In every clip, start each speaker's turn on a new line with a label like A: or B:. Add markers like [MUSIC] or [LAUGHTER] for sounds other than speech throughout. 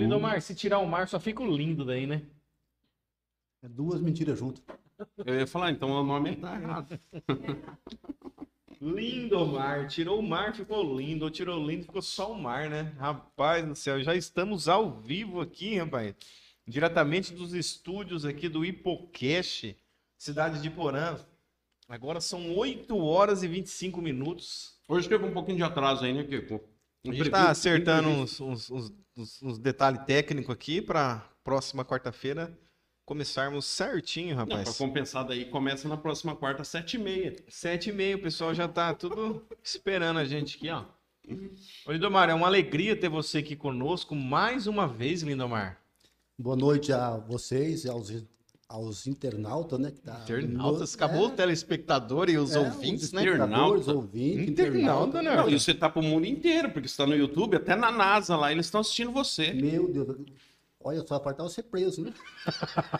A: Lindomar, se tirar o mar, só fica o lindo daí, né?
B: É duas mentiras juntas.
C: Eu ia falar, então o nome tá errado.
A: Lindomar, tirou o mar, ficou lindo. Ou tirou o lindo, ficou só o mar, né? Rapaz do céu, já estamos ao vivo aqui, rapaz. Diretamente dos estúdios aqui do Ipocache, cidade de Porã. Agora são 8 horas e 25 minutos.
C: Hoje teve um pouquinho de atraso aí, né, Kiko?
A: A gente está acertando um, uns, uns, uns- uns- uns detalhes técnicos aqui para próxima quarta-feira começarmos certinho,
C: Não, pra
A: rapaz.
C: compensar daí, começa na próxima quarta, sete e meia.
A: Sete e meio, o pessoal já tá tudo esperando a gente aqui, ó. Ô, Lindomar, é uma alegria ter você aqui conosco mais uma vez, Lindomar.
B: Boa noite a vocês e aos, aos internautas, né? Que tá
A: Internautas,
B: no-
A: acabou
B: é,
A: o telespectador e os
B: é,
A: ouvintes,
B: os
A: né?
B: espectadores,
C: Internauta.
B: ouvintes,
A: Internauta,
B: internauta,
A: né?
C: Não, e você tá pro mundo inteiro, porque você tá no YouTube, até na NASA lá, eles estão assistindo
A: né?
C: você.
B: Meu Deus. Olha, só faltava ser preso, né?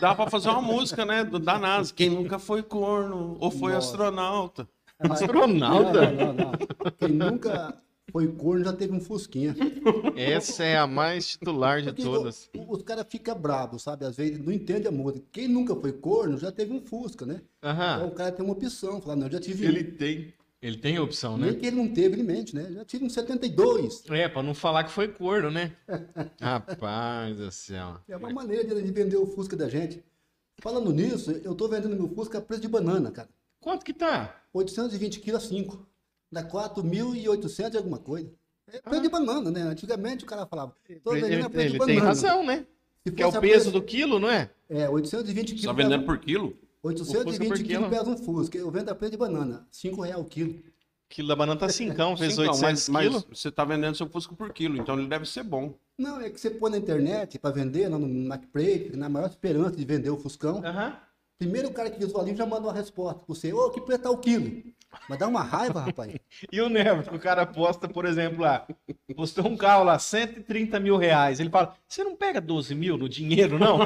C: Dá pra fazer uma música, né, do- da NASA. Quem nunca foi corno ou foi
B: Nossa.
C: astronauta.
B: Mas-
A: [LAUGHS] Astronauta?
B: Não, não, não, não. Quem nunca foi corno já teve
A: [LAUGHS]
B: um fusquinha.
A: Essa é a mais titular de
B: Porque
A: todas.
B: o- Os caras ficam bravos, sabe? Às vezes não entende a música. Quem nunca foi corno já teve um fusca, né? Então
A: Aham.
B: o cara tem uma opção. Falar, não, eu já tive um.
A: Ah. Ele tem. Ele tem opção, né?
B: Nem que ele não teve, ele mente, né? Já tive um 72.
A: É, pra não falar que foi corno,
B: [LAUGHS]
A: né? Rapaz do céu.
B: É uma maneira de de vender o Fusca da gente. Falando nisso, eu tô vendendo meu Fusca a preço de banana, cara.
A: Quanto que tá?
B: 820 quilos a 5. Dá 4.800 e alguma coisa. É preço de banana, né? Antigamente o cara falava, tô
A: Ah. Ele,
B: vendendo a preço de
A: ele tem
B: banana.
A: razão, né?
B: Se
A: Que é
B: fosse
A: o
B: a
A: peso do quilo, não é?
B: É, 820
C: Só
B: quilos.
C: tá vendendo
B: Pesa,
C: por quilo?
A: o Fusca por
B: 820
A: quilo.
B: quilos pesa um Fusca. Eu vendo a preço de banana, 5 real o quilo.
A: Quilo da banana tá
B: [LAUGHS]
A: cincão, fez
C: Sim, então,
A: 800
C: mas,
A: quilos.
C: mas você tá vendendo seu Fusca por quilo, então ele deve ser bom.
B: Não, é que você põe na internet pra vender, lá no MacPrey, na maior esperança de vender o Fuscão.
A: Aham.
B: Primeiro o cara que visualiza já manda uma resposta pra você, ô, que preço tá o quilo? Mas dá uma raiva, rapaz.
A: E o Neves, que o cara posta, por exemplo, lá, postou um carro lá, 130 mil reais. Ele fala, você não pega 12 mil no dinheiro, não?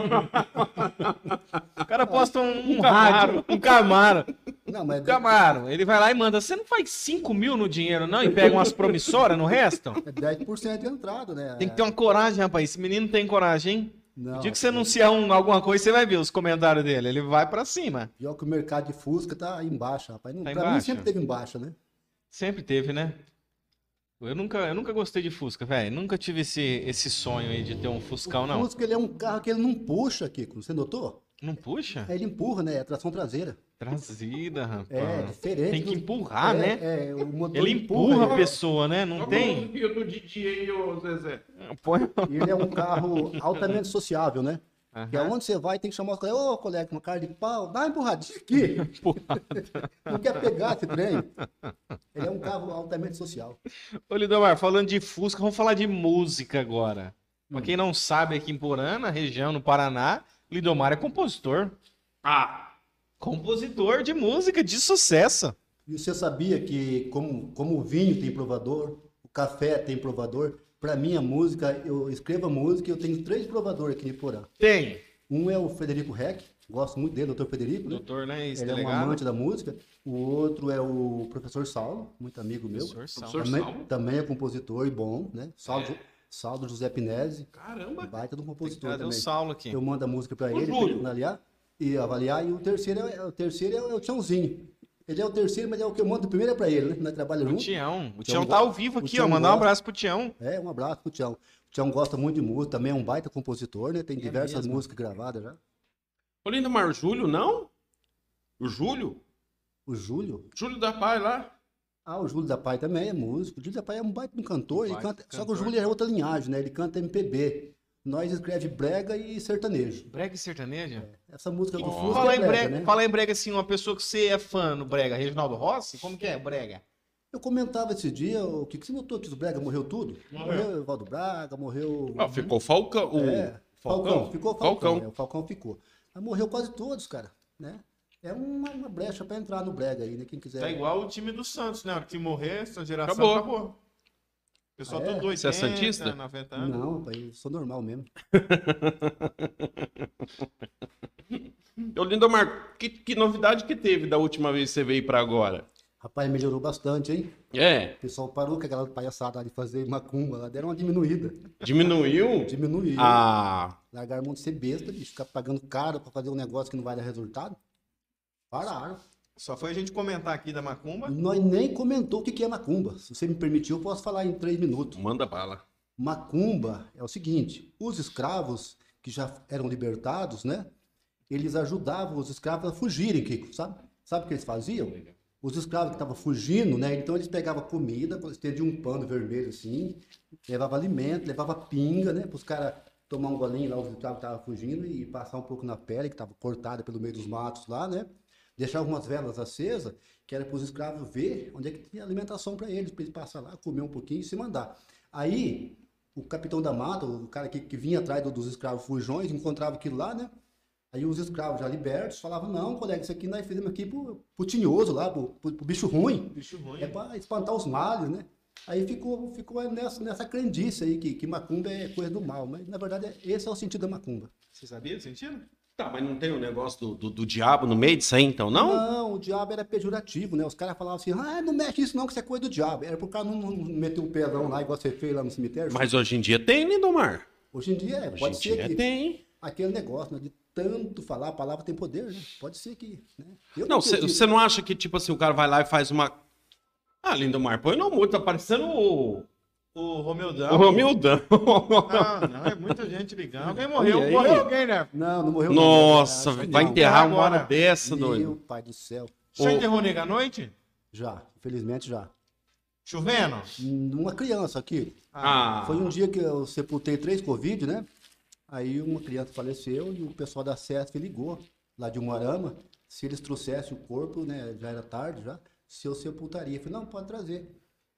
A: o cara posta um, um Camaro, um Camaro,
B: Não, mas
A: um Camaro. Ele vai lá e manda, você não faz 5 mil no dinheiro, não? E pega umas promissoras no resto?
B: É 10% de entrada, né?
A: Tem que ter uma coragem, rapaz. Esse menino tem coragem, hein?
B: Não,
A: O dia que você anunciar um- alguma coisa, você vai ver os comentários dele. Ele vai pra cima.
B: Pior que o mercado de Fusca tá embaixo, rapaz. Não,
A: Tá
B: pra mim
A: embaixo?
B: sempre teve embaixo, né?
A: Sempre teve, né? Eu nunca, eu nunca gostei de Fusca, velho. Nunca tive esse, esse sonho aí de ter um Fuscão,
B: O
A: não.
B: Fusca ele é um carro que ele não puxa, Kiko. Você notou?
A: Não puxa?
B: Aí ele empurra, né? É tração traseira.
A: Trazida,
B: É,
A: rapaz.
B: diferente.
A: Ah, Tem que
B: do-
A: empurrar,
B: é,
A: né?
B: É, o motor
A: Ele empurra a
B: né?
A: pessoa, né?
C: Tá
A: Não tem?
C: do Didi aí, ô Zezé.
A: Põe-
B: E Ele é um carro altamente sociável, né?
A: Aham.
B: Que aonde você vai, tem que chamar os colegas. Ô, colega, uma cara de pau, dá uma
A: [LAUGHS]
B: empurradinha aqui. [LAUGHS] Não quer pegar esse trem. Ele é um carro altamente social.
A: Ô, Lidomar, falando de Fusca, vamos falar de música agora. Pra quem não sabe, aqui em Porã, na região, no Paraná, Lidomar é compositor.
C: Ah,
A: Compositor de música de sucesso.
B: E você sabia que, como, como o vinho tem provador, o café tem provador, para mim a música, eu escrevo a música e eu tenho três provadores aqui de Porã.
A: Tem.
B: Um é o Frederico Reck, gosto muito dele, doutor Frederico, né?
A: Doutor, né?
B: Ele é um
A: Ex-delegado.
B: amante da música. O outro é o professor Saulo, muito amigo meu.
A: Professor Saulo.
C: Professor
B: Também,
C: Saulo?
B: também é compositor e bom, né? Saulo, Saulo José Pinese,
C: caramba.
B: baita de um
A: Tem que
B: compositor
A: trazer o
B: também. um
A: Saulo aqui.
B: Eu mando a música para
C: Ô,
B: ele, pra
C: Júlio.
B: ele avaliar e avaliar. E o terceiro é, o terceiro é, o- é o Tiãozinho. Ele é o terceiro, mas é o que eu mando primeiro é para ele, né? Nós trabalhamos
A: O
B: junto.
A: Tião. O
B: Tião
A: Tião tá
B: go-
A: ao vivo
B: um o
A: aqui, ó.
B: Tião
A: Mandar um
B: gosta.
A: abraço pro Tião.
B: É, um abraço pro Tião. O Tião gosta muito de música, também é um baita compositor, né? Tem diversas
A: É mesmo.
B: músicas gravadas já.
C: Ô, Lindomar, o Júlio não? O Júlio?
B: O Júlio.
C: Júlio da Pai lá?
B: Ah, o Júlio da Pai também é músico. O Júlio da Pai é um baita de um cantor, ele
A: Baita
B: canta, só que o
A: cantor.
B: Júlio é outra linhagem, né? Ele canta MPB. Nós escreve brega e sertanejo.
A: Brega e sertaneja?
B: Essa música do
C: Ó.
B: Fusca
A: Fala
B: é
A: em
B: brega,
A: brega,
B: né?
A: fala em brega assim, uma pessoa que você é fã no brega, Reginaldo Rossi, como que é brega?
B: Eu comentava esse dia, o que que você notou que os brega morreu tudo?
C: Morreu.
B: Morreu Valdo Braga, morreu
C: Ah, ficou Falcão. O...
B: É, Falcão. ficou Falcão.
C: Falcão.
B: né? O Falcão ficou. Mas morreu quase todos, cara. Né? É uma, uma brecha pra entrar no brega aí, né? Quem quiser.
A: É Tá igual o time do Santos, né? Que morrer, essa geração
C: Acabou.
A: O
B: Ah, é?
A: dois.
C: Você é santista?
A: 90
B: Não, rapaz, eu sou normal mesmo.
C: Ô, Lindomar, que, que novidade que teve da última vez que você veio pra agora?
B: Rapaz, melhorou bastante, hein?
C: É,
B: O pessoal parou com aquela palhaçada lá de fazer macumba, lá deram uma diminuída.
C: [LAUGHS] diminuiu.
B: Diminuiu.
A: Ah,
B: Largaram a mão de ser besta, bicho. Ficar pagando caro pra fazer um negócio que não vai dar resultado. Pararam.
A: só foi a gente comentar aqui da macumba.
B: Nós nem comentou o que que é macumba. Se você me permitir, eu posso falar em três minutos.
C: Manda bala.
B: Macumba é o seguinte: os escravos que já eram libertados, né? Eles ajudavam os escravos a fugirem, Kiko, sabe? Sabe o que eles faziam? Os escravos que estavam fugindo, né? Então eles pegavam comida, estendiam um pano vermelho assim, levava alimento, levava pinga, né? Para os caras tomar um golinho lá, os escravos que estavam fugindo e passar um pouco na pele, que estava cortada pelo meio dos matos lá, né? Deixava umas velas acesas, que era para os escravos ver onde é que tinha alimentação para eles, para eles passar lá, comer um pouquinho e se mandar. Aí, o capitão da mata, o cara que, que vinha atrás do- dos escravos fujões, encontrava aquilo lá, né? Aí os escravos já libertos falavam, não, colega, isso aqui nós fizemos aqui pro, pro tinhoso lá, pro, pro- pro bicho ruim.
A: Bicho ruim.
B: É para espantar os males, né? Aí ficou, ficou nessa, nessa crendice aí que, que macumba é coisa do mal, mas na verdade é- esse é o sentido da macumba.
A: Você sabia do sentido?
C: Tá, mas não tem o negócio do, do, do diabo no meio disso aí, então, não?
B: o diabo era pejorativo, né? Os caras falavam assim, ah, não mexe isso não, que isso é coisa do diabo. Era pro cara não, não meter o pedão lá, igual você fez lá no cemitério.
C: Mas hoje em dia tem, Lindomar.
B: Hoje em dia, é,
C: Hoje em
B: pode ser
C: dia
B: que...
C: tem.
B: aquele negócio, né? De tanto falar, a palavra tem poder, né? Pode ser que. Né? Eu
C: Não, você
B: acredito.
C: você não acha que, tipo assim, o cara vai lá e faz uma. Ah, Lindomar, põe no mudo, tá parecendo o.
A: O Romeu
C: O
A: Dão.
C: Romildão.
A: Ah, não, é muita gente ligando. Alguém
C: E
A: morreu,
C: aí?
A: morreu alguém, né?
B: Não, não morreu.
C: Nossa,
B: ninguém, cara. Acho que
C: vai
B: não.
C: enterrar uma hora
A: Agora.
C: dessa, doido.
B: Meu pai do céu.
A: Você
C: Ô.
A: enterrou nega à noite?
B: Já, infelizmente já.
A: Chovendo?
B: Uma criança aqui.
C: Ah,
B: Foi um dia que eu sepultei três Covid, né? Aí uma criança faleceu e o pessoal da CESF ligou lá de Moarama. Se eles trouxessem o corpo, né? Já era tarde já. Se eu sepultaria. Eu falei, não, pode trazer.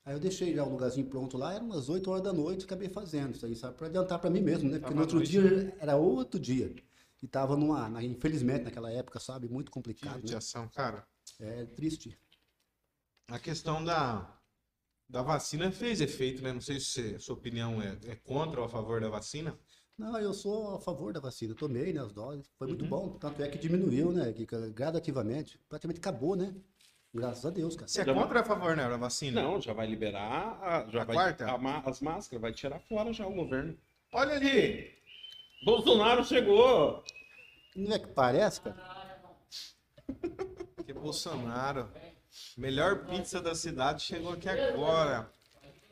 B: Aí eu deixei já um lugarzinho pronto lá, era umas 8 horas da noite, acabei fazendo isso aí, sabe? Pra adiantar pra mim mesmo, né? Porque
A: Tava
B: no outro
A: à noite,
B: dia era outro dia. E tava numa, na- infelizmente naquela época, sabe? Muito
A: Que
B: complicado, né?
A: judiação, cara.
B: É triste.
A: A questão da, da vacina fez efeito, né? Não sei se você- sua opinião é, é contra ou a favor da vacina.
B: Não, eu sou a favor da vacina, tomei, né, as doses, foi
C: Uhum.
B: muito bom, tanto é que diminuiu, né, que que gradativamente, praticamente acabou, né? Graças a Deus, cara.
A: Você é contra ou a favor né, da vacina?
C: Não, já vai liberar. a- já
A: A
C: vai,
A: quarta?
C: a ma- as máscaras, vai tirar fora já o governo.
A: Olha ali!
C: Bolsonaro chegou!
B: Não é que parece, cara?
A: Que Bolsonaro. Melhor pizza da cidade chegou aqui agora.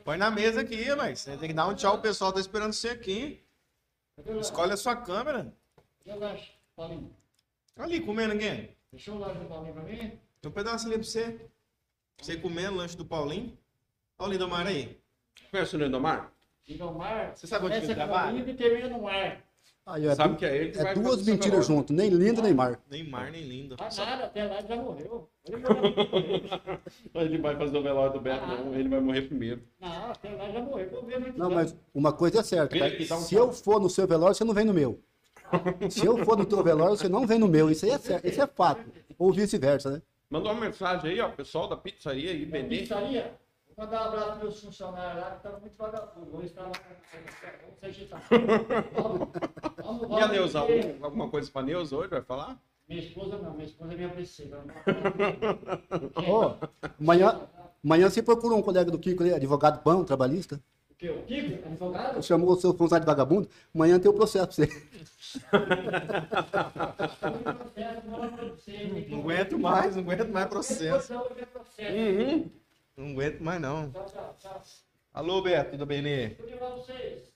A: Põe na mesa aqui, mas você tem que dar um tchau, o pessoal tá esperando você aqui. Escolhe a sua câmera. Tá
D: Eu gosto, Paulinho.
A: Ali, comendo alguém.
D: Deixa o like do Paulinho pra mim.
A: Tem um pedaço ali pra você. Pra Você comendo o lanche do Paulinho. Olha o Lindomar aí.
C: Conhece o Lindomar?
D: Liga o mar.
A: Você sabe onde
D: Essa é
A: ele trabalha?
D: Paulinho que termina no ar.
B: Aí, é,
C: Sabe
B: du-
C: que é ele que
B: é
C: vai
B: duas
C: fazer
B: mentiras
C: essa
B: junto, nem lindo, nem mar.
A: Nem mar, nem lindo.
D: Tá
A: Só-
D: nada, até lá ele já morreu. Ele morreu.
C: Ele vai fazer o velório do Beto, não. Ele vai morrer primeiro.
D: Não, até lá já morreu. Eu vi muito
B: Não,
D: tempo.
B: mas uma coisa é certa,
C: Vira
B: cara.
C: aqui, dá um
B: Se eu for no seu velório, você não vem no meu. Se eu for no teu velório, você não vem no meu. Isso aí é certo, isso é fato. Ou vice-versa, né?
C: Mandou uma mensagem aí, ó, pessoal da pizzaria aí,
D: Na
C: bebê.
D: pizzaria, Vou mandar um abraço para meus funcionários lá que estão muito vagabundo. Vou estar lá na Vamos se agitar. Vamos, vamos,
C: E a
D: vamos.
C: Neuza,
D: porque-
C: algum- alguma coisa pra Neuza hoje? Vai falar?
D: Minha esposa não, minha esposa é minha
A: [LAUGHS]
D: princesa. é?
B: Ó, amanhã,
A: tá-
B: amanhã você procura um colega do Kiko, ali, advogado bom, trabalhista.
D: O quê? O Kiko? Advogado?
B: Chamou o seu funcionário de vagabundo, amanhã tem o processo pra você.
D: Tá é
A: Não aguento mais, não aguento mais processo.
C: Uhum.
A: Não aguento mais não. Alô, Beto, do Benê.
D: Vou levar vocês.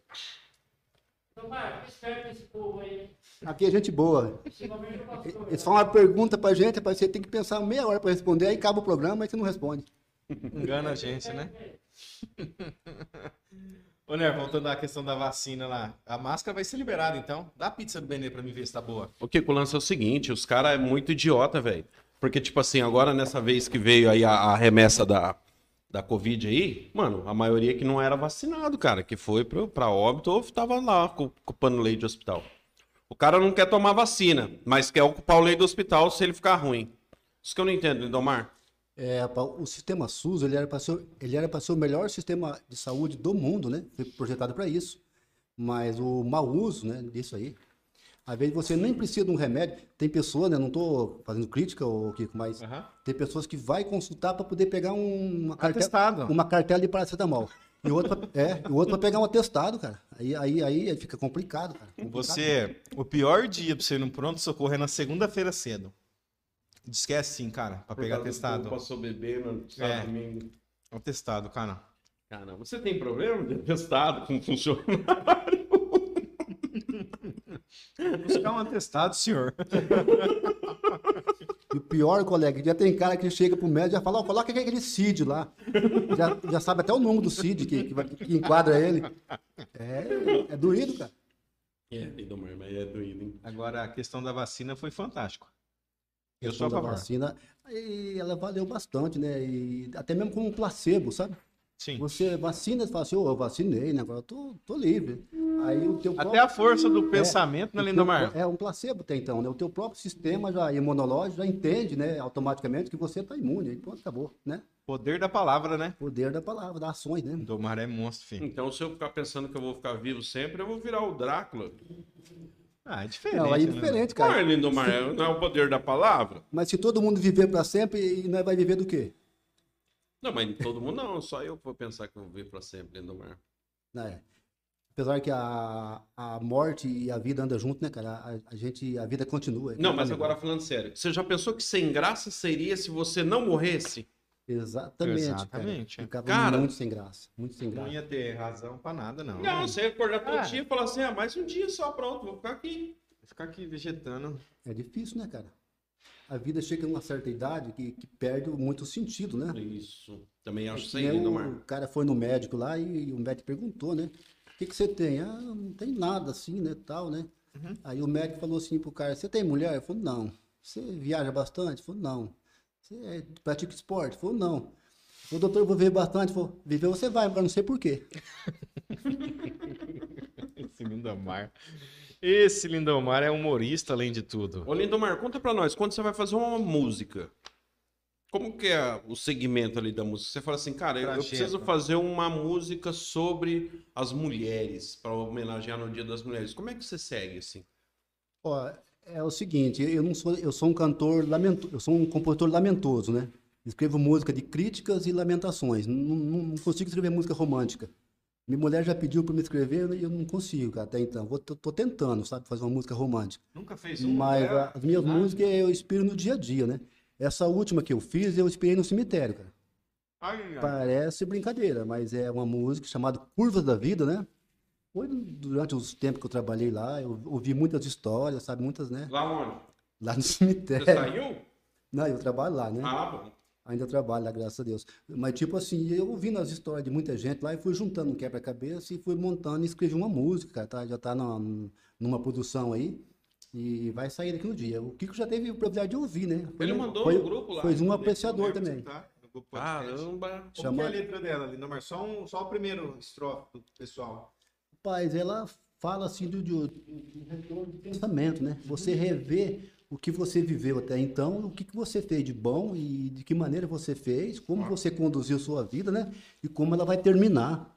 D: Tomar, fica esperto esse povo aí.
B: Aqui é gente boa.
D: Esse momento já passou.
B: Eles falam uma pergunta pra gente, rapaz, você tem que pensar meia hora pra responder, aí acaba o programa e você não responde.
A: Engana a gente, né? Ô, Ner, voltando à questão da vacina lá. A máscara vai ser liberada, então. Dá a pizza do Benê pra mim ver se tá boa.
C: O que o lance é o seguinte, os caras é muito idiota, velho. Porque, tipo assim, agora nessa vez que veio aí a, a remessa da, da Covid aí, mano, a maioria que não era vacinado, cara, que foi pro, pra óbito ou tava lá cu- ocupando leito de hospital. O cara não quer tomar vacina, mas quer ocupar o leito do hospital se ele ficar ruim. Isso que eu não entendo, né, Lindomar.
B: É, rapaz, o sistema SUS, ele era para ser, ele era para ser o melhor sistema de saúde do mundo, né? Foi projetado para isso. Mas o mau uso, né, disso aí. Às vezes você nem precisa de um remédio. Tem pessoa, né? Não tô fazendo crítica, ô Kiko, mas
A: Aham.
B: tem pessoas que vai consultar para poder pegar um- uma cartela,
A: Atestado.
B: uma cartela de paracetamol. E o outro, pra- é, e o outro para pegar um atestado, cara. Aí, aí, aí fica complicado, cara. Complicado.
A: Você, o pior dia pra você ir no pronto-socorro é na segunda-feira cedo. Esquece sim, cara, pra pegar atestado.
C: Passou bebendo,
A: É.
C: sabe, domingo.
A: Atestado, cara.
C: Caramba, você tem problema de atestado com funcionário?
A: Buscar um atestado, senhor.
B: E o pior, colega, já tem cara que chega pro médico e já fala, ó, coloca aquele CID lá. Já, já sabe até o nome do CID que, que, vai- que enquadra ele. É, é doído, cara.
C: É, doido, mas é doído, hein?
A: Agora, a questão da vacina foi fantástica. Eu sou
B: Questão
A: a
B: da
A: favor.
B: vacina. E ela valeu bastante, né? E até mesmo como um placebo, sabe?
A: Sim.
B: Você vacina, você fala assim, ô, eu vacinei, né? Agora eu tô, tô livre. Aí o teu
A: Até a força do pensamento, né,
B: o teu-
A: Lindomar?
B: É um placebo até então, né? O teu próprio sistema já imunológico já entende, né? Automaticamente que você tá imune. Aí pronto, acabou, né?
A: Poder da palavra, né?
B: Poder da palavra, das ações, né?
A: Lindomar é monstro, filho.
C: Então, se eu ficar pensando que eu vou ficar vivo sempre, eu vou virar o Drácula.
A: Ah, é diferente.
B: Não, aí é
A: né?
B: diferente,
C: Cara,
B: cara.
C: Lindomar, é- não é o poder da palavra?
B: Mas se todo mundo viver para sempre, e nós vai viver do quê?
C: Não, mas todo mundo não, só eu que vou pensar que eu vou viver pra sempre, Lindomar.
B: Né? Apesar que a, a morte e a vida andam junto, né, cara? A, a gente, a vida continua. é
C: Não, mas
B: Continua.
C: agora falando sério, você já pensou que sem graça seria se você não morresse?
B: Exatamente.
A: Exatamente, é.
B: Cara. Ficava
C: Cara-
B: muito sem graça. Muito sem
A: Não
B: graça.
A: ia ter razão pra nada, não.
C: Não, você ia acordar todo
A: Cara.
C: dia e falar assim, ah, mais um dia só, pronto, vou ficar aqui.
A: Ficar aqui vegetando. [LAUGHS]
B: É difícil, né, cara? A vida chega numa certa idade que, que perde muito sentido,
C: Ah.
B: né?
C: Isso, também acho
B: É, Que
C: sem
B: nem
C: Lindomar.
B: o cara foi no médico lá e, o médico perguntou, né? O que, que você tem? Ah, não tem nada assim, né? Tal, né?
C: Uhum.
B: Aí o médico falou assim pro cara, você tem mulher? Ele falou, não. Você viaja bastante? Ele falou, não. Você é- pratica esporte? Ele falou, não. Ele falou, doutor, eu vou viver bastante. Ele falou, viver você vai, agora não sei por quê.
A: Esse Lindomar. Esse Lindomar é humorista, além de tudo.
C: Ô Lindomar, conta pra nós, quando você vai fazer uma música, como que é o segmento ali da música? Você fala assim, cara, eu, eu
A: Trajeto.
C: preciso fazer uma música sobre as mulheres, pra homenagear no Dia das Mulheres. Como é que você segue, assim?
B: Ó, é o seguinte, eu não sou, eu sou um cantor lamento, eu sou um compositor lamentoso, né? Escrevo música de críticas e lamentações. Não, não- não consigo escrever música romântica. Minha mulher já pediu para me escrever e eu não consigo, cara, até então. Vou, tô, tô tentando, sabe, fazer uma música romântica.
A: Nunca fez
B: Mas
A: né?
B: a- as minhas
A: Ah,
B: músicas eu inspiro no dia a dia, né? Essa última que eu fiz, eu inspirei no cemitério, cara.
A: ai, ai.
B: Parece brincadeira, mas é uma música chamada Curvas da Vida, né? Foi durante os tempos que eu trabalhei lá, eu ouvi muitas histórias, sabe, muitas, né?
C: Lá onde?
B: Lá no [LAUGHS]
C: Você
B: cemitério.
C: saiu?
B: Não, eu trabalho lá, né?
C: Ah, bom.
B: Ainda trabalho lá, graças a Deus. Mas, tipo assim, eu ouvindo as histórias de muita gente lá e fui juntando um quebra-cabeça e fui montando e escrevi uma música, tá? Já tá numa, numa produção aí e vai sair daqui um dia. O Kiko já teve o privilégio de ouvir, né? Foi,
C: Ele mandou
B: foi,
C: no grupo lá.
B: Foi
C: né?
B: um
C: Mandei.
B: apreciador
A: Lembra
B: também.
A: que tá no grupo podcast.
C: Caramba.
A: Como que é a
B: Chama-
A: letra dela, Lindomar? Só, um, só o primeiro estrofe do pessoal.
B: Rapaz, ela fala assim do, do, do retorno de pensamento, né? Você rever o que você viveu até então, o que, que você fez de bom e de que maneira você fez, como você conduziu sua vida, né? E como ela vai terminar.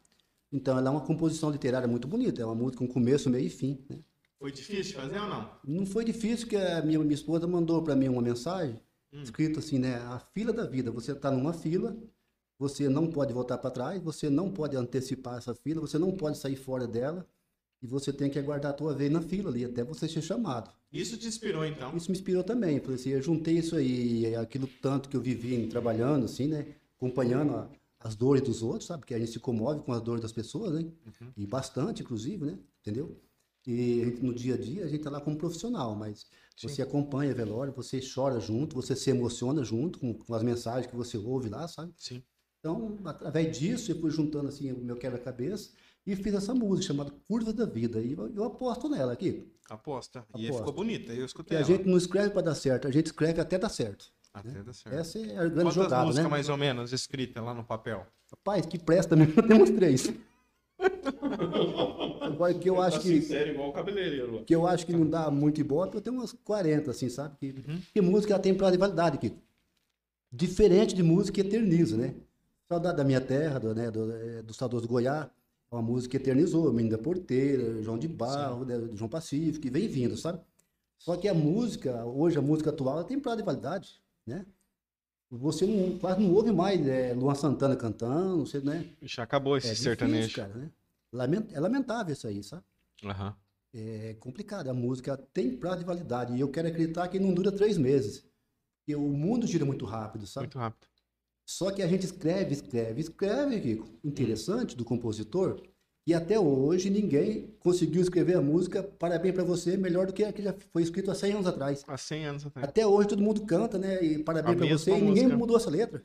B: Então, ela é uma composição literária muito bonita, é uma música com começo, meio e fim, né?
A: Foi difícil né? fazer ou não?
B: Não foi difícil que a minha, minha esposa mandou para mim uma mensagem, escrito assim, né? A fila da vida. Você está numa fila, você não pode voltar para trás, você não pode antecipar essa fila, você não pode sair fora dela e você tem que aguardar a tua vez na fila ali até você ser chamado.
A: Isso te inspirou, então?
B: Isso me inspirou também. Eu falei assim, eu juntei isso aí, e aquilo tanto que eu vivi em- trabalhando, assim, né? Acompanhando a- as dores dos outros, sabe? Porque a gente se comove com as dores das pessoas, né? E bastante, inclusive, né? Entendeu? E a gente, no dia a dia a gente tá lá como profissional, mas você acompanha velório, você chora junto, você se emociona junto com, com as mensagens que você ouve lá, sabe?
A: Sim.
B: Então, através disso, eu fui juntando assim o meu quebra-cabeça e fiz essa música chamada Curvas da Vida. E eu, eu aposto nela aqui.
A: Aposta. E
B: Aposta.
A: ficou bonita, eu
B: Porque
A: escutei
B: a
A: ela.
B: gente né? não escreve para dar certo, a gente escreve até dar certo.
A: Até dá certo.
B: Essa é a grande
A: Quantas
B: jogada,
A: músicas
B: né?
A: mais ou menos escritas lá no papel?
B: Rapaz, que presta mesmo, [LAUGHS] temos três. Agora que eu
C: Tá
B: acho que,
C: sincero, igual o cabeleireiro.
B: que eu acho que não dá muito ibope, eu tenho umas 40, assim, sabe? Que,
A: Uhum.
B: que música ela tem pra validade, Kiko. Diferente de música que eterniza, né? Saudade da minha terra, é, do, né, do, eh, do saudoso Goiás, uma música que eternizou, Menino da Porteira, João de Barro, né, João Pacífico, e vem vindo, sabe? Só que a música, hoje a música atual, ela tem prazo de validade, né? Você não, quase não ouve mais é, Luan Santana cantando, você, né?
A: Já acabou esse
B: É difícil,
A: sertanejo.
B: cara, né? Lament- É lamentável isso aí, sabe?
A: Aham.
B: É complicado. A música tem prazo de validade. E eu quero acreditar que não dura três meses. Porque o mundo gira muito rápido, sabe?
A: Muito rápido.
B: Só que a gente escreve, escreve, escreve, Kiko. Interessante do compositor. E até hoje ninguém conseguiu escrever a música Parabéns pra você melhor do que a que já foi escrita há 100 anos atrás.
A: Há 100 anos atrás.
B: Até hoje todo mundo canta, né? E
A: É. A
B: parabéns pra
A: mesma
B: você. E ninguém
A: música.
B: mudou essa letra.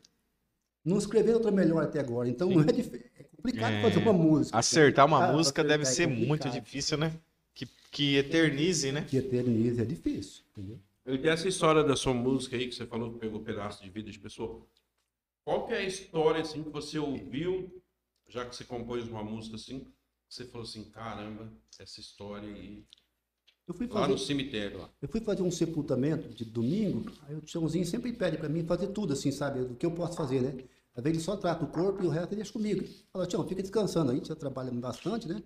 B: Não escreveram outra melhor até agora. Então não [LAUGHS] é, dif- é complicado fazer uma música.
A: Acertar uma
B: Ah,
A: música deve
B: acertar é
A: ser muito
B: complicado.
A: difícil, né? Que, que eternize, né?
B: Que eterniza é difícil, entendeu?
C: E dessa história da sua música aí que você falou que pegou pedaço de vida de pessoa, qual que é a história assim que você ouviu, já que você compôs uma música assim, que você falou assim, caramba, essa história aí,
B: Eu fui
C: lá
B: fazer,
C: no cemitério lá.
B: eu fui fazer um sepultamento de domingo, aí o Tiãozinho sempre pede pra mim fazer tudo assim, sabe? O que eu posso fazer, né? Às vezes ele só trata o corpo e o resto ele deixa comigo. Fala, Tião, fica descansando aí, já trabalha bastante, né?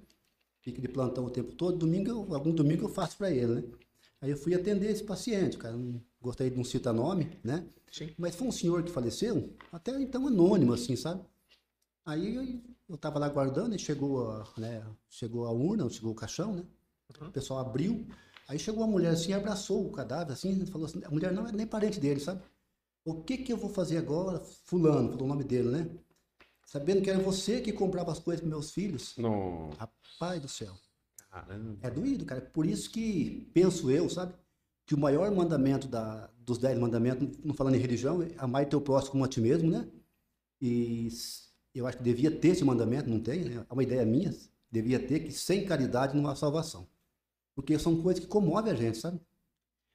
B: Fica de plantão o tempo todo, domingo, eu- algum domingo eu faço pra ele, né? Aí eu fui atender esse paciente, cara, não gostaria de não citar nome, né?
A: Sim.
B: Mas foi um senhor que faleceu, até então anônimo, assim, sabe? Aí eu- eu estava lá aguardando e chegou a, né, chegou a urna, chegou o caixão, né? O pessoal abriu. Aí chegou uma mulher assim, abraçou o cadáver, assim, e falou assim, a mulher não é nem parente dele, sabe? O que que eu vou fazer agora? Fulano, falou o nome dele, né? Sabendo que era você que comprava as coisas para meus filhos.
C: Não,
B: Rapaz do céu.
C: caramba.
B: É doído, cara. Por isso que penso eu, sabe? Que o maior mandamento da, dos dez mandamentos, não falando em religião, é amar teu próximo como a ti mesmo, né? E s- eu acho que devia ter esse mandamento, não tem, né? É uma ideia minha. Devia ter que sem caridade não há salvação. Porque são coisas que comovem a gente, sabe?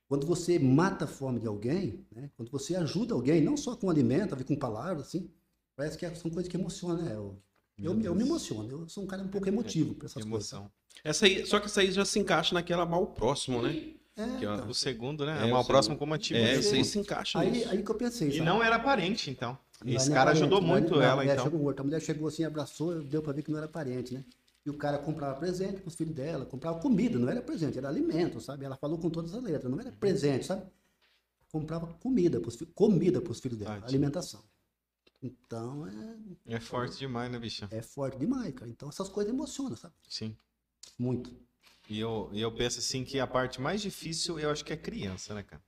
B: Quando você mata a fome de alguém, né? quando você ajuda alguém, não só com alimento, mas com palavras, assim, parece que são coisas que emocionam, né? Eu, eu, me- eu me emociono, eu sou um cara um pouco emotivo para essas coisas.
A: Emoção.
C: Essa aí, só que essa aí já se encaixa naquela mal próximo, né?
B: É,
C: Que, ó,
B: então.
A: O segundo, né? É,
C: É, o
A: mal
C: segundo.
A: próximo como ativo.
C: É,
A: mesmo.
C: isso aí se encaixa
B: tipo, Aí,
C: nisso.
B: aí que eu pensei,
A: né? E
B: sabe?
A: não era parente, então.
B: Não
A: Esse
B: era
A: cara
B: parente,
A: ajudou
B: não,
A: muito
B: não, a
A: ela,
B: mulher
A: então.
B: Chegou, outra. a mulher chegou assim, abraçou, deu pra ver que não era parente, né? E o cara comprava presente pros filhos dela, comprava comida, não era presente, era alimento, sabe? Ela falou com todas as letras, não era presente, sabe? Comprava comida pros, fi- comida pros filhos dela,
A: Tadinho.
B: alimentação. Então é,
A: É forte demais, né, bicha?
B: é forte demais, cara. Então essas coisas emocionam, sabe?
A: Sim.
B: Muito.
A: E eu, e eu penso assim que a parte mais difícil eu acho que é criança, né, cara?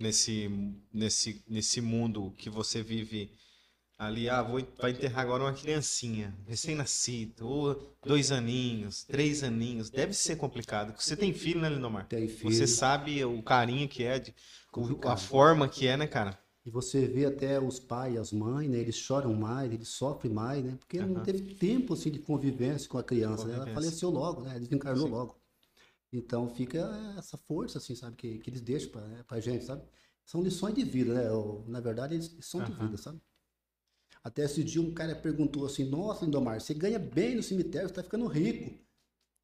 A: Nesse, nesse, nesse mundo que você vive ali, ah, vou, vai enterrar agora uma criancinha, recém-nascido, ou dois aninhos, três aninhos. Deve ser complicado. porque Você tem filho, né, Lindomar?
B: Tem filho.
A: Você sabe o carinho que é, de- o- a
B: Complicado.
A: forma que é, né, cara?
B: E você vê até os pais, as mães, né? Eles choram mais, eles sofrem mais, né? Porque
A: Aham.
B: não teve tempo assim de convivência com a criança, né? Ela
A: Convivência.
B: faleceu logo, né? Desencarnou
A: Sim.
B: logo. Então fica essa força, assim, sabe? Que, que eles deixam pra, né, pra gente, sabe? São lições de vida, né? Ou, na verdade, eles são de
A: Aham.
B: vida, sabe? Até esse dia um cara perguntou assim, nossa, Lindomar, você ganha bem no cemitério, você tá ficando rico.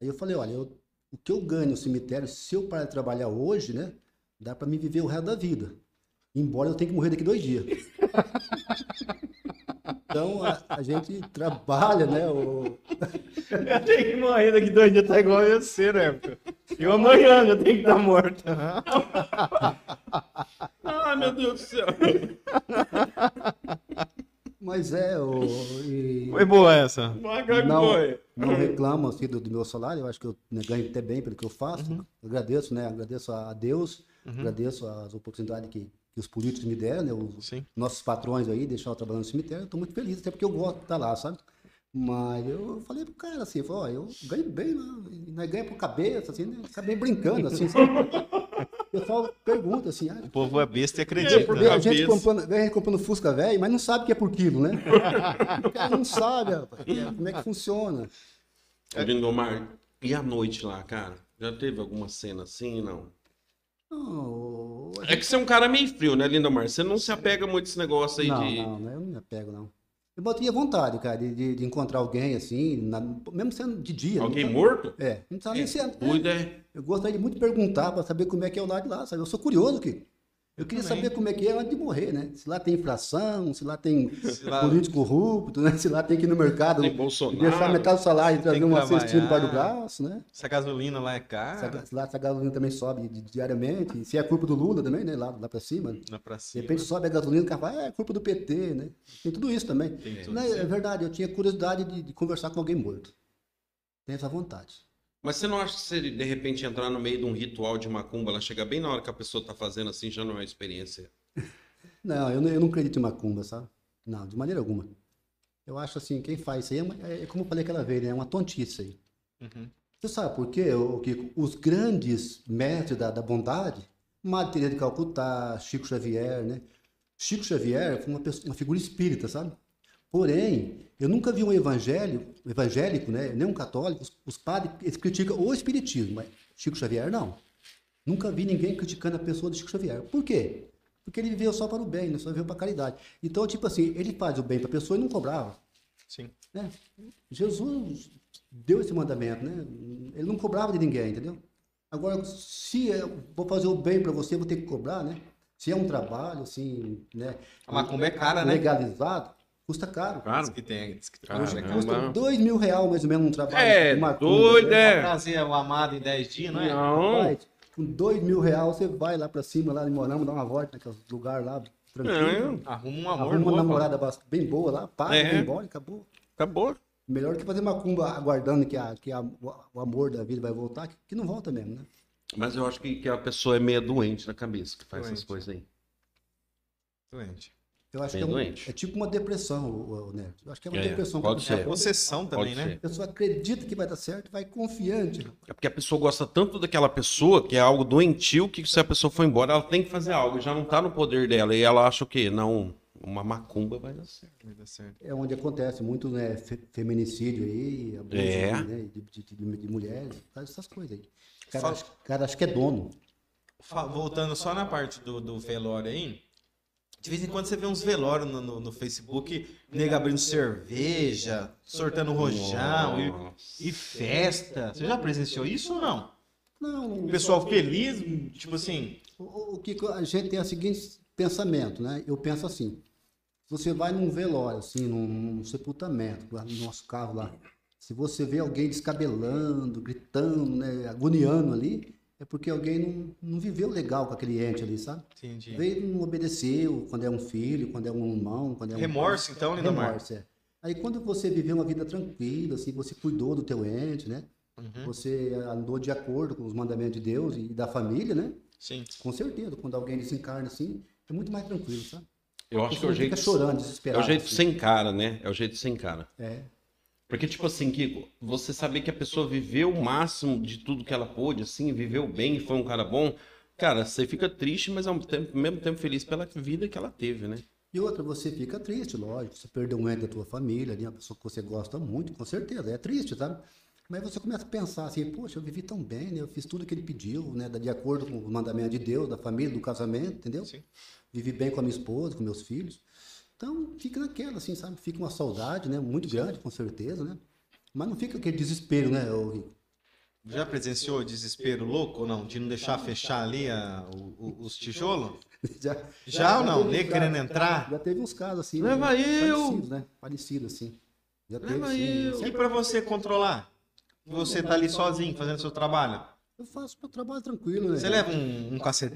B: Aí eu falei, olha, eu- o que eu ganho no cemitério, se eu parar de trabalhar hoje, né? Dá pra mim viver o resto da vida. Embora eu tenha que morrer daqui dois dias. [LAUGHS] Então a, a gente trabalha, né? O,
A: [LAUGHS] Eu tenho que morrer daqui dois dias, tá igual eu ser, né? E amanhã eu tenho que estar morto.
C: Ah, meu Deus do céu.
B: mas é, o, e
A: Foi boa essa.
B: não, não reclamo assim, do, do meu salário, eu acho que eu né, ganho até bem pelo que eu faço. Agradeço, né? Agradeço a Deus, agradeço as oportunidades que, que os políticos me deram, né? Os,
A: Sim.
B: nossos patrões aí, deixar eu trabalhar no cemitério, eu tô muito feliz, até porque eu gosto de estar lá, sabe? Mas eu falei pro cara assim, eu falei, ó, eu ganho bem, né? E nós ganhamos por cabeça, assim, né? Acabei brincando, assim, sabe? O pessoal pergunta assim, ah,
A: O povo é besta e acredita.
B: porque a gente comprando, a gente comprando Fusca velho, mas não sabe que é por quilo, né? O cara não sabe, rapaz, como é que funciona. É.
C: Ô, Lindomar, e a noite lá, cara? Já teve alguma cena assim, não?
B: Não,
C: É que você é um cara meio frio, né, Lindomar? Você não se apega muito a esse negócio aí
B: não,
C: de.
B: não, não, eu não me apego, não. Eu botaria vontade, cara, de, de- de encontrar alguém assim, na- mesmo sendo de dia. não
C: Alguém
B: precisa-
C: morto?
B: É, não precisa nem ser.
C: Cuida. né?
B: Eu gostaria muito de perguntar para saber como é que é o lado de lá, sabe? Eu sou curioso, que Eu queria
A: Também.
B: saber como é que é antes de morrer, né? Se lá tem inflação, se lá tem
A: Se lá-
B: político corrupto, né? Se lá tem que ir no mercado
C: Tem Bolsonaro.
B: deixar metade do salário e
A: se tem
B: trazer
A: que
B: uma cestinha
A: trabalhar.
B: debaixo do braço, né?
A: Se a gasolina lá é
B: Se a,
A: cara,
B: ga- se lá se a gasolina também sobe di- diariamente, se é culpa do Lula também, né? Lá, lá pra cima.
A: na
B: De
A: pracinha.
B: repente sobe a gasolina, o cara fala, "Ah, é culpa do PT, né? Tem tudo isso também.
A: Tem tudo
B: Não, é verdade, eu tinha curiosidade de, de conversar com alguém morto. Tem essa vontade.
C: Mas você não acha que se ele, de repente entrar no meio de um ritual de macumba, ela chega bem na hora que a pessoa tá fazendo assim, já não é experiência?
B: Não, eu não, eu não acredito em macumba, sabe? Não, de maneira alguma. Eu acho assim, quem faz isso aí é, uma- é- é como eu falei aquela vez, né? É uma tontice aí.
A: Uhum.
B: Você sabe por quê, ô, Kiko? Os grandes mestres da, da bondade, Madre Teresa de Calcutá, Chico Xavier, né? Chico Xavier foi uma, pessoa- uma figura espírita, sabe? Porém, eu nunca vi um evangélico, evangélico, né? Nem um católico, os, os padres, eles criticam o espiritismo, mas Chico Xavier não. Nunca vi ninguém criticando a pessoa do Chico Xavier. Por quê? Porque ele viveu só para o bem, né? só viveu para a caridade. Então, tipo assim, ele faz o bem para a pessoa e não cobrava
A: Sim.
B: né? Jesus deu esse mandamento, né? Ele não cobrava de ninguém, entendeu? Agora, se eu vou fazer o bem para você, eu vou ter que cobrar, né? Se é um trabalho, assim, né?
A: A macumba é cara, né?
B: Legalizado, custa caro.
A: Diz que tem, diz que tem.
C: Cara,
A: Hoje
C: né?
B: Custa
C: Caramba.
B: dois mil reais, mais ou menos, um trabalho.
C: É,
B: de macumba,
C: doido,
B: né?
A: Pra
C: é.
A: trazer o amado em 10 dias, não é?
C: Não.
B: um Rapaz, Com dois mil reais, você vai lá para cima, lá em Morama, dá uma volta naquele lugar lá, tranquilo.
C: É,
A: Arruma um amor
B: Arruma uma
A: novo.
B: namorada bas- bem boa lá, paga,
C: É.
B: vai embora, acabou.
C: acabou.
B: Melhor que fazer macumba aguardando que, a, que a- o amor da vida vai voltar, que, que não volta mesmo, né?
C: Mas eu acho que, que a pessoa é meio doente na cabeça que faz essas
A: Doente.
C: coisas aí.
A: Doente.
B: Eu acho
C: Bem
B: que é, um-
C: doente.
B: é tipo uma depressão, o, Nerd. Eu acho que é uma
C: É,
B: depressão.
C: pode
B: que
A: É
C: ser.
B: a
A: a
B: pessoa-
A: possessão também,
C: Pode
A: né?
C: ser.
B: A pessoa acredita que vai dar certo, vai confiante.
C: É porque a pessoa gosta tanto daquela pessoa que é algo doentio que se a pessoa for embora, ela tem que fazer algo, já não tá no poder dela. E ela acha o quê? Não, uma macumba vai dar certo.
A: Vai dar certo.
B: É onde acontece muito né, fe- feminicídio aí, abuso
C: É.
B: né, de, de- de- de mulheres, essas coisas aí. O cara,
A: Fala-
B: acha, o cara acha que é dono.
A: Fa- Voltando só na parte do, do velório aí. De vez em quando você vê uns velórios no, no, no Facebook, nega abrindo cerveja, sortando rojão e-
C: Nossa.
A: e, festa. Você já presenciou isso ou não?
B: Não, não.
A: O pessoal feliz, tipo assim,
B: O- O, o que que a gente tem o seguinte pensamento, né? Eu penso assim: você vai num velório, assim, num, num sepultamento, lá no nosso carro lá. Se você vê alguém descabelando, gritando, né, agoniando ali, é porque alguém não, não viveu legal com aquele ente ali, sabe?
A: entendi.
B: Veio não obedeceu quando é um filho, quando é um irmão, quando é um
A: Remorso, então, Lindomar?
B: remorso. É. Aí quando você viveu uma vida tranquila, assim, você cuidou do teu ente, né?
A: Uhum,
B: Você andou de acordo com os mandamentos de Deus e da família, né?
A: Sim.
B: Com certeza, quando alguém desencarna assim, é muito mais tranquilo, sabe?
C: Eu
B: A
C: acho que é o
B: pessoa
C: jeito,
B: fica chorando,
C: é
B: desesperado.
C: o jeito
B: assim.
C: sem cara, né? É o jeito sem cara.
B: É.
C: Porque, tipo assim, Kiko, você saber que a pessoa viveu o máximo de tudo que ela pôde, assim, viveu bem, foi um cara bom, cara, você fica triste, mas ao mesmo tempo, ao mesmo tempo feliz pela vida que ela teve, né?
B: E outra, você fica triste, lógico. Você perdeu um ente da tua família, ali, uma pessoa que você gosta muito, com certeza. É triste, sabe? Mas você começa a pensar assim, poxa, eu vivi tão bem, né? Eu fiz tudo que ele pediu, né? De acordo com o mandamento de Deus, da família, do casamento, entendeu?
A: Sim.
B: Vivi bem com a minha esposa, com meus filhos. Então, fica naquela, assim, sabe? Fica uma saudade, né? Muito grande, com certeza, né? Mas não fica aquele desespero, né? ô-
A: Já presenciou o desespero louco ou não? De não deixar fechar ali a- o- o- os tijolos?
B: [LAUGHS] Já,
A: Já ou não?
B: teve
A: Nego
B: uns casos-
A: querendo entrar?
B: Já teve uns casos assim.
C: Leva
B: né?
C: eu!
B: Parecido, né? Parecido, assim. Já
C: Leva
B: teve, sim. é
C: eu!
A: E
B: Sempre
A: pra você controlar? Você tá ali sozinho fazendo seu trabalho?
B: eu faço meu trabalho tranquilo, né?
A: Você leva um, um cacete?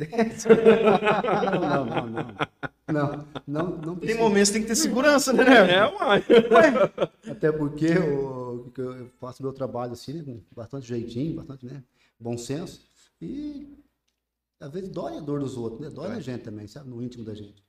B: Não, não, não. Não, não,
A: Tem
B: não, precisa.
A: momentos que tem que ter segurança, né? né?
C: uai.
B: Até porque eu, que eu faço meu trabalho assim, né? Com bastante jeitinho, bastante, né? Bom senso. E às vezes dói a dor dos outros, né?
C: É.
B: Dói na gente também, sabe? No íntimo da gente.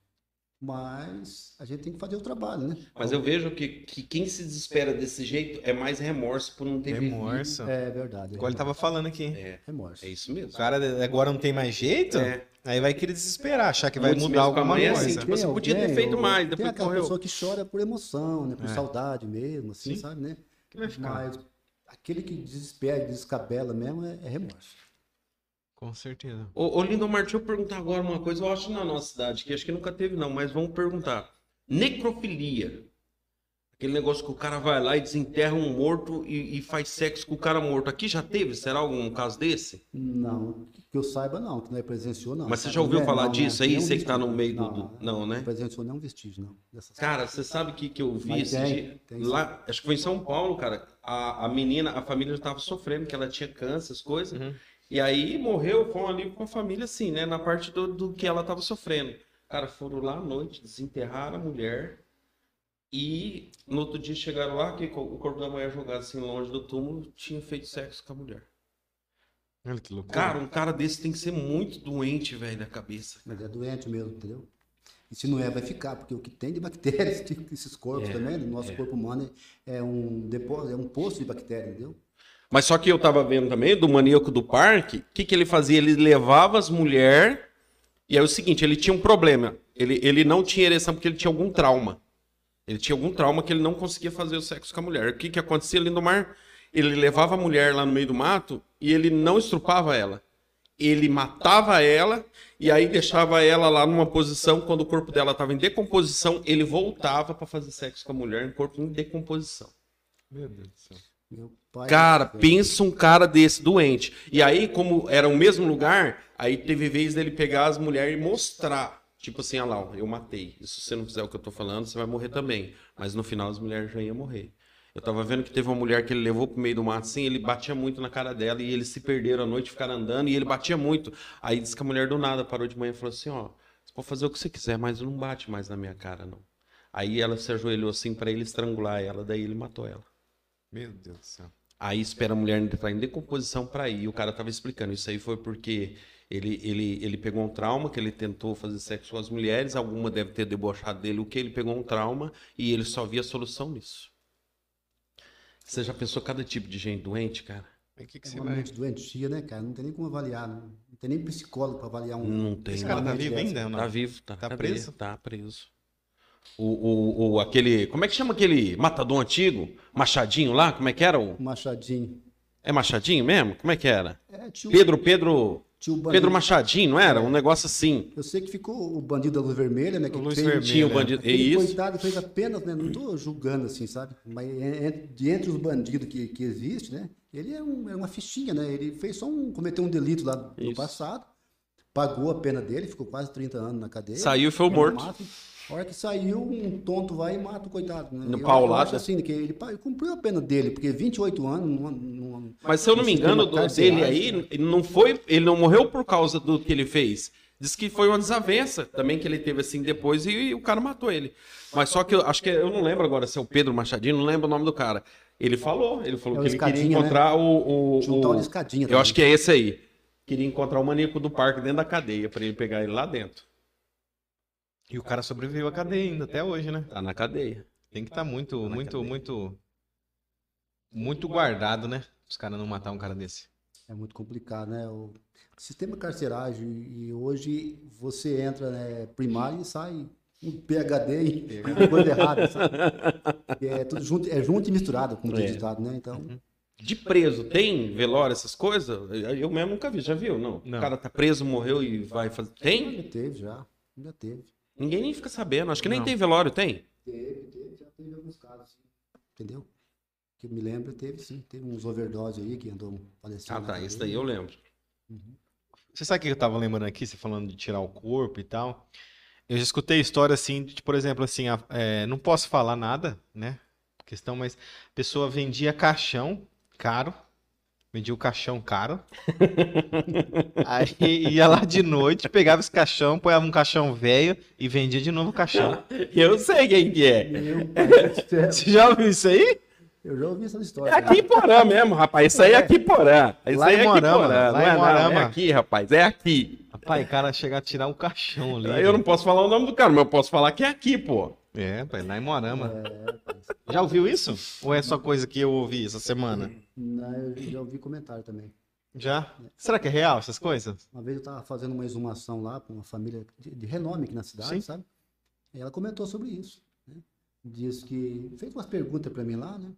B: Mas a gente tem que fazer o trabalho, né?
C: Mas eu vejo que, que quem se desespera desse jeito é mais remorso por não ter vivido.
A: Remorso.
B: É verdade. É
A: Igual ele tava falando aqui.
C: É,
B: remorso.
C: tá- é isso
A: O
C: mesmo.
A: cara agora não tem mais jeito?
B: então.
C: É.
A: Aí vai querer desesperar, achar que vai
C: Muitos
A: mudar
C: meses com a
A: alguma
C: mãe é
A: coisa.
C: assim, tipo, você
B: Tem
C: podia ter
B: alguém,
C: feito
B: ou-
C: mais,
B: Tem
C: depois
B: aquela
C: correu.
B: pessoa que chora por emoção, né? Por
A: É.
B: saudade mesmo, assim,
A: Sim.
B: sabe, né?
A: Que vai ficar?
B: Mas aquele que desespera, descabela mesmo é, é remorso.
A: Com certeza.
C: Ô, ô Lindomar, deixa eu perguntar agora uma coisa. Eu acho que na nossa cidade, que acho que nunca teve, não, mas vamos perguntar. Necrofilia. Aquele negócio que o cara vai lá e desenterra um morto e, e faz sexo com o cara morto. Aqui já teve? Será algum caso desse?
B: Não, que eu saiba não, que não é presenciou não.
C: Mas você
B: sabe?
C: já ouviu
B: Não é,
C: falar
B: não,
C: disso
B: não,
C: aí?
B: nenhum
C: Você que tá
B: vestígio.
C: no meio do- do- não, né?
B: Presenciou nenhum vestígio não. dessas-
C: Cara, você sabe o que, que eu vi
B: Mas é tem,
C: esse dia?
B: tem sim.
C: Lá, acho que foi em São Paulo, cara. A, a menina, a família estava sofrendo, que ela tinha câncer, as coisas.
A: Uhum.
C: E aí morreu, foram ali com a família, assim, né? Na parte do, do que ela estava sofrendo. Cara, foram lá à noite, desenterraram a mulher. E no outro dia chegaram lá, que co- o corpo da mulher jogado assim longe do túmulo, tinha feito sexo com a mulher.
A: Olha que loucura.
C: Cara, um cara desse tem que ser muito doente, velho, da cabeça.
B: Mas é doente mesmo, entendeu? E se não é, vai ficar, porque o que tem de [LAUGHS] bactérias, que esses corpos
C: É,
B: também, no nosso
C: é.
B: corpo humano é um depósito, é um poço de bactérias, entendeu?
C: Mas só que eu tava vendo também do maníaco do parque, o que, que ele fazia? Ele levava as mulheres. E aí é o seguinte, ele tinha um problema. Ele, ele não tinha ereção porque ele tinha algum trauma. Ele tinha algum trauma que ele não conseguia fazer o sexo com a mulher. O que, que acontecia ali no mar? Ele levava a mulher lá no meio do mato e ele não estrupava ela. Ele matava ela e aí deixava ela lá numa posição, quando o corpo dela estava em decomposição, ele voltava para fazer sexo com a mulher em corpo em decomposição.
A: Meu Deus do céu.
B: Meu pai. é
C: Cara,
B: do céu.
C: pensa um cara desse doente. E aí, como era o mesmo lugar, aí teve vez dele pegar as mulheres e mostrar. Tipo assim, olha lá, ó, eu matei. E se você não fizer o que eu tô falando, você vai morrer também. Mas no final as mulheres já iam morrer. Eu tava vendo que teve uma mulher que ele levou pro meio do mato, assim, ele batia muito na cara dela e eles se perderam à noite, ficaram andando e ele batia muito. Aí disse que a mulher do nada parou de manhã e falou assim, ó, você pode fazer o que você quiser, mas não bate mais na minha cara, não. Aí ela se ajoelhou assim pra ele estrangular ela, daí ele matou ela.
A: Meu Deus do céu.
C: Aí espera a mulher entrar em decomposição para ir. O cara tava explicando. Isso aí foi porque ele, ele, ele pegou um trauma, que ele tentou fazer sexo com as mulheres, alguma deve ter debochado dele, o que ele pegou um trauma e ele só via solução nisso. Você já pensou cada tipo de gente doente, cara?
A: Mas o que, que
B: É
A: você
B: uma
A: vai.
B: mente doentia, né, cara? Não tem nem como avaliar, não, não tem nem psicólogo para avaliar um.
C: Não tem.
A: Esse cara tá
B: Uma
A: vivo
B: mente
A: ainda? ou não?
C: Tá vivo, tá,
A: Tá
C: tá
A: preso?
C: preso. Tá preso. O, o, o, aquele. Como é que chama aquele matador antigo? Machadinho lá? Como é que era? O,
B: um Machadinho.
C: é Machadinho mesmo? Como é que era?
B: É, tio,
C: Pedro, Pedro.
B: tio bandido.
C: Pedro Machadinho, não
A: É.
C: era? Um negócio assim.
B: Eu sei que ficou o bandido da luz vermelha, né? Que
A: O Luz
B: fez-
A: Vermelha.
C: Tinha o bandido. É
B: Aquele
C: isso.
B: coitado fez apenas, né? Não tô julgando assim, sabe? Mas en- en- de entre os bandidos que, que existe, né? Ele é, um- é uma fichinha, né? Ele fez só um. cometeu um delito lá no
C: Isso.
B: passado, pagou a pena dele, ficou quase 30 anos na cadeia.
C: Saiu e foi
B: no
C: morto.
B: mato. A hora que saiu, um tonto vai e mata o coitado. Né?
C: No
B: Eu- eu
C: paulada.
B: acho assim, que ele, pa- cumpriu a pena dele, porque 28 anos. Não, não,
C: Mas se eu não me engano, do, dele aí, ele não foi. Ele não morreu por causa do que ele fez. Diz que foi uma desavença também que ele teve assim depois e, o cara matou ele. Mas só que eu acho que eu não lembro agora se é o Pedro Machadinho, não lembro o nome do cara. Ele falou, ele falou
B: É o
C: que ele queria
B: Escadinha, né?
C: encontrar o, o,
B: Tinha um tal de
C: o-
B: Escadinha
C: Eu
B: também.
C: acho que é esse aí. Queria encontrar o maníaco do parque dentro da cadeia pra ele pegar ele lá dentro.
A: E o cara sobreviveu à cadeia ainda, até hoje, né?
C: Tá na cadeia.
A: Tem que estar muito,
C: Tá na
A: muito,
C: cadeia.
A: muito. Muito guardado, né? Os caras não matar um cara desse.
B: É muito complicado, né? O sistema carcerário e hoje você entra né, primário e sai um PhD em coisa errada, sabe? É tudo junto, é junto e misturado, como diz o
C: É.
B: ditado, né? Então,
C: De preso, tem velório, essas coisas? Eu mesmo nunca vi, já viu? Não.
A: Não.
C: O cara tá preso, morreu e vai fazer. Tem?
B: já teve já, já teve.
C: Ninguém nem fica sabendo. Acho que nem
A: Não.
C: tem velório, tem?
B: Teve, teve, já teve alguns casos, sim. entendeu? Que eu me lembro, teve sim, teve uns overdose aí que andou falecendo.
C: Ah,
B: na
C: tá.
B: cadeia.
C: Isso daí eu lembro.
A: Você sabe o que eu tava lembrando aqui, você falando de tirar o corpo e tal? Eu já escutei história assim, de, por exemplo, assim, a- é, não posso falar nada, né? Questão, mas a pessoa vendia caixão caro, vendia o caixão caro. Aí ia lá de noite, pegava esse caixão, põe um caixão velho e vendia de novo o caixão.
C: Eu sei quem que é.
B: Meu pai do céu,
A: Você já ouviu isso aí?
B: Eu já ouvi essa história.
C: É aqui em Porã mesmo, rapaz. Isso aí é aqui em Porã. Isso
A: Lá
C: aí
A: em
C: é aqui em
A: Morama,
C: Porã.
A: lá
C: Não
A: em
C: é, não, é
A: Morama.
C: aqui, rapaz. É aqui.
A: Rapaz, o cara chegar a tirar o caixão ali.
C: Eu não posso falar o nome do cara, mas eu posso falar que é aqui, pô.
A: É, pai, lá em Morama.
B: É,
A: Já ouviu isso? Ou é só coisa que eu ouvi essa semana?
B: Não, eu já ouvi comentário também.
A: Já? Será que é real essas coisas?
B: Uma vez eu estava fazendo uma exumação lá para uma família de, de renome aqui na cidade,
A: Sim.
B: sabe? E ela comentou sobre isso. Né? Diz que fez umas perguntas para mim lá, né?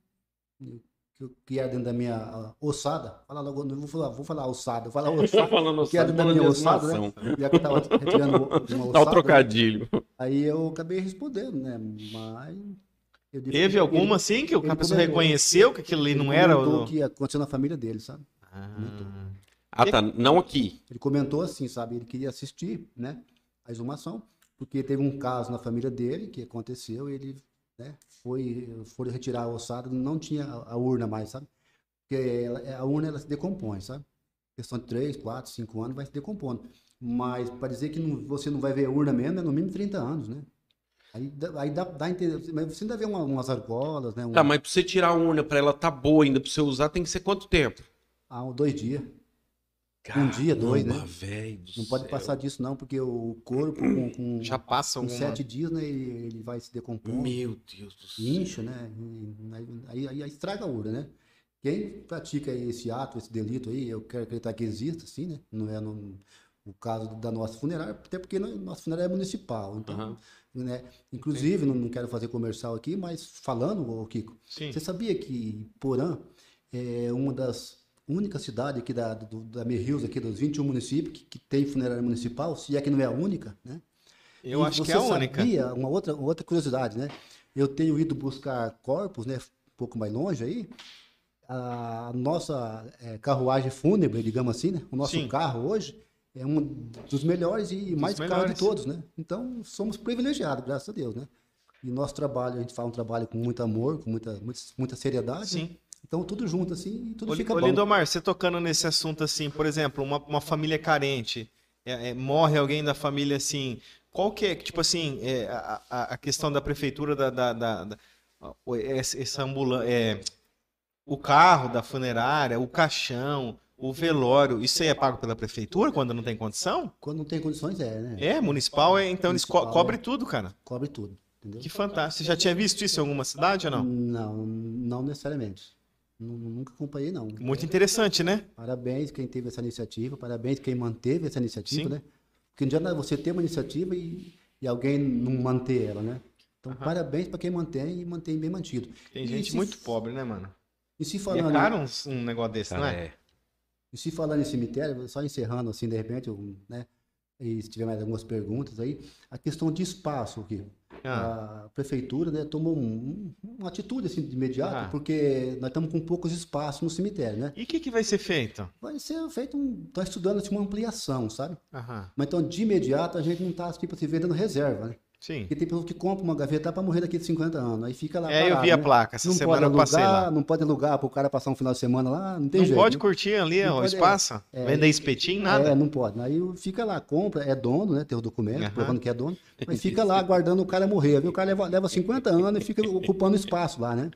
B: E Que, eu- que era dentro da minha ah, ossada. Fala logo, não vou falar, vou falar ossada, vou falar
C: Tô
A: [LAUGHS]
B: ossada.
C: falando
A: é
B: que era
C: sério,
B: dentro da
C: falando de
B: minha ossada,
C: animação.
B: né? Já que eu estava
A: [LAUGHS]
B: retirando uma
A: um
C: Dá o
B: ossada.
C: trocadilho.
B: Aí eu acabei respondendo, né? Mas Eu disse-
A: Teve
B: ele-
A: alguma assim que o
B: ele
A: cabeça
B: comentou.
A: reconheceu que aquilo ali
B: ele
A: não era
B: comentou
A: o.
B: o que aconteceu na família dele, sabe?
A: Ah,
C: Ah, tá. Não aqui.
B: Ele comentou assim, sabe? Ele queria assistir, né? A exumação, porque teve um caso na família dele que aconteceu, ele, né? Foi, foram retirar a ossada, não tinha a, a urna mais, sabe? Porque ela- a urna ela se decompõe, sabe? Questão de 3, 4, 5 anos vai se decompondo. Mas para dizer que não- você não vai ver urna mesmo, é no mínimo 30 anos, né? Aí, dá- aí dá, dá a entender. Mas você ainda vê uma- umas argolas, né? Um,
A: Hum.
C: Tá, mas pra você tirar a urna pra ela tá boa ainda, pra você usar, tem que ser quanto tempo?
B: ah, um- dois dias.
A: Hum.
B: Um dia, dois, né?
C: Caramba, velho do
B: Não pode
C: céu.
B: passar disso, não, porque o corpo com, com-
A: já passa
B: Em
A: alguma.
B: sete dias, né, ele, ele vai se decompondo,
C: Meu Deus do céu.
B: incha, né? e- Aí, aí, aí estraga a urna, né? Quem pratica esse ato, esse delito aí, eu quero acreditar que exista, sim, né? Não é no, o caso da nossa funerária, até porque no- nossa funerária é municipal. Então, né? Inclusive, não, não quero fazer comercial aqui, mas falando, ô Kiko,
A: Sim.
B: você sabia que Porã é uma das únicas cidades aqui da, do, da Merrius, aqui dos 21 municípios, que, que tem funerária municipal, se é que não é a única, né?
A: Eu
B: E
A: acho que
B: você
A: é a única.
B: Sabia uma outra, uma outra curiosidade, né? Eu tenho ido buscar corpos, né? Um pouco mais longe aí. A nossa eh, carruagem fúnebre, digamos assim, né? O nosso
A: Sim.
B: carro hoje é um dos melhores e mais caro
A: melhores.
B: de todos, né? Então, somos privilegiados, graças a Deus, né? E nosso trabalho, a gente faz um trabalho com muito amor, com muita, muita, muita seriedade. né?
A: Sim.
B: Então, tudo junto, assim, e tudo
A: Ô,
B: fica
A: Ô,
B: bom.
A: Lindomar, você tocando nesse assunto assim, por exemplo, uma, uma família carente, é, é, morre alguém da família assim, qual que é, tipo assim, é, a, a- a questão da prefeitura, da, da, da- da- o- esse- essa ambulan- é, o carro da funerária, o caixão, o velório, isso aí é pago pela prefeitura quando não tem condição?
B: Quando não tem condições, é, né?
A: É, municipal, é, então eles co
B: Municipal,
A: cobrem tudo, cara.
B: Cobre tudo, entendeu?
A: Que fantástico. Você já tinha visto isso em alguma cidade ou não?
B: Não, não necessariamente. Nu- Nunca acompanhei, não.
A: Muito interessante, né?
B: Parabéns quem teve essa iniciativa, parabéns quem manteve essa iniciativa,
A: Sim.
B: né? Porque não adianta você ter uma iniciativa e, e alguém não manter ela, né? Então,
A: Aham.
B: parabéns para quem mantém e mantém bem mantido.
A: Tem
B: E
A: gente
B: se-
A: muito pobre, né, mano?
B: E se
A: E é
B: falando,
A: caro um, um negócio desse, não
C: Cara,
A: é?
C: é.
B: e se falando em cemitério, só encerrando assim, de repente, eu, né? E se tiver mais algumas perguntas aí, a questão de espaço aqui.
A: Ah,
B: A prefeitura, né, tomou um- um- uma atitude assim de imediato,
A: Ah.
B: porque nós estamos com poucos espaços no cemitério, né?
A: E o que, que vai ser feito?
B: Vai ser feito um, tá estudando assim, uma ampliação, sabe?
A: Aham.
B: Mas então, de imediato, a gente não está tipo, se vendendo reserva, né?
A: Sim.
B: Porque tem pessoas que compram uma gaveta para morrer daqui a 50 anos. Aí fica lá.
A: É, eu
B: parado,
A: vi a
B: né?
A: placa. Essa
B: não pode
A: semana eu
B: alugar,
A: passei lá.
B: Não pode alugar para o cara passar um final de semana lá, não tem
A: Não
B: jeito.
A: pode
B: né?
A: curtir ali ó,
B: Não
A: o
B: pode-
A: espaço? Vender espetinho,
B: É,
A: nada?
B: não pode. Aí fica lá, compra, é dono, né? Tem o documento,
A: Aham.
B: provando que
A: [LAUGHS]
B: é dono. Mas fica lá aguardando o cara morrer. Viu? O cara leva, leva 50 anos e fica ocupando espaço lá, né?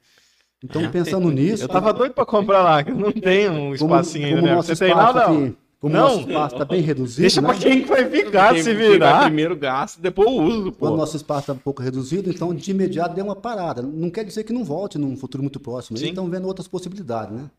B: Então, pensando nisso.
A: Eu tava doido pra comprar lá, que eu não tenho um
B: como,
A: espacinho
B: como
A: ainda, né?
B: nosso
A: Você tem lá,
B: espaço
A: não?
B: aqui- como o
A: Não.
B: nosso espaço está bem reduzido.
A: Deixa
B: né?
A: pra quem que vai ficar
C: Quem-
A: se
C: quem vai
A: virar.
C: primeiro gasta, depois uso, pô.
B: Quando o nosso espaço está um pouco reduzido, então de imediato deu uma parada. Não quer dizer que não volte num futuro muito próximo. Eles
A: Sim.
B: estão vendo outras possibilidades, né?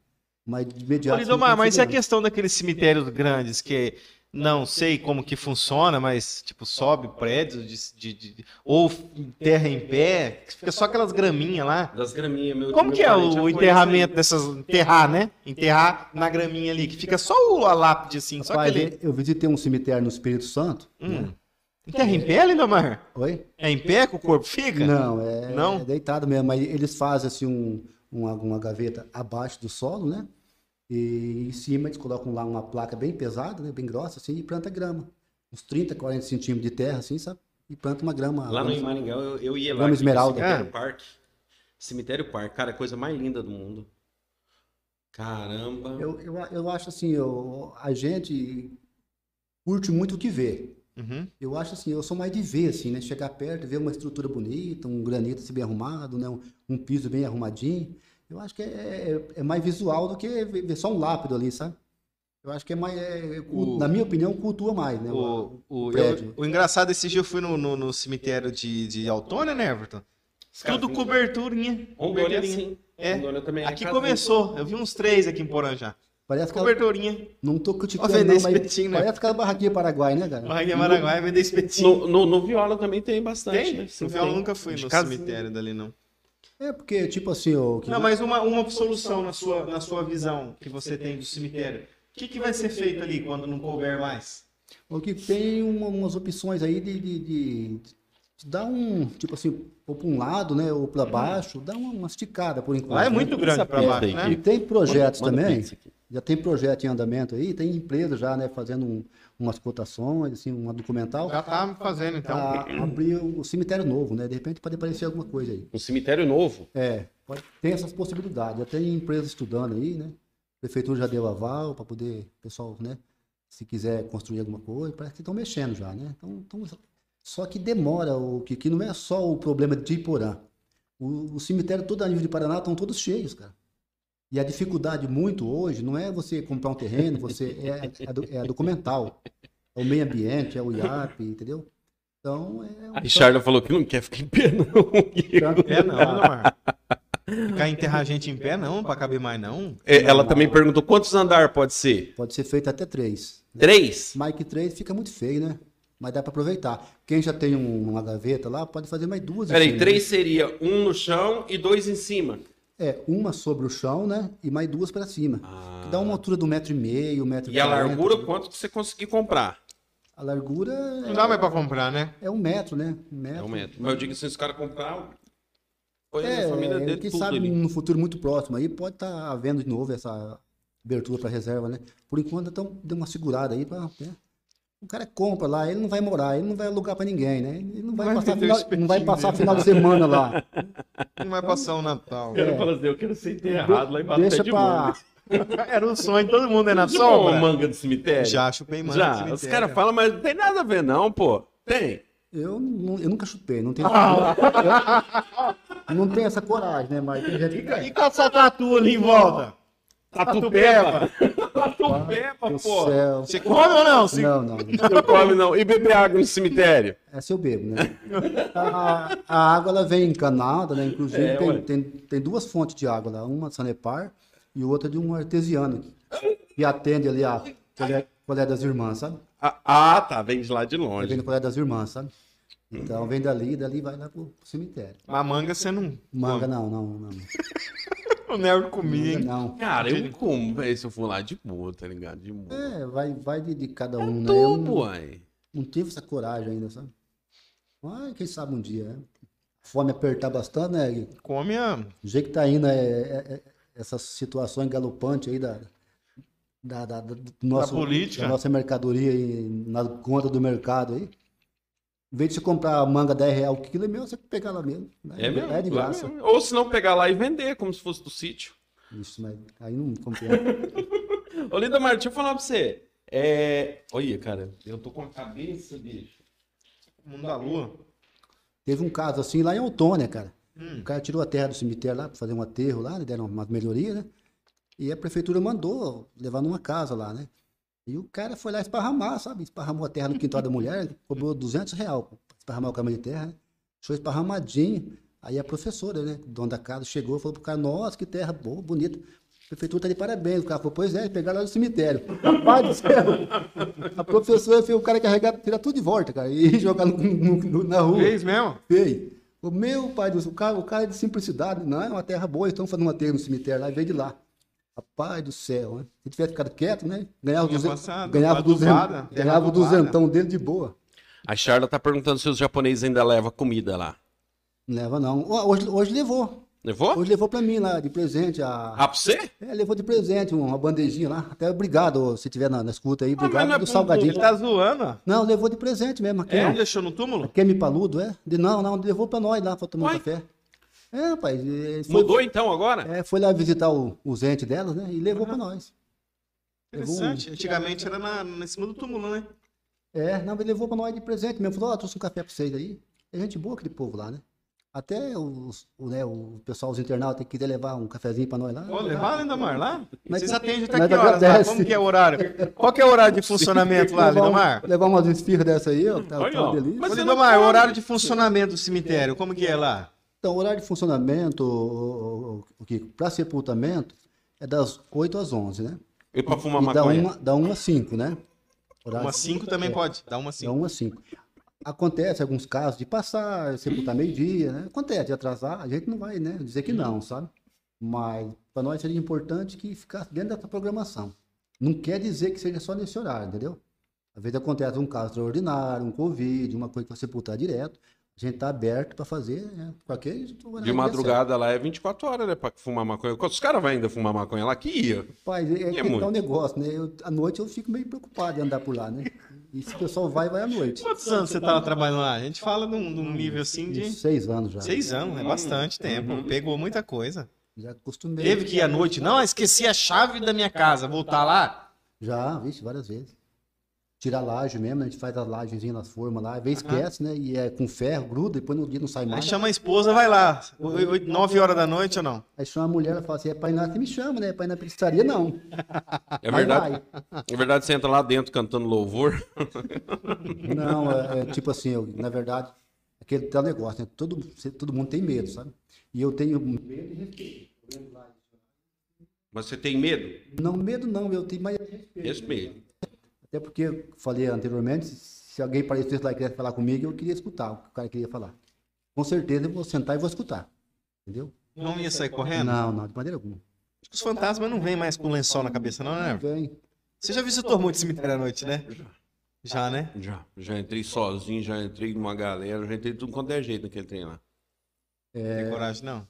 B: Mas de
A: Ô,
B: imediato.
A: Lindomar, mas é e a
B: que
A: questão daqueles cemitérios grandes que não sei como que funciona, mas tipo, sobe prédios de, de- de- ou terra em pé, fica só aquelas graminhas lá.
C: Das graminhas, meu
A: Como
C: meu
A: que é
C: parente já
A: o
C: foi
A: enterramento dessas. Enterrar, né? Enterrar na graminha ali, que fica só o, a lápide assim, só aquele.
B: Eu visitei um cemitério no Espírito Santo.
A: Hum. Enterra em pé, Lindomar?
B: Oi?
A: É em pé que o corpo fica?
B: Não, é,
A: Não?
B: é deitado mesmo. Mas eles fazem assim um, uma, uma gaveta abaixo do solo, né? E em cima eles colocam lá uma placa bem pesada, né? bem grossa, assim, e planta grama. Uns 30, 40 centímetros de terra, assim, sabe? E planta uma grama.
C: Lá no
B: grama-
C: Imaringá, eu, eu ia lá.
B: Grama
C: aqui assim. no
B: Esmeralda.
C: Cemitério
A: Ah.
C: Parque. Cemitério Parque, cara, é a coisa mais linda do mundo. Caramba.
B: Eu, eu, a- eu acho assim, eu, a gente curte muito o que vê.
A: Uhum.
B: Eu acho assim, eu sou mais de ver, assim, né? Chegar perto, ver uma estrutura bonita, um granito assim, bem arrumado, né? Um, um piso bem arrumadinho. Eu acho que é, é, é mais visual do que ver ver só um lápido ali, sabe? Eu acho que é mais, é- é cu-
A: O-
B: na minha opinião, cultua mais, né?
A: O, o,
B: prédio.
A: eu- o engraçado, esse dia eu fui no, no, no cemitério de, de Altônia, né, Everton?
C: caras
A: Tudo
C: têm-
A: coberturinha.
C: Rondônia,
A: coberturinha.
C: sim.
A: É.
C: Rondônia também assim, é
A: Aqui
C: casa-
A: começou. Eu vi uns três aqui em Porã já.
B: Parece que ela,
A: Coberturinha.
B: não tô criticando,
A: Ó, vender
B: não, mas
A: espetinho, né?
B: parece aquela barraquinha Paraguai, né, cara?
A: Barraguinha Maraguai, vender espetinho.
C: assim. No, no, no Viola também tem bastante.
A: Tem?
C: né? Sim,
A: No Viola eu
C: tem.
A: nunca fui
C: De
A: no
C: casinha.
A: cemitério dali, não.
B: É porque, tipo assim, o que
A: Não, mas uma, uma solução na sua, na sua visão que você tem do cemitério. O que, que vai ser feito ali quando não couber mais?
B: um, O que tem uma- umas opções aí de, de, de- dá um, tipo assim, ou para um lado, né, ou para baixo, dá uma, uma esticada por enquanto.
A: Lá é
B: né?
A: muito grande pra
C: pizza
A: baixo,
C: aí,
B: E
A: né?
C: Gui?
B: tem projetos
C: Manda- manda
B: também,
C: pizza aqui.
B: já tem projeto em andamento aí, tem empresa já, né, fazendo um- umas cotações, assim, uma documental,
A: Já tá fazendo, então.
B: para abrir o cemitério novo, né, de repente pode aparecer alguma coisa aí.
C: Um cemitério novo.
B: É, pode- tem essas possibilidades. Já tem empresa estudando aí, né? A prefeitura já deu aval para poder, o pessoal, né? Se quiser construir alguma coisa, parece que estão mexendo já, né? Então, então, só que demora, o que, que não é só o problema de Iporã. O, o cemitério todo a nível de Paraná estão todos cheios, cara. E a dificuldade muito hoje não é você comprar um terreno, você é, a- é, a do- é a documental, é o meio ambiente, é o IAP, entendeu? Então é um
C: A Charla falou que não quer ficar em pé, não. [LAUGHS]
B: tanto-
A: É não, né, Marco? Ficar enterrar gente em pé não, pra caber mais não.
C: É, Ela também perguntou quantos andar pode ser?
B: Pode ser feito até três.
C: Três?
B: Mike 3 fica muito feio, né? Mas dá pra aproveitar. Quem já tem um- uma gaveta lá, pode fazer mais duas. assim, né? em cima,
C: Peraí, três seria um no chão e dois em cima.
B: né? É, uma sobre o chão, né? E mais duas pra cima.
C: Ah.
B: Que dá uma altura do metro e meio, um metro
C: E a
B: quarenta,
C: largura,
B: né?
C: quanto que você conseguir comprar?
B: A largura
A: Não
B: é,
A: dá mais pra comprar, né?
B: é um metro, né? Um metro.
C: É um metro. Mas eu digo assim, se os caras comprar, foi
B: É,
C: a família dele
B: quem
C: tudo
B: sabe um-
C: ali.
B: no futuro muito próximo aí pode estar havendo de novo essa abertura para reserva, né? Por enquanto, então, deu uma segurada aí para. O cara compra lá, ele não vai morar, ele não vai alugar para ninguém, né? Ele não vai,
A: Vai
B: passar,
A: vender o
B: final, não
A: espetinho
B: vai passar
A: dele.
B: final de semana lá.
C: [LAUGHS]
A: Não vai passar o Natal.
B: É.
C: falo assim, eu quero ser enterrado lá em Baté
B: Deixa
C: de né?
B: pra.
C: Manga.
A: Era um sonho, todo mundo é na
C: Já tomou uma
A: sombra.
C: manga do cemitério?
A: Já chupei manga.
C: Tá né? Já.
A: no cemitério.
C: Os caras falam, mas não tem nada a ver não, pô. Tem.
B: Eu, nu- eu nunca chutei, não tenho. eu não tenho essa coragem, né? Mas tem gente que tem.
A: E caçar tatu ali em volta?
C: Tatupeba. [LAUGHS] Tatupeba,
B: Meu
C: pô.
B: céu.
A: Você come um ou não? Se-
B: Não, não.
C: Não come não. E beber água no cemitério?
B: Essa eu bebo, né? A, a água ela vem encanada, né? Inclusive
C: É, ué.
B: tem, tem, tem duas fontes de água lá, uma de Sanepar e outra de um artesiano que, que atende ali a colé, colé das irmãs, sabe?
C: Ah, ah, tá. Vem de lá de
B: Ele
C: longe.
B: vem do colé das irmãs, sabe? Então vem dali, dali vai lá pro, pro cemitério.
A: Mas manga você não.
B: Manga não, não, não. Manga
A: O Nero comia, hein?
B: não.
C: Cara, eu como, velho, se eu for lá de boa, tá ligado? De boa.
B: É, vai, vai de, de cada um, né? Eu não-
C: Tubo, uai.
B: não tive essa coragem ainda, sabe? Mas quem sabe um dia, né? Fome apertar bastante, né? Gui?
A: Come a.
B: Do jeito que tá indo é, é- é- essas situações galopantes aí da, da, da- da- do nosso-
A: política.
B: da nossa mercadoria aí, na conta do mercado aí. Em vez de você comprar manga 10 real o quilo, é mesmo você pegar lá mesmo. né?
C: É mesmo.
B: É de
C: lá
B: graça.
C: mesmo. Ou se não, pegar lá e vender, como se fosse do sítio.
B: Isso, mas aí não compensa.
C: Ô, Linda Mar, deixa eu falar pra você. É... Olha, cara, eu tô com a cabeça, bicho.
A: Mundo da lua.
B: Teve um caso assim lá em Autônia, cara.
A: Hum.
B: O cara tirou a terra do cemitério lá para fazer um aterro lá, né? deram uma melhoria, né? E a prefeitura mandou levar numa casa lá, né? E o cara foi lá esparramar, sabe? Esparramou a terra no quintal da mulher, cobrou 200 reais pra esparramar o cama de terra, né? Deixou esparramadinho. Aí a professora, né, dona da casa, chegou e falou pro cara, nossa, que terra boa, bonita. A prefeitura tá de parabéns. O cara falou, pois é, pegaram lá no cemitério. [LAUGHS] Rapaz do céu! A professora fez o cara carregar, tirar tudo de volta, cara, e [LAUGHS] jogar no- no- no- na rua.
A: Fez mesmo?
B: Ei, o meu pai, do céu, o cara, o cara é de simplicidade, não é uma terra boa, estão fazendo uma terra no cemitério lá, e veio de lá. Rapaz do céu, né? Se tivesse ficado quieto, né? Ganhava,
A: Tinha
B: duzen-
A: passado,
B: ganhava, duzen-
C: né?
A: adubada, terra
B: ganhava o
A: adubada.
B: duzentão dele de boa.
C: A Charla tá perguntando se os japoneses ainda levam comida lá.
B: Não leva não. Ó, Hoje, hoje levou.
C: Levou?
B: Hoje levou pra mim lá, de presente. A...
C: Ah, pra você?
B: É, levou de presente uma bandejinha lá. Até obrigado, ô, se tiver na, na escuta aí,
C: mas
B: obrigado.
C: não é
B: do
C: pro-
B: salgadinho.
A: Ele tá zoando, ó.
B: Não, levou de presente mesmo. Aquele,
C: É?
A: Ele deixou no túmulo?
B: aquele paludo, é? De, não, não, levou pra nós lá pra tomar um
C: Uai.
B: café. É, rapaz. é, foi-
C: Mudou então agora?
B: É, foi lá visitar o, os entes delas, né? E levou pra nós. Levou um-
A: Interessante. Antigamente era na, na- em cima do túmulo, né?
B: É, não, ele levou pra nós de presente mesmo. Falou, ó, trouxe um café pra vocês aí. É gente boa aquele povo lá, né? Até os, o, né, o pessoal, os internautas que quiser levar um cafezinho pra nós lá.
A: Ô, levar Lindomar lá?
B: Mas-
A: Vocês atendem até
B: mas
A: que horas? lá?
B: agradece.
A: Como que é o horário? Qual que é o horário de funcionamento lá,
B: levar,
A: Lindomar?
B: um, levar umas esfirras dessa aí, ó. que Tá,
C: Olha,
B: tá uma
C: ó,
B: delícia.
C: mas-
A: Ô,
C: você não
A: Lindomar, é o
C: come.
A: horário de funcionamento do cemitério, como que é lá?
B: Então, horário de funcionamento, o, o, o Kiko, pra sepultamento, é das 8 às 11, né?
C: E pra fumar
B: e dá
C: maconha?
B: uma, dá uma às 5, né? Horário
A: Uma cinco também pode. Dá uma
B: É
A: cinco.
B: uma a cinco. Acontece alguns casos de passar, sepultar meio-dia, né? Acontece de atrasar, a gente não vai né, dizer que
A: Uhum.
B: não, sabe? Mas para nós seria importante que ficasse dentro dessa programação. Não quer dizer que seja só nesse horário, entendeu? Às vezes acontece um caso extraordinário, um Covid, uma coisa que vai sepultar direto. A gente tá aberto para fazer, né? Qualquer.
C: De madrugada lá é 24 horas, né? Pra fumar maconha. Os caras vão ainda fumar maconha lá que
B: [LAUGHS]
C: ia.
B: Rapaz, é, é que
C: muito.
B: tá um negócio, né? Eu, à noite eu fico meio preocupado de andar por lá, né? E se o pessoal vai, vai à noite.
A: Quantos anos você estava trabalhando lá? A gente fala num, num nível assim
B: Uns
A: de
B: Seis anos já.
A: seis anos, é bastante tempo. Pegou muita coisa.
B: Já acostumei.
A: Teve que ir à noite, não, esqueci a chave da minha casa, voltar lá.
B: Já, vixe, várias vezes. Tira a laje mesmo, né? a gente faz as lajezinhas nas formas lá, às vezes esquece, né? E é com ferro, gruda, depois no dia não sai
A: Aí
B: mais.
A: chama a esposa, vai lá. Oi- oi- Nove horas da noite ou não?
B: Aí chama a mulher, ela fala assim, é pai nada, você me chama, né? Pai na pizzaria, não.
C: É
B: Aí
C: verdade. É verdade, você entra lá dentro cantando louvor.
B: vai. Não, é, é tipo assim, eu, na verdade, aquele tal negócio, né? Todo, você- todo mundo tem medo, sabe? E eu tenho medo e respeito. Eu lembro lá,
C: Mas você tem medo?
B: Não, medo não, eu tenho mais
C: Respeito.
B: Até porque, eu falei anteriormente, se alguém parecesse lá e quisesse falar comigo, eu queria escutar o que o cara queria falar. Com certeza eu vou sentar e vou escutar. Entendeu?
A: Não ia sair correndo?
B: Não, não, de maneira alguma.
A: Acho que Os fantasmas não vêm mais com lençol na cabeça, não,
C: É.
A: né?
B: Vem.
A: Você já visitou muito cemitério à noite, né? Já, né?
C: Já. Já entrei sozinho, já entrei numa galera, já entrei de tudo quanto é jeito naquele trem lá.
A: Não Tem coragem, não?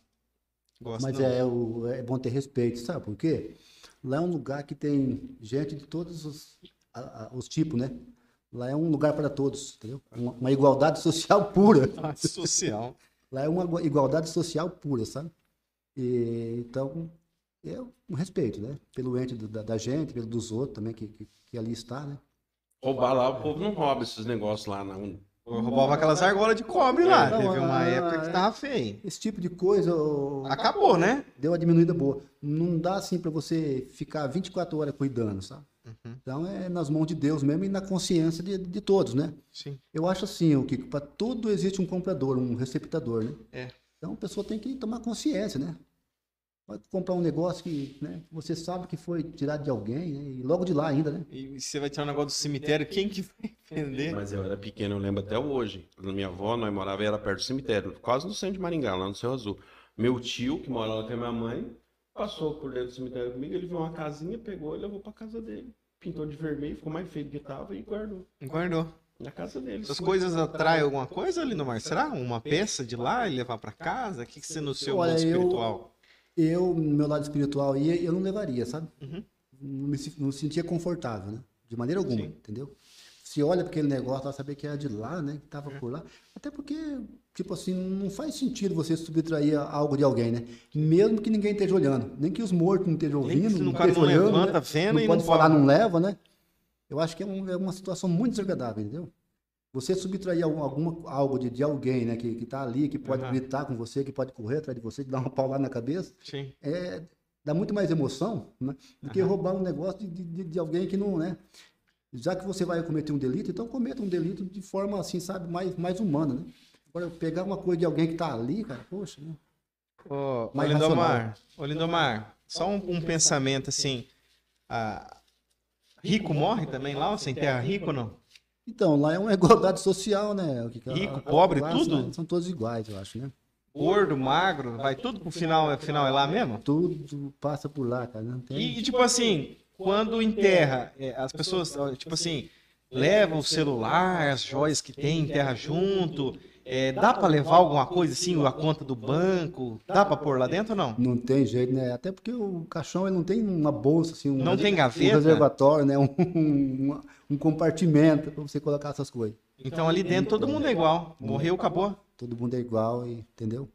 A: Gosto,
B: É. Mas
A: não.
B: é, o- é bom ter respeito, sabe por quê? Lá é um lugar que tem gente de todos os, a- a- os tipos, né? Lá é um lugar para todos, entendeu? Uma, uma igualdade social [LAUGHS] pura.
A: Social.
B: Lá é uma igua- igualdade social pura, sabe? E, então, é um respeito, né? Pelo ente do- da, da gente, pelo dos outros também que, que, que ali está, né?
C: Roubar lá, o povo não rouba esses negócios lá, não.
A: Eu roubava aquelas argolas de cobre lá.
B: Não,
A: Teve uma
B: ah,
A: época que
B: é.
A: tava feio.
B: Esse tipo de coisa ô,
A: Acabou, né?
B: deu uma diminuída boa. Não dá assim para você ficar 24 horas cuidando, sabe? Então é nas mãos de Deus mesmo e na consciência de, de todos, né?
A: Sim.
B: Eu acho assim, o Kiko, para tudo existe um comprador, um receptador, né?
A: É.
B: Então a pessoa tem que tomar consciência, né? Vai comprar um negócio que né, você sabe que foi tirado de alguém, né? E logo de lá ainda, né?
A: E você vai tirar um negócio do cemitério, quem que vai [LAUGHS] vender?
C: Mas eu era pequeno, eu lembro até hoje. Na Minha avó, nós morava, era perto do cemitério, quase no centro de Maringá, lá no Céu Azul. Meu tio, que mora lá com a minha mãe, passou por dentro do cemitério comigo, ele viu uma casinha, pegou e levou pra casa dele. Pintou de vermelho, ficou mais feio do que tava e guardou
A: Guardou.
C: na casa dele.
A: Essas coisas atraem alguma coisa ali no mar? Será? Uma peça de lá e levar pra casa? O que, que você no seu
B: Olha,
A: mundo
B: eu-
A: espiritual?
B: Eu, no meu lado espiritual, aí, eu não levaria, sabe?
A: Uhum.
B: Não me se- não sentia confortável, né? De maneira alguma,
A: Sim.
B: entendeu? Se olha para aquele negócio, vai saber que era de lá, né? Que
A: Uhum.
B: tava por lá. Até porque, tipo assim, não faz sentido você subtrair algo de alguém, né? Mesmo que ninguém esteja olhando. Nem que os mortos não estejam
A: Nem que
B: ouvindo,
A: se
B: não
A: o cara
B: estejam
A: não
B: olhando, né?
A: levanta a venda
B: não
A: e
B: pode
A: não
B: falar,
A: fala.
B: não leva, né? Eu acho que é, um- é uma situação muito desagradável, entendeu? Você subtrair algum- alguma, algo de, de alguém, né? Que, que tá ali, que pode
A: Aham.
B: gritar com você, que pode correr atrás de você, te dar uma paulada na cabeça
A: Sim.
B: é, dá muito mais emoção né, do que roubar um negócio de, de- de alguém que não, né? Já que você vai cometer um delito, então cometa um delito de forma assim, sabe, mais, mais humana, né? Agora, pegar uma coisa de alguém que tá ali, cara, poxa, né?
A: Ô, ô,
B: Mais
A: Lindomar,
B: racional.
A: ô, Lindomar, só um, um pensamento assim. ah, rico morre também lá? Sem terra rico ou não?
B: Então, lá é uma [LAUGHS] igualdade social, né? O que que a-
A: Rico,
B: a- a
A: pobre,
B: classe,
A: tudo?
B: né, São todos iguais, eu acho, né?
A: Gordo, magro, vai tudo pro final, é- final é lá mesmo?
B: Tudo passa por lá, cara, não tem...
A: E, e, tipo assim, quando enterra, é, as pessoas, ó, tipo assim, levam o celular, as joias que tem, enterra junto. é, dá pra levar alguma coisa assim, a conta do banco? Dá pra pôr lá dentro ou não?
B: Não tem jeito, né? Até porque o caixão ele não tem uma bolsa, assim, um,
A: Não tem
B: um
A: gaveta?
B: reservatório, né? [LAUGHS] Um, um, um compartimento para você colocar essas coisas.
A: Então ali dentro todo mundo é igual. Morreu, acabou.
B: Todo mundo é igual, e- entendeu?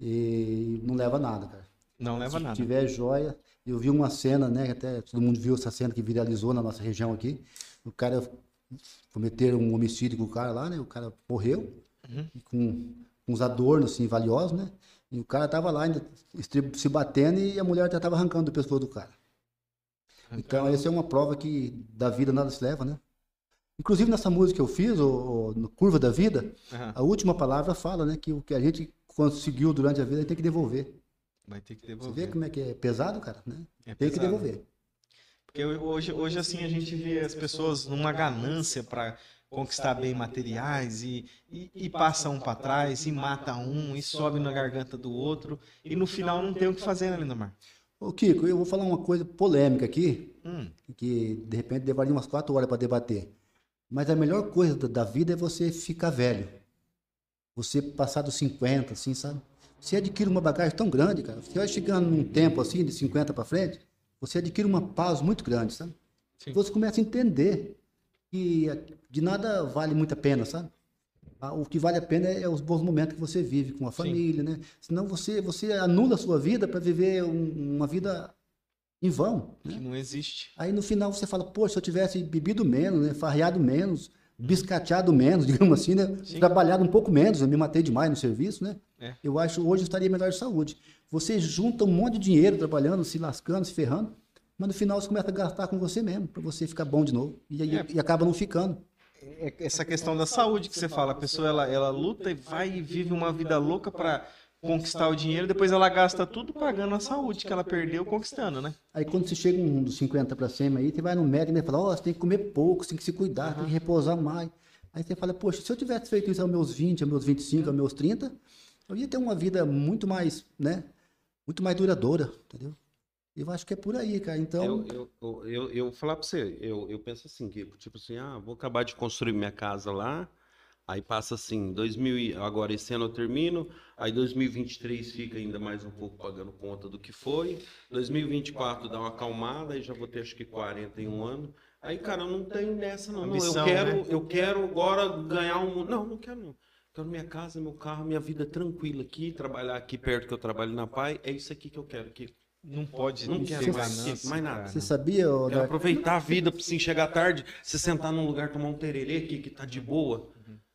B: E não leva nada, cara.
A: Não leva
B: Se
A: nada.
B: tiver joia, eu vi uma cena, né? que Até todo mundo viu essa cena que viralizou na nossa região aqui. O cara cometeram um homicídio com o cara lá, né? O cara morreu
A: Uhum.
B: e com com uns adornos assim valiosos, né? E o cara tava lá ainda estrib- se batendo e a mulher já tava arrancando do pescoço do cara.
A: Uhum.
B: Então, essa é uma prova que da vida nada se leva, né? Inclusive nessa música que eu fiz, o, o- no Curva da Vida,
A: Aham.
B: a última palavra fala, né, que o que a gente conseguiu durante a vida a gente tem que devolver.
A: Vai ter que
B: Você vê
A: devolver.
B: como é que é pesado, cara, né?
A: É
B: Tem que
A: pesado.
B: devolver.
A: Porque hoje, hoje assim, a gente vê as pessoas numa ganância para conquistar bem materiais e, e, e passa um para trás, e mata um, e sobe na garganta do outro, e no final não tem o que fazer, né, Lindomar?
B: Ô, Kiko, eu vou falar uma coisa polêmica aqui,
A: Hum,
B: que de repente levaria umas quatro horas para debater. Mas a melhor coisa da- da vida é você ficar velho. Você passar dos 50, assim, sabe? Você adquire uma bagagem tão grande, cara. Você vai chegando num tempo assim, de 50 para frente, você adquire uma paz muito grande, sabe?
A: Sim.
B: Você começa a entender que é, de nada vale muito a pena, sabe? Ah, O que vale a pena é os bons momentos que você vive com a família, né? Senão você, você anula a sua vida para viver um- uma vida em vão. né?
A: Que não existe.
B: Aí no final você fala, poxa, se eu tivesse bebido menos, né? farreado menos, biscateado menos, [LAUGHS] digamos assim, né?
A: Sim.
B: Trabalhado um pouco menos, eu me matei demais no serviço, né?
A: É.
B: Eu acho que hoje eu estaria melhor de saúde. Você junta um monte de dinheiro trabalhando, se lascando, se ferrando, mas no final você começa a gastar com você mesmo, para você ficar bom de novo. E, aí-
A: É.
B: e acaba não ficando.
A: É essa questão da saúde que você fala. A pessoa ela, ela luta e vai e vive uma vida louca pra conquistar o dinheiro, depois ela gasta tudo pagando a saúde que ela perdeu conquistando, né?
B: Aí quando você chega um dos 50 para cima aí, você vai no médico e ele fala, ó, você tem que comer pouco, você tem que se cuidar, tem que repousar mais. Aí você fala, poxa, se eu tivesse feito isso aos meus 20, aos meus 25, aos meus 30, eu ia ter uma vida muito mais, né? Muito mais duradoura, entendeu? Eu acho que é por aí, cara. Então,
C: Eu, eu, eu, eu, eu vou falar pra você, eu, eu penso assim, que tipo assim, ah, vou acabar de construir minha casa lá, aí passa assim, 2000, e- agora esse ano eu termino, aí 2023 fica ainda mais um pouco pagando conta do que foi, 2024 dá uma acalmada, aí já vou ter acho que 41 anos, aí cara, eu não tenho nessa não, não,
A: Ambição,
C: eu quero,
A: né?
C: eu quero agora ganhar um, não, não quero não. Quero minha casa, meu carro, minha vida tranquila aqui, trabalhar aqui perto que eu trabalho na Pai, é isso aqui que eu quero, que
A: Não pode
C: não
A: ter
C: quero mais,
A: ganância,
C: mais
A: cara.
C: nada.
B: você sabia, ô,
C: Quero
B: Dar-
C: aproveitar a vida pra sim chegar tarde, você sentar num lugar tomar um tererê aqui que tá de boa.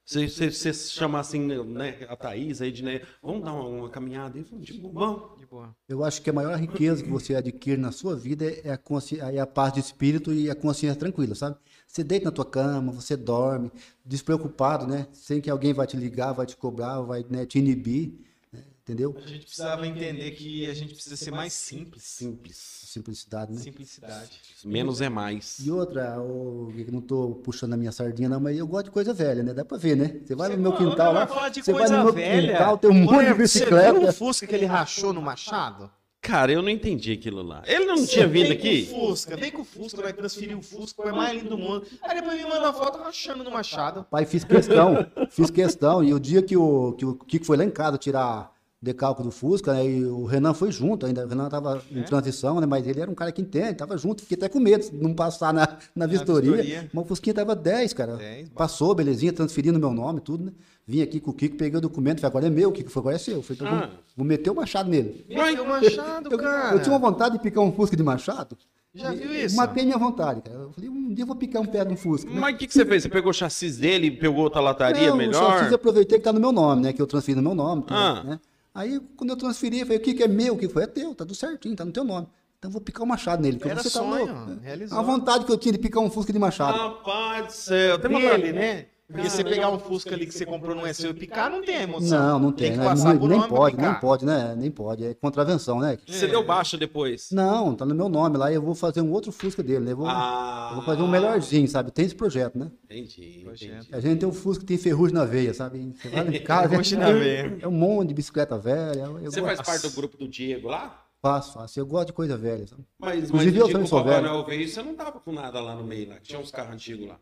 C: Você, você, você chamar assim, né, a Thaís, a Edneia, vamos dar uma, uma caminhada aí, vamos de boa. Vamos.
A: De boa.
B: eu acho que a maior riqueza que você adquire na sua vida é a, consci... é a paz de espírito e a consciência tranquila, sabe? Você deita na tua cama, você dorme, despreocupado, né? Sem que alguém vai te ligar, vai te cobrar, vai né, te inibir, né? entendeu?
A: A gente precisava entender que a gente precisa ser mais simples.
C: Simples.
B: Simplicidade, né?
A: Simplicidade.
C: Menos é mais.
B: E outra, ô, Gui, que não tô puxando a minha sardinha, não, mas eu gosto de coisa velha, né? Dá pra ver, né? Você vai no meu quintal lá, você vai no meu quintal, tem um monte de
A: Você viu
B: bicicleta.
A: o Fusca que ele rachou no Machado?
C: Cara, eu não entendi aquilo lá. Ele não tinha vindo
A: Vem com o
C: aqui?
A: Fusca, vem com o Fusca, vai transferir o Fusca, é mais lindo do mundo. Aí depois me manda foto rachando no Machado.
B: Pai, fiz questão, fiz questão. E o dia que o, que o Kiko foi lá em casa tirar decalque do Fusca, né? E o Renan foi junto ainda. O Renan tava
A: É?
B: em transição, né? Mas ele era um cara que entende, tava junto. Fiquei até com medo de não passar na, na vistoria.
A: vistoria.
B: Mas o Fusquinha tava 10, cara.
A: 10, bom.
B: Passou, belezinha, transferindo meu nome, tudo, né? Vim aqui com o Kiko, peguei o documento, falei, agora é meu, o Kiko foi, agora é seu. Falei, então
C: Ah.
B: vou, vou meter o machado nele.
A: Vai, o Machado,
B: Eu,
A: cara.
B: eu tinha uma vontade de picar um Fusca de machado.
A: Já
B: e-
A: viu isso?
B: Matei minha vontade, cara. Eu falei, um dia eu vou picar um pé de um Fusca. né?
C: Mas o que, que você fez? Você pegou o chassis dele, pegou outra lataria
B: Não, O
C: melhor?
B: chassis eu aproveitei que tá no meu nome, né? Que eu transferi no meu nome. tudo,
C: Ah.
B: né? Aí, quando eu transferi, eu falei, o que, que é meu? O que foi? É teu, tá tudo certinho, tá no teu nome. Então eu vou picar o machado nele, porque
A: Era
B: você tá
A: sonho, né?
B: louco.
A: realizou.
B: A vontade que eu tinha de picar um Fusca de machado.
C: Rapaz do céu. Tem uma
A: Dele, né? Porque
C: Ah,
A: você pegar um Fusca ali que você comprou no SU e picar, não tem emoção.
B: não, não tem.
A: Tem que
B: né?
A: passar
B: Nem-
A: por
B: nem
A: nome pra
B: pode,
A: picar.
B: nem pode, né? Nem pode. É contravenção, né?
C: Você deu baixa depois.
B: Não, tá no meu nome lá e eu vou fazer um outro Fusca dele, né? Eu vou,
C: Ah.
B: eu vou fazer um melhorzinho, sabe? Tem esse projeto, né?
C: Entendi, entendi.
B: A gente tem um Fusca que tem ferrugem na veia, sabe? Você vai lá
A: [LAUGHS]
B: em casa,
A: Ferrugem
B: [LAUGHS]
A: na veia.
B: é um monte de bicicleta velha. Eu, eu
C: Você
B: gosto-
C: faz parte do grupo do Diego lá?
B: Faço, faço. Eu gosto de coisa velha, sabe?
C: Mas, mas o
B: Inclusive, eu
C: dia que
B: também
C: o
B: sou
C: Papai
B: velho.
C: Noel veio, você não tava com nada lá no meio, lá. Tinha uns carros antigos lá.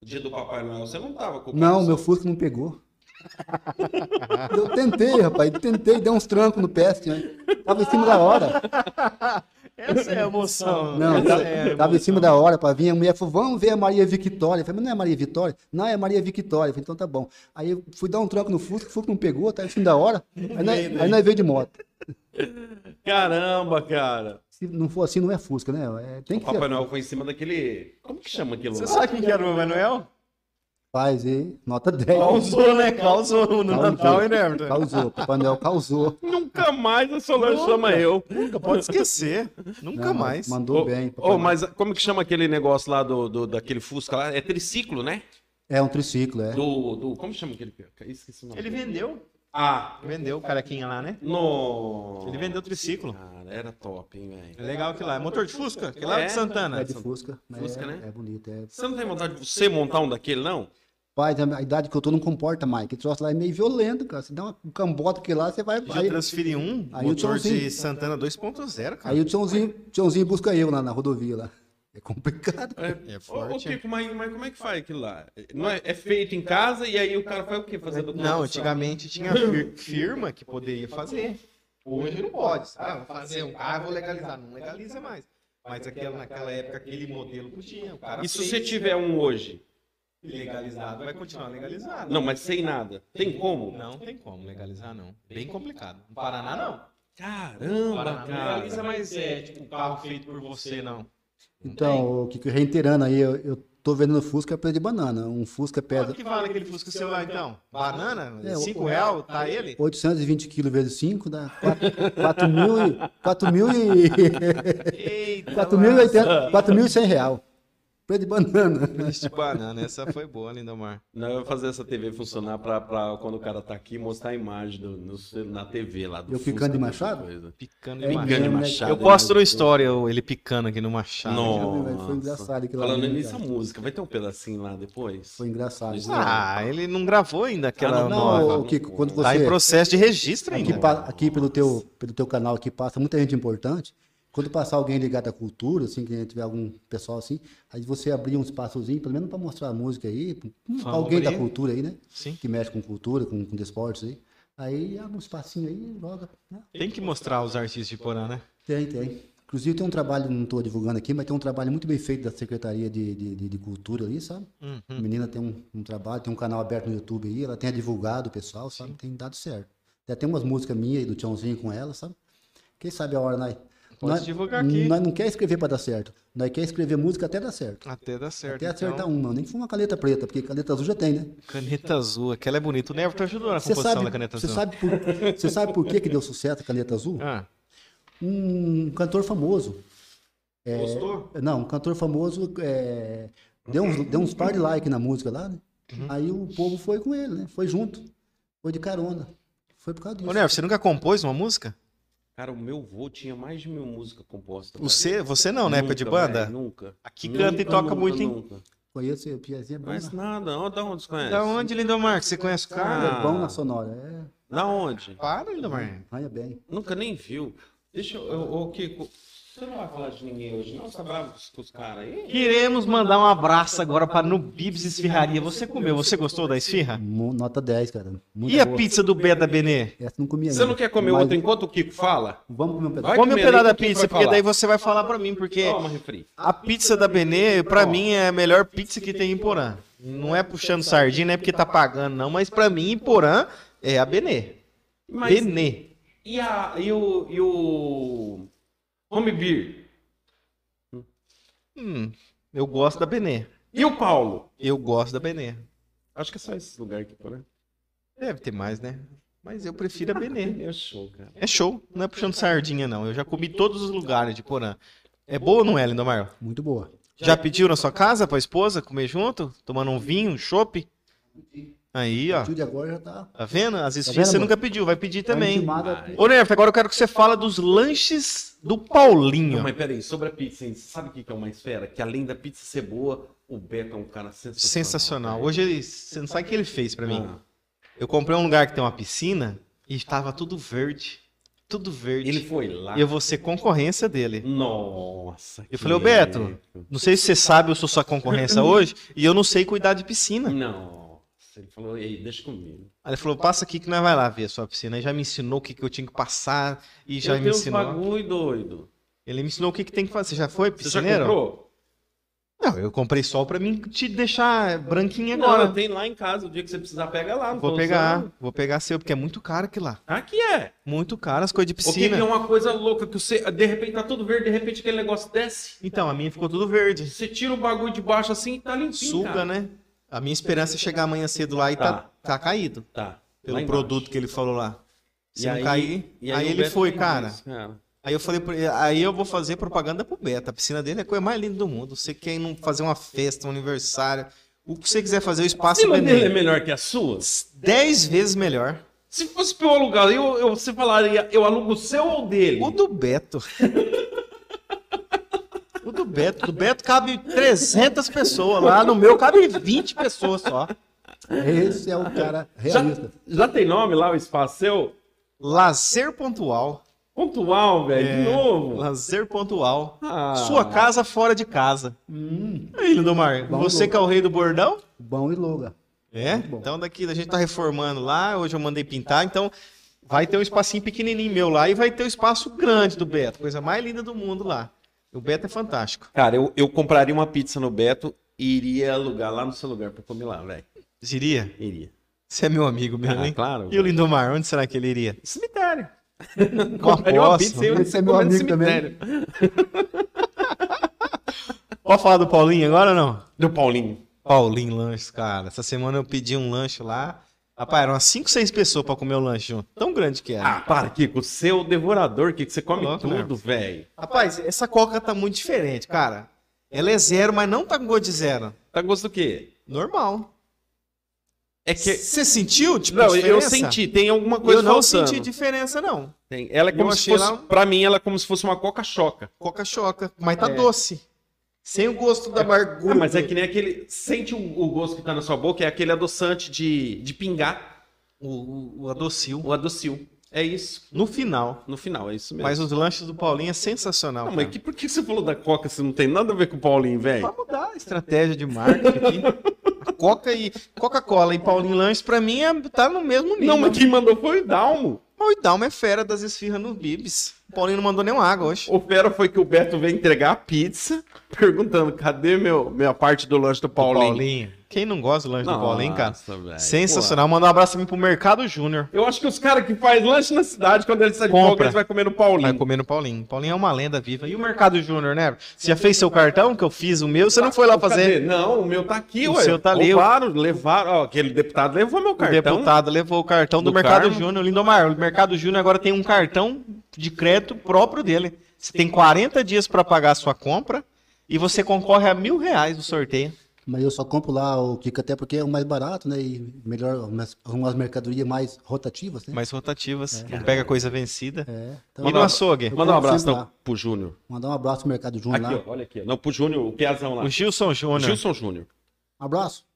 C: O dia do Papai Noel, você não tava com o
B: Não,
C: carro
B: meu
C: seu.
B: Fusca não pegou. Eu tentei, rapaz, tentei, dei uns trancos no pé, assim, né? Tava em cima da hora.
A: Essa é a emoção.
B: Não,
A: Essa
B: tava,
A: é a emoção.
B: tava em cima da hora para vir. A mulher falou: vamos ver a Maria Victória. Eu falei, mas não é a Maria Vitória? Não, é a Maria Victória. Eu falei, então tá bom. Aí eu fui dar um tranco no Fusca, o Fusca não pegou, tá em cima da hora. Aí nós,
A: veio, né?
B: aí nós veio de moto.
C: Caramba, cara.
B: Se não for assim, não é Fusca, né? É, tem
C: O
B: que
C: Papai
B: ser.
C: Noel foi em cima daquele. Como que chama aquilo
A: Você
C: lá?
A: sabe quem que era o Manuel?
B: Rapaz, hein? Nota 10.
A: Causou, né? Causou no
B: Causou.
A: Natal, hein, né, Everton?
B: Causou, Papai Noel causou.
C: Nunca mais a Solange chama eu.
A: Nunca pode esquecer. Nunca
B: Não,
A: mais.
B: Mandou
C: Ô,
B: bem. Papai
C: ô,
B: Noel.
C: mas como que chama aquele negócio lá do, do- daquele Fusca lá? É triciclo, né?
B: É um triciclo, é.
C: Do, do. Como chama aquele. Esqueci o nome.
A: Ele vendeu.
C: Ah,
A: Vendeu o caraquinha lá, né?
C: no.
A: Ele vendeu o triciclo.
C: Cara, era top, hein,
A: É
C: velho.
A: legal que lá. É motor de Fusca? Que lá é
C: É.
A: de Santana.
B: É de Fusca. mas
C: Fusca,
B: é,
C: né?
B: É bonito, é.
C: Você não tem vontade de você montar um daquele, não?
B: Pai, a idade que eu tô não comporta mais. Que troço lá é meio violento, cara. Você dá uma- um cambota que lá, você vai.
A: Já
B: Aí,
A: transferi um
B: aí o
A: motor de
B: Joãozinho.
A: Santana 2.0, cara.
B: aí o Tiãozinho, Tiãozinho busca eu lá na rodovia lá. É
C: [LAUGHS]
B: complicado.
A: É
C: Ô, ô,
A: forte.
C: Kiko, mas, mas como é que faz aquilo lá? Não é, é feito em casa e aí o cara faz o quê? Fazer
A: Não,
C: documentação?
A: antigamente tinha fir- firma que poderia fazer. Hoje não pode. Ah, vou fazer um carro, vou legalizar. Não legaliza mais. Mas aquela, naquela época, aquele modelo podia. O cara
C: E se
A: fez,
C: você tiver um hoje?
A: legalizado, vai continuar legalizado.
C: Não, mas sem nada. Tem como?
A: Não tem como legalizar, não. Bem complicado. No Paraná, não. No
C: Caramba,
A: Paraná não legaliza
C: cara.
A: mais é, tipo, um carro feito por você, não.
B: Então, o que que- reiterando aí, eu, eu tô vendendo Fusca pé de banana. Um Fusca
A: Quanto
B: pesa
A: que vale aquele Fusca seu lá, então? Banana?
B: É, o-
A: 5 real, tá
B: [LAUGHS]
A: ele?
B: 820 kg vezes 5, dá 4 mil e... 4 mil
C: [LAUGHS]
B: e...
A: Eita,
B: 4.080 4.100 real. Preto de banana.
A: Feliz de banana, essa foi boa, Lindomar.
C: Não, eu vou fazer essa TV funcionar pra, pra quando o cara tá aqui mostrar a imagem do, no cel- na TV lá do
B: Eu
C: Fusca,
B: picando de
C: alguma
B: machado?
C: coisa.
A: Picando de
B: É,
C: Picando de
A: machado.
B: né?
C: machado.
A: Eu posto no
C: né?
A: story eu- ele picando aqui no machado.
C: Nossa.
B: Foi engraçado aquilo lá,
C: Falando
B: né,
C: nisso, a
B: cara?
C: música. Vai ter um pedacinho lá depois?
B: Foi engraçado.
C: Isso
A: Ah, ele não gravou ainda aquela
C: Ah,
B: não,
A: nova.
B: ô, Kiko, quando
A: Tá em
B: você.
A: processo de registro
B: Aqui,
A: ainda.
B: pa- aqui pelo, teu, pelo teu canal aqui passa muita gente importante. Quando passar alguém ligado à cultura, assim, que tiver algum pessoal assim, aí você abrir um espaçozinho, pelo menos para mostrar a música aí, pra alguém da
A: abrir.
B: cultura aí, né?
A: Sim.
B: Que mexe com cultura, com, com desportos aí. Aí abre um espacinho aí, joga. né?
A: Tem que mostrar os artistas de Porã, né?
B: Tem, tem. Inclusive tem um trabalho, não estou divulgando aqui, mas tem um trabalho muito bem feito da Secretaria de, de, de- de Cultura ali, sabe?
A: Uhum.
B: A menina tem um, um trabalho, tem um canal aberto no YouTube aí, ela tem divulgado o pessoal, sabe? Tem dado certo. Até tem umas músicas minhas e do Tiãozinho com ela, sabe? Quem sabe a hora nós.
A: Pode
B: nós-
A: divulgar aqui.
B: Nós não quer escrever para dar certo. Nós quer escrever música até dar certo.
A: Até dá certo.
B: até acertar
A: então.
B: uma. Nem que for uma caneta preta, porque caneta azul já tem, né?
A: Caneta azul, aquela é bonita. O Neverton ajudou na
B: Você
A: composição
B: sabe,
A: da caneta
B: você
A: azul.
B: sabe por, você sabe por que, que deu sucesso a caneta azul?
A: Ah,
B: Um cantor famoso,
C: Gostou?
B: Não, um cantor famoso é, deu, uns, deu uns par de like na música lá, né?
C: Uhum.
B: Aí o povo foi com ele, né? Foi junto. Foi de carona. Foi por causa disso.
A: Ô, Neverton, você nunca compôs uma música?
C: Cara, o meu vô tinha mais de mil músicas compostas. cara.
A: Você, você não, né? Época de
C: Nunca,
A: banda?
C: velho, Nunca.
A: Aqui canta e toca muito, hein?
C: hein?
B: Conheço o Piazinho, é bom,
C: Mas
B: na,
C: nada, ó, da onde você conhece?
A: Da onde, Lindomar? que Você conhece o cara?
C: Ah.
B: é bom na sonora. É,
C: Da onde?
A: Para, Lindomar.
B: arranha bem.
C: Nunca nem viu. Deixa eu. eu- Ô, Kiko, você não vai falar de ninguém hoje, não? Você tá bravo com os- com os caras aí?
A: Queremos mandar um abraço agora para Nubibs Esfirraria. Você comeu, você gostou da esfirra?
B: Mo- Nota 10, cara. Muito
A: E a
B: boa.
A: pizza do Bé da Benê?
B: Essa eu não comia
C: Você não quer comer
B: Mas
C: outra enquanto o Kiko fala?
B: Vamos comer um pedaço.
C: Vai
A: Come um
C: comer
A: pedaço
C: ali,
A: da
C: quem
A: pizza,
C: vai
A: porque
C: falar?
A: daí você vai falar para mim, porque
C: Toma, é refri.
A: a pizza da Benê, para mim, é a melhor pizza que tem em Porã. Não é puxando sardinha, não é porque tá pagando, não, mas para mim, em Porã é a Benê.
C: Mas
A: Benê.
C: e, a, e o. E o. Home Beer?
A: Hum, eu gosto da Benê.
C: E o Paulo?
A: Eu gosto da Benê.
C: Acho que é só esse lugar aqui, né?
A: Deve ter mais, né? Mas eu prefiro a Benê.
C: É show, cara.
A: É show, não é puxando sardinha, não. Eu já comi todos os lugares de Porã. É boa ou não é, Lindomar?
B: Muito boa.
A: Já pediu na sua casa pra esposa comer junto? Tomando um vinho, um chopp? Aí,
C: Ah.
A: ó.
B: O tio de agora já tá
A: Tá vendo? As
B: vendo,
A: esfirras você
B: amor?
A: nunca pediu, vai pedir
B: tá
A: também.
B: intimada.
A: Ô, Nerf, agora eu quero que você fala dos lanches do Paulinho.
C: Não, mas peraí, sobre a pizza, hein? sabe o que que é uma esfera? Que além da pizza ser boa, o Beto é um cara sensacional.
A: Sensacional.
C: cara.
A: Hoje ele, você não sabe o que ele fez pra mim.
C: Ah,
A: Eu comprei um lugar que tem uma piscina e estava tudo verde. Tudo verde.
C: ele foi lá.
A: E eu vou ser concorrência dele.
C: Nossa.
A: Eu
C: que
A: falei, ô Beto, não sei se você sabe, eu sou sua
C: [LAUGHS]
A: concorrência hoje e eu não sei cuidar de piscina.
C: Não. Ele falou, ei, deixa comigo.
A: Aí ele falou, passa aqui que nós vai lá ver a sua piscina. Aí já me ensinou o que, que eu tinha que passar e já
C: eu
A: me
C: tenho um uns
A: ensinou.
C: bagulho doido.
A: Ele me ensinou o que, que tem que fazer. Você já foi
C: Você já
A: piscineiro?
C: comprou?
A: não, eu comprei só pra mim te deixar branquinho
C: Agora
A: agora.
C: não, um tem lá em casa. O dia que você precisar, pega lá. não
A: vou
C: tô
A: pegar,
C: usando.
A: vou pegar seu, porque é muito caro aqui lá.
C: Aqui é.
A: Muito caro as coisas de
C: O que que
A: piscina.
C: é uma coisa louca que você, de repente, tá tudo verde, de repente aquele negócio desce.
A: Então, a minha ficou tudo verde.
C: Você tira o bagulho de baixo assim e tá limpinho.
A: Suga,
C: cara.
A: né? A minha esperança é chegar amanhã cedo lá e tá, tá. caído.
C: Tá.
A: Pelo
C: lá embaixo.
A: produto que ele falou lá. Se
C: E
A: não
C: aí-
A: cair.
C: e
A: aí
C: o
A: ele
C: Beto
A: foi,
C: fez
A: cara.
C: isso, é. cara.
A: Aí eu falei, pra ele, aí eu vou fazer propaganda pro Beta. A piscina dele é a coisa mais linda do mundo. Você quer ir num- fazer uma festa, um aniversário, o que você quiser fazer, o
C: Se
A: espaço
C: a dele é
A: Benê.
C: melhor que a sua,
A: Dez vezes melhor.
C: se fosse pra eu alugar, eu, eu, você falaria, eu alugo o seu ou o dele?
A: O do Beto. O do Beto. Do Beto cabe 300 pessoas lá. No meu cabe 20 pessoas só.
B: Esse é o cara
C: Já,
B: realista.
C: já tem nome lá o espaço seu?
A: Lazer pontual.
C: Pontual, velho, de novo.
A: Lazer pontual.
C: Ah.
A: É. Sua casa fora de casa.
B: Hum,
A: Aí, Lindomar,
B: Bom,
A: você
B: louco.
A: que é o rei do bordão?
B: bom e louca.
A: É?
B: Muito bom.
A: Então daqui a gente tá reformando lá, hoje eu mandei pintar, então vai ter um espacinho pequenininho meu lá e vai ter um espaço grande do Beto, coisa mais linda do mundo lá. O Beto é fantástico.
C: Cara, eu, eu compraria uma pizza no Beto e iria alugar lá no seu lugar pra comer lá, velho.
A: Diria,
C: Iria.
A: você é meu amigo mesmo,
C: Ah,
A: hein?
C: claro.
A: E o Lindomar, onde será que ele iria?
C: [LAUGHS] Cemitério.
A: Uma né? aposta.
C: e eu
B: Esse é meu
C: comendo
B: amigo também.
C: cemitério.
A: Pode falar do Paulinho agora ou não?
C: Do Paulinho.
A: Paulinho Lanches, cara. Essa semana eu pedi um lanche lá. Rapaz, eram umas 5, 6 pessoas pra comer o lanche junto. Tão grande que era.
C: Ah, para, Kiko. Você é o devorador, Kiko. Você come
A: Louco, né?
C: tudo, velho.
A: Rapaz, essa coca tá muito diferente, cara. Ela é zero, mas não tá com gosto de zero.
C: Tá com gosto do quê?
A: Normal.
C: É que...
A: Você sentiu? Tipo,
C: Não, eu
A: diferença?
C: senti. Tem alguma coisa
A: Eu não
C: faltando.
A: senti diferença, não.
C: Tem. Ela é como
A: Eu
C: se
A: achei
C: fosse...
A: lá- um-
C: Pra mim, ela é como se fosse uma coca-choca.
A: Coca choca, mas tá
C: É.
A: doce. Sem o gosto da amargura.
C: Ah, mas é que nem aquele... Sente o, o gosto que tá na sua boca. É aquele adoçante de, de pingar.
A: O, o, o adocil.
C: O adocil. É isso.
A: No final.
C: No final, é isso mesmo.
A: Mas os lanches do Paulinho é sensacional.
C: Não,
A: cara.
C: Ah, mas que, por que você falou da Coca se não tem nada a ver com o Paulinho,
A: Pra
C: velho?
A: mudar a estratégia de marketing
C: [LAUGHS]
A: aqui. A Coca e Coca-Cola e Paulinho Lanches, pra mim, é, tá no mesmo nível.
C: Não, mas quem mandou foi o Dalmo.
A: Mas o Dalma é fera das esfirras no Bibis. O Paulinho não mandou nenhuma água hoje.
C: O fera foi que o Beto veio entregar a pizza, perguntando, cadê meu, minha parte do lanche do Paulinho?
A: Quem não gosta do lanche do Paulinho, cara?
C: Nossa, velho.
A: Sensacional. Mandar um abraço também pro Mercado Júnior.
C: Pô, Eu acho que os caras que fazem lanche na cidade, quando eles saem de
A: Compra.
C: folga, eles vão comer no Paulinho.
A: Vai comer no Paulinho. Paulinho é uma lenda viva. E o Mercado Júnior, né? Você já fez seu cartão, que eu fiz o meu, você não foi lá
C: Cadê?
A: fazer.
C: Não, o meu tá aqui,
A: O
C: ué.
A: seu tá ali,
C: Roubaram, levaram. Ó, aquele deputado levou meu
A: O
C: cartão.
A: deputado levou o cartão do,
C: Do
A: Mercado
C: Carmo.
A: Júnior. Lindomar, o Mercado Júnior agora tem um cartão de crédito próprio dele. Você tem 40 dias para pagar a sua compra e você concorre a mil reais no sorteio.
B: Mas eu só compro lá o Kiko, até porque é o mais barato, né? E melhor, umas, umas mercadorias mais rotativas, né?
A: Mais rotativas,
C: É.
A: não pega coisa vencida.
B: É. Então,
A: E no açougue?
C: Manda um
B: Eu compro
C: abraço
B: sempre
C: então,
B: lá.
C: pro Júnior.
B: Mandar um abraço pro Mercado Júnior
C: Aqui,
B: lá.
C: ó, olha aqui. ó. Não, pro Júnior, o Piazão lá.
A: O Gilson Júnior.
C: Gilson Júnior.
B: Um Abraço,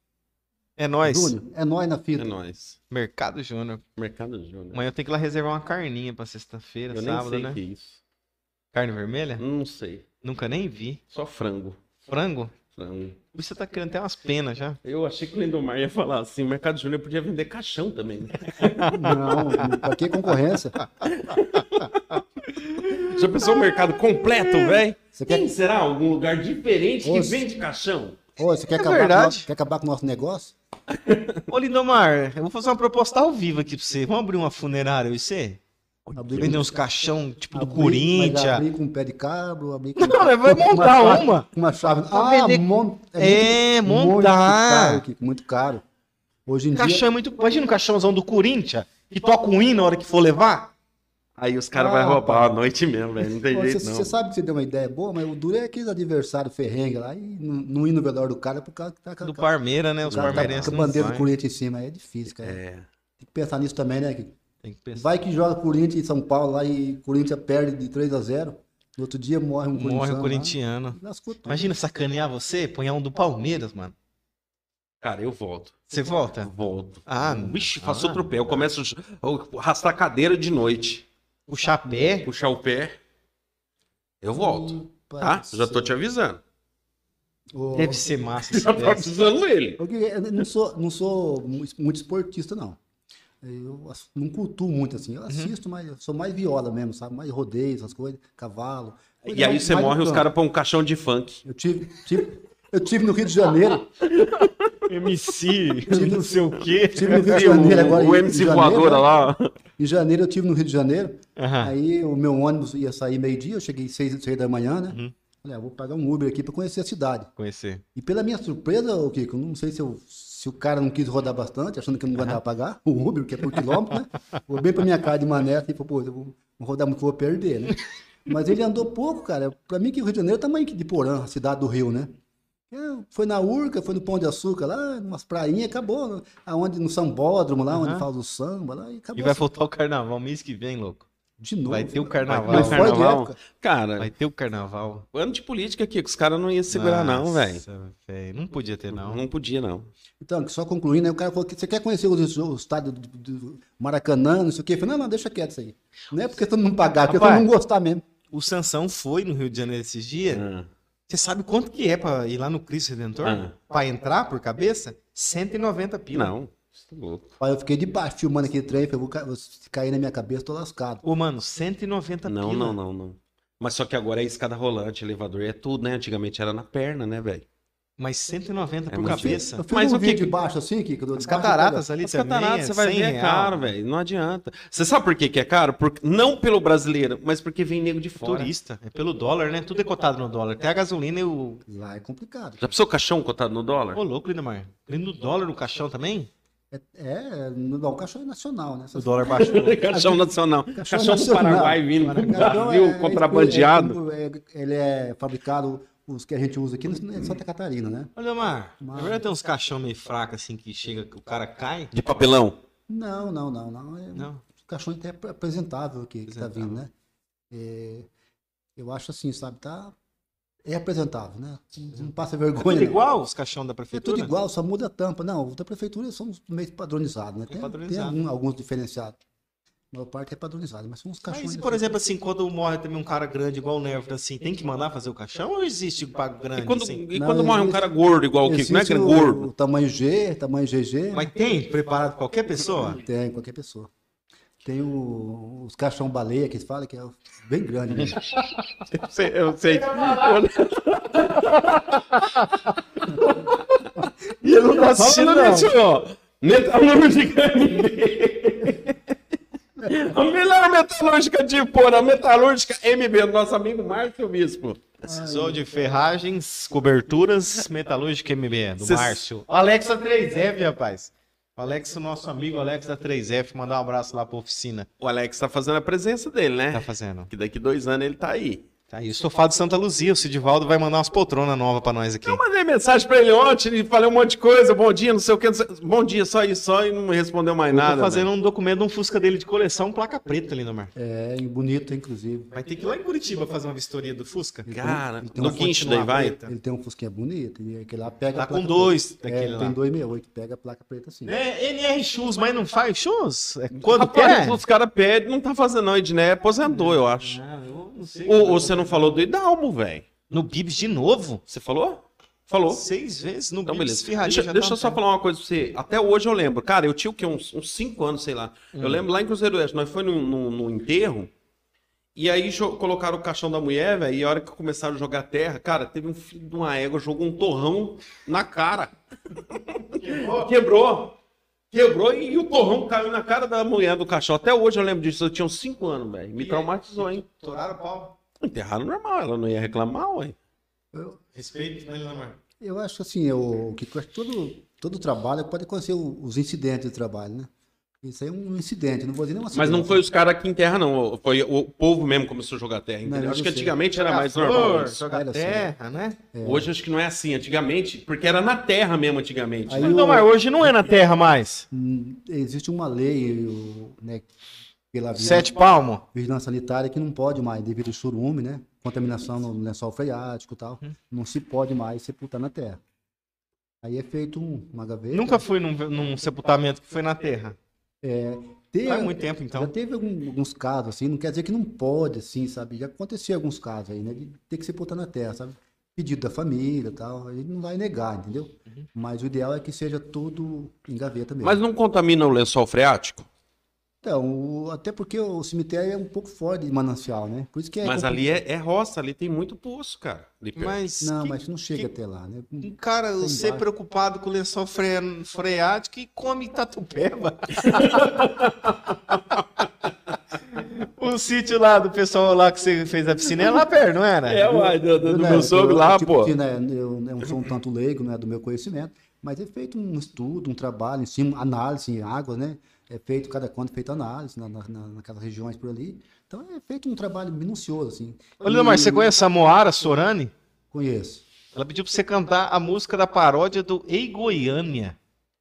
A: É nóis.
B: Júnior. É nóis na
C: É
B: fita.
C: nóis.
A: Mercado Júnior.
C: Mercado Júnior.
A: Amanhã eu tenho que ir lá reservar uma carninha pra sexta-feira,
C: Eu nem
A: sábado,
C: sei
A: né?
C: o que é isso.
A: Carne vermelha?
C: Não sei.
A: Nunca nem vi.
C: Só frango.
A: Frango?
C: Frango.
A: Você tá querendo até umas penas já.
C: Eu achei que o Lindomar ia falar assim, o Mercado Júnior podia vender caixão também. né?
A: É
B: Não, pra que concorrência?
C: Já pensou o mercado completo, velho?
B: Você quer-
C: Quem será algum lugar diferente que
B: Nossa.
C: vende caixão?
B: Ô, você quer,
A: É
B: acabar com o
A: verdade.
B: nosso, quer acabar com o nosso negócio?
A: Ô, Lindomar, eu vou fazer uma proposta ao vivo aqui pra você. Vamos abrir uma funerária, eu e você?
B: Abrir
A: Vender uns caixão, tipo, do
B: abrir- mas
A: Corinthians.
B: Abrir com um pé de cabro, abrir com...
A: Não, nós vai montar
B: chave-
A: uma.
B: com Uma chave.
A: Pra
B: Ah,
A: vender-
B: mon-
A: É, montar.
B: Muito caro, Kiko, muito caro. Hoje em
A: Caixão é muito... Imagina um caixãozão do Corinthians, que toca um hino na hora que for levar.
C: Aí os caras
B: Ah,
C: vão
B: rapaz.
C: roubar a noite mesmo, velho. Não tem
B: dia... Pô,
C: jeito,
B: Você
C: não.
B: você sabe que você deu uma ideia boa, mas o duro é aqueles adversários ferrengue lá e não, não ir no velório do cara por causa que tá com
A: Do
B: a-
A: Parmeira, né? Os
B: tá- tá
A: parmeirenses
B: com a
A: não
B: bandeira do
A: saem.
B: Corinthians em cima. aí É difícil, cara.
C: É.
B: Tem que pensar nisso também, né, Kiko?
A: Tem que pensar.
B: Vai que joga Corinthians e São Paulo lá e Corinthians perde de 3 a 0 No outro dia morre um corintiano.
A: Morre o
B: lá.
A: corintiano.
B: Lascou tudo.
A: Imagina sacanear você, ponhar um do Palmeiras, mano.
C: Cara, eu volto.
A: Você volta?
C: Volto. Hum.
A: Ah, não.
C: Vixe, faço
A: Ah.
C: outro pé. Eu começo a j- a arrastar a cadeira de noite.
A: O chapéu?
C: Puxar o pé. Eu volto.
B: Opa,
C: Tá? Já tô te avisando.
B: Ô,
A: Deve ser [LAUGHS] massa.
C: [LAUGHS]
A: esse
C: Já tô
A: desse.
C: avisando ele.
B: ô, Gui, eu não sou, não sou mu- muito esportista, não. Eu ass- não cultuo muito assim.
C: Uhum.
B: Eu assisto, mas eu sou mais viola mesmo, sabe? Mais rodeio, essas coisas, cavalo.
C: E aí você
B: Mais do
C: morre, os
B: campo.
C: caras põem um caixão de funk.
B: Eu tive, tive- eu tive no Rio de Janeiro.
A: é [LAUGHS] MC, não sei o quê.
B: Tive no Rio de
C: E
B: Janeiro
C: o,
B: agora.
C: o
B: em- em
C: MC
B: janeiro,
C: voadora
B: né?
C: lá.
B: Em janeiro eu tive no Rio de Janeiro.
C: Ah.
A: Aham.
B: Aí o meu ônibus ia sair meio-dia, eu cheguei seis, seis da manhã, né?
C: Uhum.
B: Falei, ah, vou pagar um Uber aqui para conhecer a cidade.
A: Conhecer.
B: E pela minha surpresa, o Kiko, não sei se, eu- se o cara não quis rodar bastante, achando que eu não aguentava pagar o Uber, que é por quilômetro, né? Vou bem pra minha cara de mané, assim, pô, eu vou, vou rodar muito, eu vou perder, né? Mas ele andou pouco, cara. Pra mim, que o Rio de Janeiro é tamanho que de Porã, a cidade do Rio, né? É, Foi na Urca, foi no Pão de Açúcar, lá, umas prainhas, acabou. Aonde, no Sambódromo, lá, onde
A: Aham. Tá
B: faz o samba, lá, e acabou. assim,
A: E vai faltar o carnaval mês que vem, louco.
B: De novo.
A: Vai ter o
C: Vai
A: carnaval.
B: Mas
C: ter o
B: foi
A: né?
B: de
C: carnaval.
B: época.
C: Cara,
A: Vai ter o carnaval.
C: ano de política aqui, que os caras não iam segurar, não,
A: Nossa,
C: velho.
A: velho. Não podia ter,
C: Não.
A: não.
C: podia, não.
B: Então, que só concluindo, aí o cara falou que você quer conhecer o, o estádio do, do Maracanã, não sei o quê. Eu falei, não, não, deixa quieto isso aí. Não é porque todo mundo pagar, é porque todo
A: Rapaz.
B: mundo gostar mesmo.
A: O Sansão foi no Rio de Janeiro esses dias.
C: Ah,
A: Você sabe quanto que é pra ir lá no Cristo Redentor?
C: Ah.
A: Pra entrar por cabeça? 190 pila.
C: não. Você tá louco.
B: Aí eu fiquei de baixo filmando aquele trem, falei, vou ca- se cair na minha cabeça, tô lascado.
A: Ô, mano, 190
C: Não,
A: pila.
C: não, não, não. Mas só que agora é escada rolante, elevador, é tudo, né? Antigamente era na perna, né, velho?
A: Mas 190
C: É
A: por
C: muito
A: cabeça.
B: Eu fiz
C: Mas
B: um
C: o que
B: vídeo
C: que-
B: de baixo assim, Kiko. do-
A: As
B: de baixo,
A: cataratas ali
C: As
A: também.
C: cataratas, você vai ver, é
A: real.
C: caro, velho. Não adianta. Você sabe por que que é caro? Por... Não pelo brasileiro, mas porque vem nego de fora.
A: Turista. É pelo dólar, né? Tudo é cotado no dólar. Até a gasolina e o.
B: olha, Lá é complicado.
C: Já pensou o caixão cotado no dólar?
A: Ô, louco, Lindomar. Lindo dólar no caixão também?
B: É, é não, o cachorro é nacional,
A: O
B: né? Essas-
A: dólar baixou.
C: Caixão nacional.
B: Caixão
C: Caixão do
B: nacional.
C: Paraguai vindo pro
B: Cachorro
C: Brasil,
B: é-
C: contrabandeado.
B: é- é- ele é fabricado, os que a gente usa aqui, é de Santa Catarina, né?
A: Ô, Lindomar. Na
B: Mano.
A: verdade tem uns caixão meio fraco assim que chega, que o cara cai.
C: De papelão.
B: Não, não, não, não. É
A: Não.
B: O cachorro até é apresentável que está
A: Apresentável.
B: vindo, né? É, eu acho assim, sabe? Tá, é apresentável, né? Não passa vergonha.
A: É Tudo
B: né?
A: igual os caixão da
B: É
A: prefeitura?
B: tudo igual, só muda a tampa. Não, o da prefeitura são meio padronizados, né? Tem, tem
A: padronizado.
B: algum- alguns diferenciados. A maior parte é padronizado, mas são uns
A: Mas
B: cachorros.
A: e, por exemplo, assim, quando morre também um cara grande igual o Nervo, assim, tem que mandar fazer o caixão ou existe o pago grande?
C: E quando,
A: assim?
C: e
B: Não,
C: quando morre um
B: existe-
C: cara gordo igual o Kiko? Não é que é gordo.
B: O tamanho G, tamanho GG.
A: Mas tem preparado qualquer pessoa?
B: Tem, qualquer pessoa. Tem o- os caixão baleia que eles falam que é bem
A: [LAUGHS]
B: grande mesmo.
C: Eu sei. Eu sei. Eu- e eu não tô assistindo,
B: não.
C: não. senhor. Meta- o número gigante. é A melhor metalúrgica de Ipona, a metalúrgica MB, nosso amigo Márcio Bispo.
A: Precisou de ferragens, coberturas, metalúrgica MB, do
C: Cês-
A: Márcio. Alexa 3F, rapaz. O Alex, o nosso amigo Alex da 3F, mandar um abraço lá pra oficina.
C: O Alex tá fazendo a presença dele, né?
A: Tá fazendo.
C: Que daqui dois anos ele tá aí.
A: Tá aí, o sofá de Santa Luzia, o Sidivaldo vai mandar umas poltronas novas pra nós aqui.
C: Eu mandei mensagem pra ele ontem, ele falou um monte de coisa, bom dia, não sei o que, não sei- bom dia, só isso, só, e não me respondeu mais nada.
A: Tô
C: né?
A: fazendo um documento, de um Fusca dele de coleção, placa preta ali no mar.
B: É e bonito, inclusive.
A: Vai ter que ir lá em Curitiba fazer uma vistoria do Fusca.
C: velho. Cara,
B: Ele tem
C: do
B: uma
C: guincho daí, vai.
A: Tá.
B: Ele tem um fusquinha bonito, e aquele lá pega
A: Tá
B: a placa
A: com dois
B: preta.
A: daquele
B: é,
A: lá.
B: Tem 268, pega a placa preta assim.
A: É, NR Shoes, mas não faz shoes? É quando
C: Rapaz,
A: quer?
C: Os caras pedem, não tá fazendo não, Ednei aposentou, eu acho. Ou, ou você não falou do Idalmo, velho.
A: No Bibs de novo?
C: Você falou? Falou.
A: Seis vezes no
C: Então,
A: Bibs
C: beleza.
A: Ferrari.
C: Deixa,
A: já
C: deixa
A: tá
C: eu só
A: no-
C: falar uma coisa pra você. Até hoje eu lembro. Cara, eu tinha o quê? Uns, uns cinco anos, sei lá. Eu lembro lá em Cruzeiro do Oeste, nós foi num, num- num enterro. E aí jo- colocaram o caixão da mulher, velho. E a hora que começaram a jogar terra, cara, teve um filho de uma égua, jogou um torrão na cara. Quebrou. [LAUGHS] Quebrou. Quebrou e o torrão caiu na cara da mulher do caixão. Até hoje eu lembro disso. Eu tinha uns cinco anos, velho. Me traumatizou, hein?
A: Toraram o pau.
C: Enterraram normal, ela não ia reclamar, ué.
B: Eu,
A: Respeito, né, Lindomar?
B: eu acho assim, eu, o que eu acho que todo, todo trabalho pode acontecer o- os incidentes do trabalho, né? Isso aí é um incidente, não vou dizer nenhum
C: Mas não
B: acidente.
C: foi os caras aqui em terra, não. Foi o povo mesmo que começou a jogar terra. entendeu?
B: Não, não
C: acho que
B: sei.
C: antigamente era mais normal.
A: Flor,
C: isso.
A: joga
B: Era assim.
A: terra, né?
C: Hoje acho que não é assim. Antigamente, porque era na terra mesmo antigamente.
B: Aí-
C: né?
A: Lindomar, hoje não é na terra mais.
B: Hum, Existe uma lei, o- né, pela via-
A: Sete palmo.
B: vigilância sanitária que não pode mais, devido ao churume, né? Contaminação no lençol freático e tal.
A: Uhum.
B: Não se pode mais sepultar na terra. Aí é feito um- uma gaveta.
A: Nunca fui num, num sepultamento que foi na terra.
B: Tem-
A: Faz muito tempo,
B: Já
A: então.
B: teve algum- alguns casos, assim, não quer dizer que não pode, assim, sabe? Já aconteceu alguns casos aí, né? De ter que sepultar na terra, sabe? Pedido da família e tal. A gente não vai negar, entendeu?
A: Uhum.
B: Mas o ideal é que seja tudo em gaveta mesmo.
C: Mas não contamina o lençol freático?
B: Então, o- até porque o cemitério é um pouco fora de manancial, né? Por isso que é.
C: Mas
B: compli-
C: ali é, é roça, ali tem muito poço, cara. Ali perto.
A: Mas.
B: Não,
A: que-
B: mas não chega
A: que-
B: até lá, né?
A: Cara,
B: Tem
A: você
B: vários.
A: preocupado com o lençol fre... freático e come tatupeba. [LAUGHS] o sítio lá do pessoal lá que você fez a piscina é lá perto, não era?
C: uai, do,
B: Né, eu, tipo, assim, né, eu, eu sou um tanto leigo, não é do meu conhecimento, mas é feito um estudo, um trabalho em cima, análise em água, né? É feito cada quanto é feito análise na, na, na- naquelas regiões por ali. Então é feito um trabalho minucioso, assim.
A: Ô, Lindomar, você conhece a Moara Sorani?
B: Conheço.
A: Ela pediu pra você cantar a música da paródia do Ei Goiânia.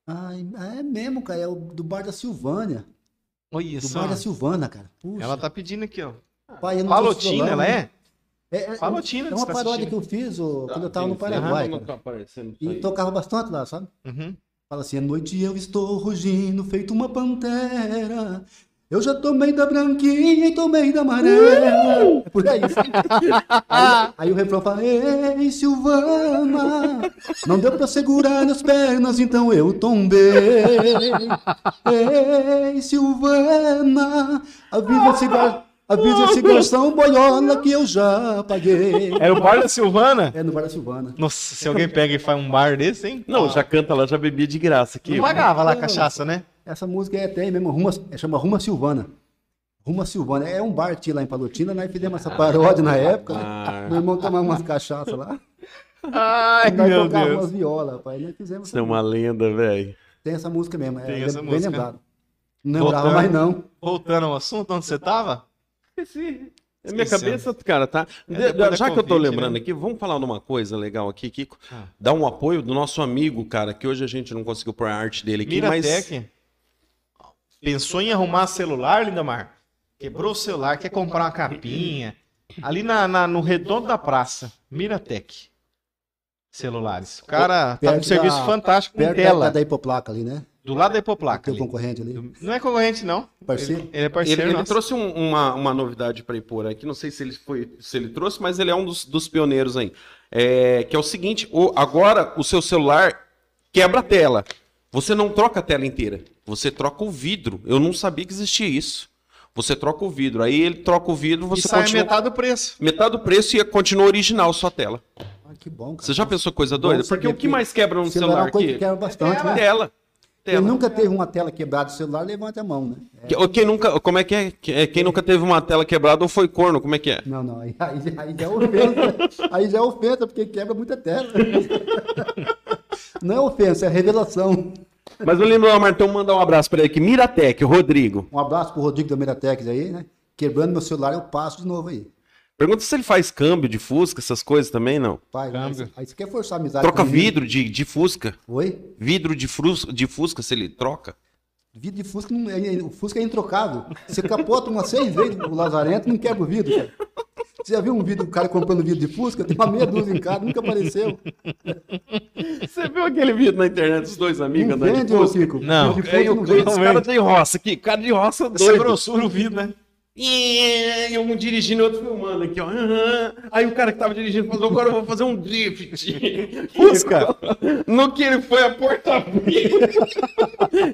B: Ai, é mesmo, cara, é o do Bar da Silvânia.
A: Olha
B: Do
A: só.
B: bar da Silvana, cara. Puxa,
A: Ela tá pedindo aqui, ó.
B: pai, eu não tô
A: Palotina,
B: estudando.
A: ela é?
B: É, é,
A: Palotina
B: é
A: que
B: uma
A: você tá
B: paródia que
A: assistindo.
B: eu fiz ô, quando eu
C: Tá,
B: tava no
C: tem-
B: Paraguai.
C: Não, não
B: cara. Então,
C: tá aparecendo isso
B: E
C: aí.
B: tocava bastante lá, sabe?
A: Uhum.
B: Fala assim, à noite eu estou rugindo, feito uma pantera. Eu já tomei da branquinha e tomei da amarela. É por aí. aí. Aí o refrão fala, ei, Silvana, não deu pra segurar nas pernas, então eu tombei. Ei, Silvana, avisa a cigar... Avisa a cigarção boiola que eu já paguei.
A: Era o bar da Silvana?
B: É no Bar da Silvana.
A: Nossa, se alguém pega e faz um bar desse, hein?
C: Não, já canta lá, já bebia de graça aqui.
A: Não pagava lá a cachaça, né?
B: Essa música é até mesmo, Ruma, é, chama Ruma Silvana. Ruma Silvana, é um bar que tinha lá em Palotina, nós fizemos essa paródia na época. né?
C: Ah.
B: Meu irmão tomava umas cachaças lá,
C: [LAUGHS]
A: Ai,
B: e nós
A: meu
B: tocava
A: Deus.
B: umas violas, rapaz. Nós fizemos
C: Isso é uma lenda, velho.
B: Tem essa música mesmo, é
A: Tem
B: bem,
A: essa
B: bem
A: música.
B: lembrado. Não lembrava
A: Voltando.
B: mais não.
A: Voltando ao assunto, onde você tava?
C: Esqueci. É minha
A: Esqueceu.
C: cabeça, cara, tá?
A: É,
C: De-
A: depois da
C: já que eu tô
A: Covid,
C: lembrando
A: né?
C: aqui, vamos falar de uma coisa legal aqui, Kiko.
A: Ah.
C: Dá um apoio do nosso amigo, cara, que hoje a gente não conseguiu pôr a arte dele aqui, mas.
A: Miratec. Pensou em arrumar celular, Lindamar? Quebrou o celular, quer comprar uma capinha. Ali na, na- no redondo da praça, Miratec. Celulares. O cara tá com um
B: Perto
A: serviço
B: da-
A: fantástico com
B: Perto da,
A: tela.
B: da hipoplaca ali, né?
A: Do lado da hipoplaca.
B: Teu
A: ali.
B: concorrente ali.
A: Não é concorrente, não.
B: Parceiro.
A: Ele é
C: Ele,
A: parceiro
C: ele
A: nosso.
C: trouxe um- uma, uma novidade para impor aqui, não sei se ele, foi, se ele trouxe, mas ele é um dos, dos pioneiros aí. É, que é o seguinte: o- agora o seu celular quebra a tela. Você não troca a tela inteira, você troca o vidro. Eu não sabia que existia isso. Você troca o vidro, aí ele troca o vidro,
A: e
C: você
A: sai
C: continua. Metade...
A: metade do preço.
C: do preço e continua original sua tela.
B: Ah, que bom, cara.
C: Você já pensou coisa doida?
B: Bom
C: Porque
B: saber
C: o que mais quebra
B: O
C: no
B: celular é
C: celular
B: uma coisa que
C: aqui?
B: quebra bastante, né?
C: Tela.
B: Quem
C: Tela.
B: nunca teve uma tela quebrada do celular, levante a mão, né? É.
C: Que- Quem nunca, como é que é? Que- é? Quem nunca teve uma tela quebrada ou foi corno? Como é que é?
B: Não, não, aí, aí, aí já é ofensa. Aí já é ofensa, porque quebra muita tela. Não é ofensa, é revelação.
C: Mas eu lembro, ó, Martão, mandar um abraço pra ele aqui. Miratec, o Rodrigo.
B: Um abraço pro Rodrigo da Miratex aí, né? Quebrando meu celular, eu passo de novo aí.
C: Pergunta se ele faz câmbio de Fusca, essas coisas também, não.
B: Pai, aí,
A: Câmbio.
B: aí você quer forçar a amizade.
C: Troca
B: com o menino?
C: vidro de, de Fusca.
B: Oi?
C: Vidro de, frus, de Fusca, se ele troca.
B: Vidro de Fusca, não, é- é- o Fusca é introcável. Você capota umas seis vezes o Lazarento, não quebra o vidro, cara. Você já viu um vídeo do cara comprando vidro de Fusca? Tem uma meia dúzia em casa, nunca apareceu.
C: Você viu aquele vídeo na internet dos dois amigos
B: Não Um vende, ô Kiko.
A: Não.
B: Vidro de Fusca não vende.
A: Não vende.
C: de roça aqui, cara de roça
A: Essa é grossura o vidro, né?
C: E um dirigindo e outro filmando aqui, ó. Aham. Aí o cara que tava dirigindo falou: agora eu vou fazer um
A: [LAUGHS]
C: drift.
A: Fusca.
C: No que ele foi, a porta abriu. [LAUGHS]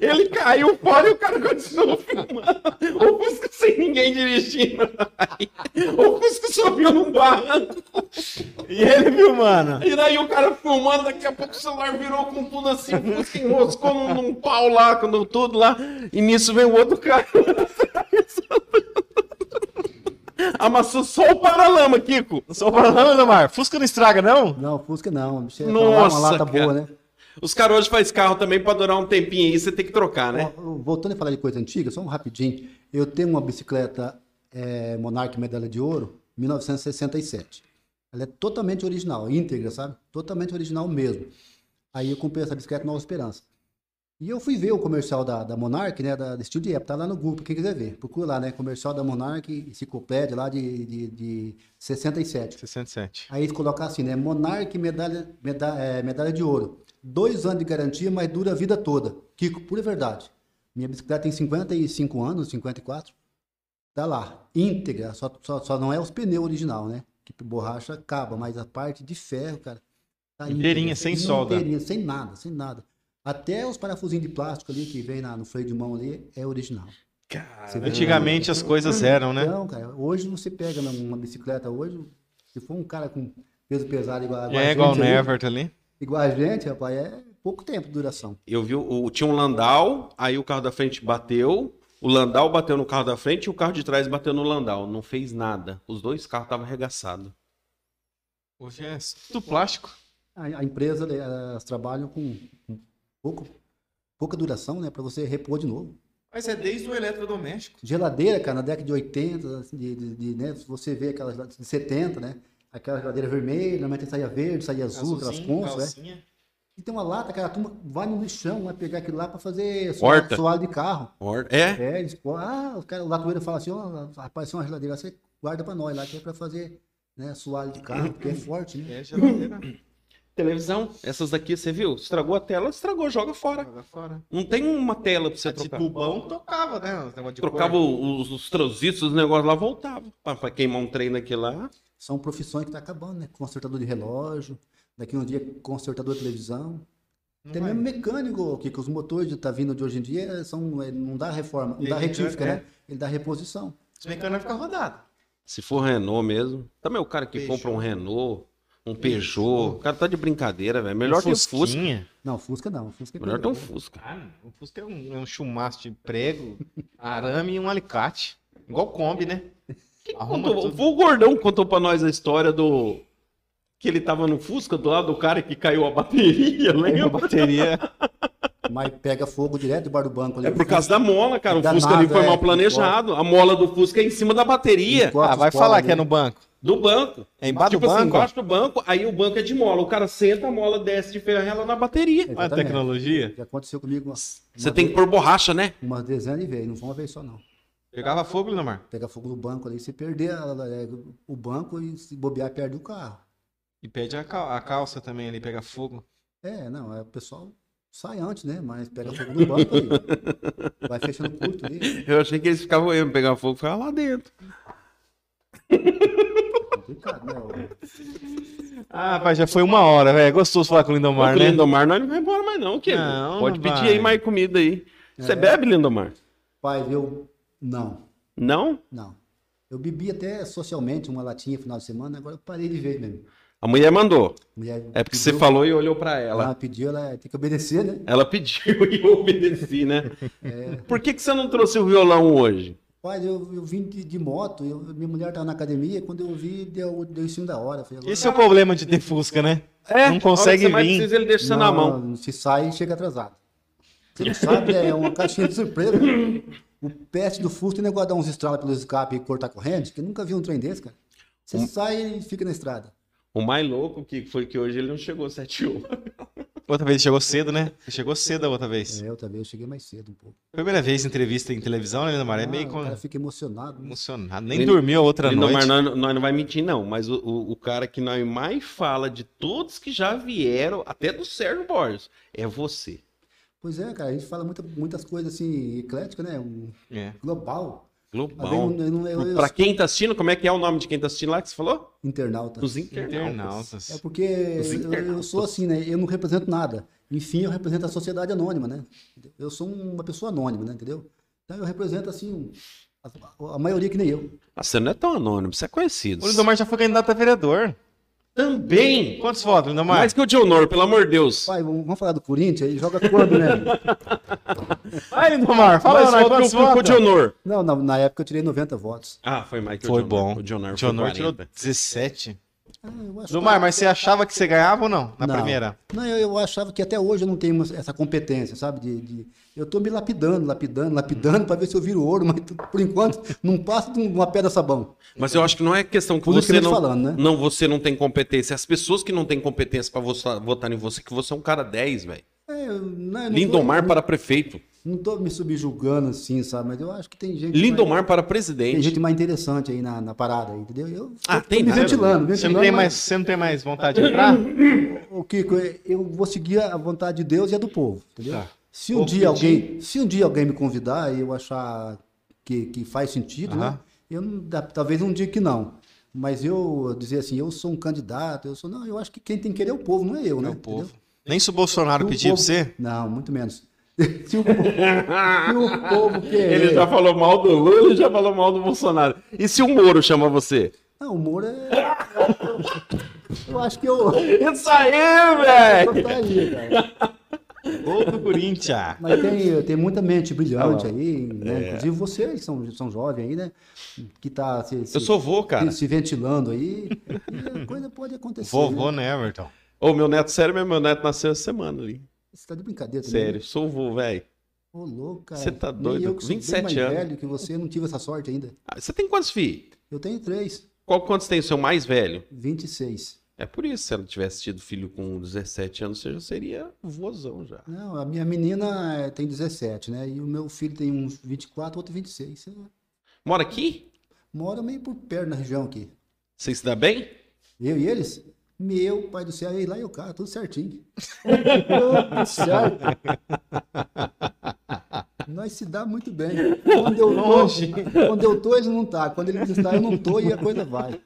C: ele caiu fora e o cara continuou filmando. O Fusca sem ninguém dirigindo. O Fusca subiu num barranco.
A: E ele viu, mano.
C: E daí o cara filmando, daqui a pouco o celular virou com tudo assim, o Fusca enroscou num, num pau lá, com tudo lá. E nisso vem o outro cara. Amassou só o paralama, Kiko.
A: Só falando, Lindamar. Fusca não estraga, não?
B: Não, Fusca não. Você
C: Nossa,
B: uma lata
C: cara.
B: boa, né?
C: Os caras hoje fazem carro também pra durar um tempinho aí, você tem que trocar, né?
B: Ó, Voltando a falar de coisa antiga, só um rapidinho. Eu tenho uma bicicleta eh, Monarch Medalha de Ouro, 1967. Ela é totalmente original, íntegra, sabe? Totalmente original mesmo. Aí eu comprei essa bicicleta Nova Esperança. E eu fui ver o comercial da, da Monarch, né? Da, da Steel de época, tá lá no Google, quem quiser ver. Procura lá, né? Comercial da Monarch, enciclopédia lá de, de, de 67.
A: 67.
B: Aí eles colocam assim, né? Monarque medalha, meda- eh, medalha de ouro. Dois anos de garantia, mas dura a vida toda. Kiko, pura verdade. Minha bicicleta tem 55 anos, 54. Tá lá, íntegra. Só, só, só não é os pneus original, né? Que borracha acaba, mas a parte de ferro, cara. Tá íntegra.
A: Inteirinha, sem solda.
B: Inteirinha, sem nada, sem nada. Até os parafusinhos de plástico ali que vem na- no freio de mão ali é original. Você vê?
A: Antigamente as coisas eram, né?
B: Não, cara, hoje você pega numa- uma bicicleta hoje, se for um cara com peso pesado igual, a
A: é
B: gente
A: igual o
B: aí,
A: Nevert ali.
B: igual a gente, rapaz, é pouco tempo de duração.
C: Eu vi, o, o- tinha um Landau, aí o carro da frente bateu, o Landau bateu no carro da frente e o carro de trás bateu no Landau. Não fez nada. Os dois carros estavam arregaçados.
A: Hoje é tudo plástico.
B: A, a empresa, eh, elas trabalham com com pouco, pouca duração, né, para você repor de novo.
A: Mas é desde o eletrodoméstico.
B: Geladeira, cara, na década de 80, assim, de, de, de, né, você vê aquelas lá de 70, né, aquela geladeira vermelha, normalmente saía verde, saía azul, aquelas conchas, né, E tem uma lata, cara, a turma vai no lixão, vai pegar aquilo lá para fazer
C: Horta.
B: soalho de carro.
C: Or- É?
B: É, eles, co- ah, o cara, o latoeiro fala assim, ó, rapaz, tem uma geladeira, você guarda para nós lá, que é para fazer né, soalho de carro, porque é forte, né?
A: É geladeira.
C: Televisão. Essas daqui, você viu? Estragou a tela, estragou, joga fora.
A: [LAUGHS] Joga fora.
C: Não tem uma tela pra você
A: A de
C: trocar.
A: tubão tocava, né? Os negócio É tipo de
C: Trocava
A: cor.
C: o- os, os transistores, os negócios lá, voltava. Pra, pra queimar um trem daquele lá.
B: São profissões que tá acabando, né? Consertador de relógio, daqui um dia consertador de televisão.
A: Não
B: Até
A: vai.
B: mesmo mecânico, que os motores que tá vindo de hoje em dia são, é, não dá reforma, não
A: Ele
B: dá
A: já-
B: retífica,
A: é.
B: né? Ele dá reposição.
A: Os mecânicos ficam rodados.
C: Se for Renault mesmo. Também o cara que
A: Peugeot.
C: compra um Renault, um Peugeot. O cara tá de brincadeira, velho. Melhor que
A: Um
C: um Fusca.
A: fusquinha.
B: Não, Fusca não, Fusca é
C: Melhor que um
B: perigoso.
C: Fusca.
A: Ah, não. o Fusca é um, é um chumaço de prego, arame e um alicate. Igual Kombi, né?
C: Tá
A: Arruma
C: Contou-
A: tudo.
C: foi o Gordão que contou pra nós a história do. Que ele tava no Fusca do lado do cara que caiu a bateria,
A: A
C: lembra?
A: bateria.
B: Mas pega fogo direto debaixo do banco ali.
C: [LAUGHS] É por causa da mola, cara. O
B: Danado,
C: Fusca ali foi
B: é,
C: mal planejado. A mola do Fusca é em cima da bateria
B: Encosta
A: Ah, vai
B: os colos
A: falar
B: ali.
A: que é no banco.
C: do banco.
A: É embaixo
C: né? tipo
A: do
C: assim,
A: banco.
C: embaixo do banco, aí o banco é de mola. O cara senta, a mola desce de ferrela na bateria.
A: Olha a
B: Exatamente.
A: tecnologia.
B: Já aconteceu comigo umas,
C: Você tem que pôr borracha, né?
B: umas dezenas de vezes, não foi uma vez só não.
A: Pegava fogo, Lindomar.
B: Pega fogo no banco ali, se perder a- a- o banco e se bobear, perde o carro.
A: E pede a, cal- a calça também ali, pega fogo.
B: É, não, é, o pessoal sai antes, né? Mas pega fogo no banco ali. Vai fechando curto ali.
C: Eu achei que eles ficavam indo pegar fogo e ficar lá dentro.
B: Complicado, né?
A: Ah, pai, já foi uma hora, velho. É Gostoso falar com o Lindomar,
C: Ô,
A: né?
C: Lindomar, nós não vai embora mais não, que
A: Não,
C: Pode
A: não
C: pedir
A: vai.
C: aí mais comida aí. Você
B: É.
C: bebe, Lindomar?
B: Pai, eu. Não,
C: Não?
B: não. Eu bebi até socialmente uma latinha final de semana, agora eu parei de ver mesmo.
C: A mulher mandou.
B: Mulher
C: É porque você
B: pediu,
C: falou e olhou pra
A: Ah.
C: ela.
B: Ela pediu, ela tem que obedecer, né?
C: Ela pediu [LAUGHS] e eu obedeci, né?
A: É.
C: Por que, que você não trouxe o violão hoje?
B: Pai, eu, eu vim de, de moto, eu- minha mulher estava na academia, quando eu vi, deu, deu em cima da hora. Eu Falei, agora-
A: Esse é o problema de ter Fusca, né?
C: É,
A: Não consegue
C: a hora que você mais
A: vir.
C: precisa, ele deixa você na mão.
B: Se sai, chega atrasado. Você não sabe, né? é uma caixinha de surpresa. O peste do Fusca tem negócio de dar uns estralos pelo escape e cortar corrente, que eu nunca vi um trem desse, cara. Você sai e fica na estrada.
C: O mais louco que foi que hoje ele não chegou sete um. horas.
A: Outra vez ele chegou cedo, né? Ele chegou cedo a outra vez.
B: É, outra vez eu cheguei mais cedo um pouco.
A: Primeira vez entrevista em televisão, né, Lindomar? É
B: Ah,
A: meio
B: O
A: com-
B: cara fica emocionado. né?
A: emocionado. Nem
C: Lindo-
A: dormiu a outra
C: Lindomar,
A: noite.
C: nós, nós não vai mentir, não. Mas o, o- o cara que nós mais fala de todos que já vieram, até do Sérgio Borges, é você.
B: Pois é, cara, a gente fala muita- muitas coisas assim, ecléticas, né? Um
A: É.
B: global. Às vezes
C: Global.
B: eu, não-
A: um
B: eu, eu,
C: Pra quem tá assistindo, como é que é o nome de quem tá assistindo lá que você falou?
B: internauta.
C: Dos internautas.
A: Internautas.
B: É porque eu, eu sou assim, né? Eu não represento nada. Enfim, eu represento a sociedade anônima, né? Eu sou uma pessoa anônima, né? Entendeu? Então eu represento, assim, um- a, a maioria que nem eu.
C: Ah, você não é tão anônimo, você é conhecido.
A: O Lindomar já foi candidato a vereador.
C: Também!
A: Quantos votos, Lindomar?
C: Mais que o de honor, pelo amor de Deus.
B: Pai, vamos, vamos falar do Corinthians? Ele joga quando, né?
A: Vai, Lindomar, fala
C: Mais
A: aí,
C: voto que
A: quantos
C: o- que o de
A: votos?
C: honor.
B: Não, na, na época eu tirei 90 votos.
C: Ah, foi mais que
A: Foi
C: o de
A: bom.
C: honor. O de honor,
A: O de honor
C: foi
A: tirou
C: 40.
A: 17.
B: Ah, eu achava-
A: Lindomar, mas você achava que você ganhava ou não? Na
B: Não.
A: primeira?
B: Não, eu, eu achava que até hoje eu não tenho uma- essa competência, sabe? De, de- eu tô me lapidando, lapidando, lapidando para ver se eu viro ouro, mas por enquanto não passa de um, uma pedra sabão.
C: Mas eu acho que não é questão que você
B: Politicamente
C: não,
B: falando, né?
C: não você não tem competência. As pessoas que não têm competência pra votar, votar em você, que você é um cara 10, velho.
B: É, eu- não, eu não tô-
C: Lindomar para prefeito.
B: Não tô me subjugando assim, sabe? Mas eu acho que tem gente. mais,
C: Lindomar para
B: tem
C: presidente.
B: gente mais interessante aí na, na parada, aí, entendeu? Eu
C: Ah, tem
B: me
C: nada.
B: ventilando, me
A: né? Você não, né?
B: ventilando.
A: tem mais,
B: mas,
A: você não tem mais vontade de entrar?
B: O Kiko, é, eu vou seguir a vontade de Deus e a do povo, entendeu?
A: Tá.
B: Se um
A: Vou pedir.
B: dia alguém, se um dia alguém me convidar e eu achar que, que faz sentido, né?
A: Aham.
B: Eu não, dá- talvez um dia que não. Mas eu dizer assim, eu sou um candidato, eu sou. Não, eu acho que quem tem que querer é o povo, não é eu, né?
A: Meu
B: Entendeu?
A: povo. Nem se o Bolsonaro
B: Se o
A: pedir pra
B: povo-
A: você.
B: Não, muito menos. [LAUGHS] Se o povo, se o
A: [LAUGHS]
B: povo querer.
C: Ele
A: tá
C: já falou mal do Lula, ele já falou mal do Bolsonaro. E se o Moro chama você?
B: Não, o Moro
C: [LAUGHS]
B: é. Eu acho que eu.
C: Isso aí, velho!
B: gostaria, cara.
A: Gol do Corinthians.
B: Mas tem, tem muita mente brilhante
C: Ah,
B: aí, né? Inclusive vocês são, são jovens aí, né? Que tá se, se,
C: Eu sou vô, cara.
B: se ventilando aí. E a coisa pode acontecer.
A: Vovô,
B: né?
A: né, Everton?
C: Ô, meu neto, sério mesmo, meu neto nasceu essa semana ali.
B: Você tá de brincadeira também.
C: Sério, sou vô, velho.
B: Ô, louco, cara.
C: Você tá
B: Nem
C: doido?
B: Eu que sou
C: 27
B: bem mais
C: anos.
B: velho que você, não tive essa sorte ainda.
C: Ah, Você tem quantos filhos?
B: Eu tenho três,
C: Qual quantos tem o seu mais velho?
B: 26.
C: É por isso, se ela tivesse tido filho com 17 anos, você já seria vozão já.
B: Não, a minha menina eh, tem 17, né? E o meu filho tem uns 24, outro 26. Eu
C: Mora aqui?
B: moro meio por perto na região aqui.
C: Você se dá bem?
B: Eu e eles? Meu pai do céu, e lá eu cá, tudo certinho. Tudo certo. Nós se dá muito bem. Quando eu,
A: Longe.
B: Tô, quando eu tô, eles não tá. Quando eles estão, eu não tô e a coisa vai.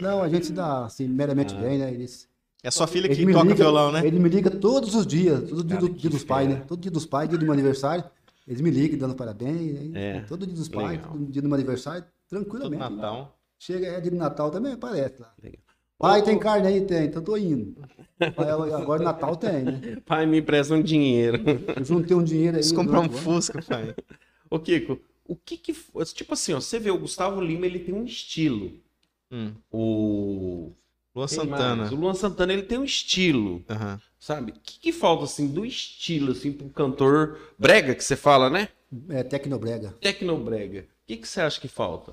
B: Não, a gente se dá assim, meramente bem, né? Eles,
A: É sua filha que
B: ele me
A: toca
B: liga-
A: violão, né?
B: Ele me liga todos os dias, todo dia,
C: Cara,
B: do-
C: que
B: dia dos pais,
C: fera.
B: né? Todo dia dos pais, dia do meu aniversário, eles me ligam dando parabéns. aí,
C: É,
B: todo dia dos pais,
C: legal.
B: todo dia do meu aniversário,
A: Todo
B: tranquilamente.
A: Natal.
B: Chega, é dia de Natal também, aparece lá.
C: Legal.
B: Pai, tem carne aí? Tem, então tô indo. Aí, Agora Natal tem, né?
C: Pai, me empresta um dinheiro. [LAUGHS]
B: Eu juntei um dinheiro aí.
A: Preciso comprar um
B: durante o ano.
A: Fusca, pai.
C: Ô, Kiko, o que que... fo- Tipo assim, ó, você vê, o Gustavo Lima, ele tem um estilo.
A: [LAUGHS] Hum.
C: O...
A: Luan
C: Quem
A: Santana.
C: mais? O Luan Santana, ele tem um estilo,
A: Aham.
C: sabe? O que que falta, assim, do estilo, assim, pro cantor brega, que você fala, né?
B: É, Tecnobrega.
C: Tecnobrega. O que que você acha que falta?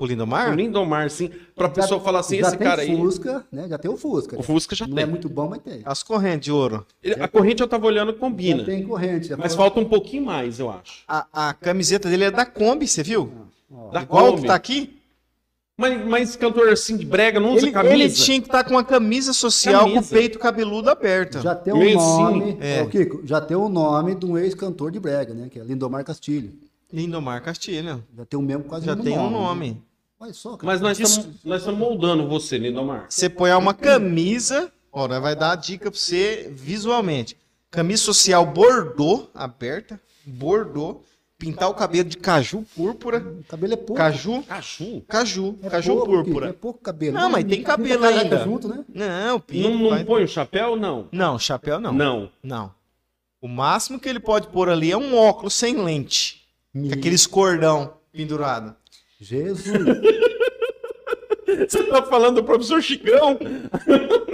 A: O
C: O
A: Lindomar?
C: Lindomar, assim, pra pessoa falar assim,
B: Ah. já
C: esse
B: tem
C: cara aí...
B: Fusca, né? Já tem o Fusca.
C: O Fusca já
B: não é
C: tem.
B: muito bom, mas tem.
A: As correntes de ouro.
C: Ele- A corrente eu tava olhando
A: né?
C: combina.
B: Já tem corrente. já
C: Mas
B: foi-
C: falta um pouquinho mais, eu acho.
A: A, a camiseta dele é da Kombi, você viu?
B: ó.
C: Da
A: Igual que
C: Kombi.
A: tá aqui?
C: Mas, mas cantor assim de brega não usa
A: Ele,
C: camisa.
A: ele tinha que estar com uma camisa social com o
C: Camisa.
A: peito cabeludo aberto.
B: Já tem
C: Lencinho,
B: um nome,
A: é.
B: Ô, Kiko, já tem o nome de um ex-cantor de brega, né? Que é Lindomar Castilho.
A: Lindomar Castilho. né?
B: Já tem o mesmo quase
A: Já
B: mesmo
A: tem um
B: né?
A: nome.
B: Olha só, cara.
C: Mas nós estamos nós estamos moldando você, Lindomar.
A: Você põe uma camisa, ó, nós vai dar a dica pra você visualmente. Camisa social bordô, aberta, bordô, pintar o cabelo de caju púrpura,
B: O cabelo é pouco.
A: caju,
C: Caju?
A: caju,
B: É
A: caju
B: pouco, Kiko, É
A: púrpura.
B: pouco cabelo.
A: Não, mas tem
B: Pinta
A: cabelo
B: careca
A: ainda.
B: junto, né?
A: Não, pinta,
C: Não, não
A: vai-
C: põe o chapéu, não?
A: não, chapéu não. não. [LAUGHS]
C: Não.
A: O máximo que ele pode pôr ali é um óculos sem lente, com aqueles cordão pendurado.
B: Jesus,
C: Você tá falando do professor Chicão?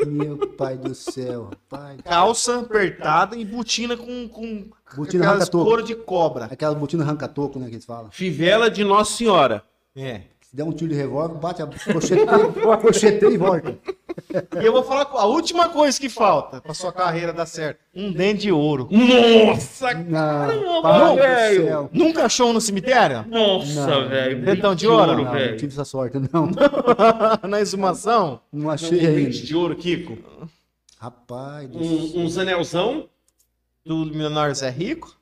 B: meu pai do céu. Pai.
A: Calça apertada e botina com, com
B: Botina
A: aquelas
B: racatoco.
A: couro de cobra.
B: Aquela botina arranca-toco, né? Que eles falam.
C: Fivela de Nossa Senhora.
A: É.
B: Se der um tiro de revólver, bate a crocheteia, crocheteia e volta.
A: E eu vou falar com a última coisa que falta pra sua carreira dar certo. Um dente de ouro.
C: Nossa,
B: Não,
A: não,
B: pai
C: velho.
B: do céu.
A: Nunca achou um no cemitério? [LAUGHS]
C: nossa,
B: Não.
C: velho.
A: Dedão de
B: Não,
A: ouro,
B: não, não
C: velho.
B: tive essa sorte, não.
A: Na exumação?
B: Não achei
C: Dente
B: ainda.
C: de ouro, Kiko.
B: Rapaz do céu.
C: Um, uns anelzão.
A: Do Milionário Zé Rico?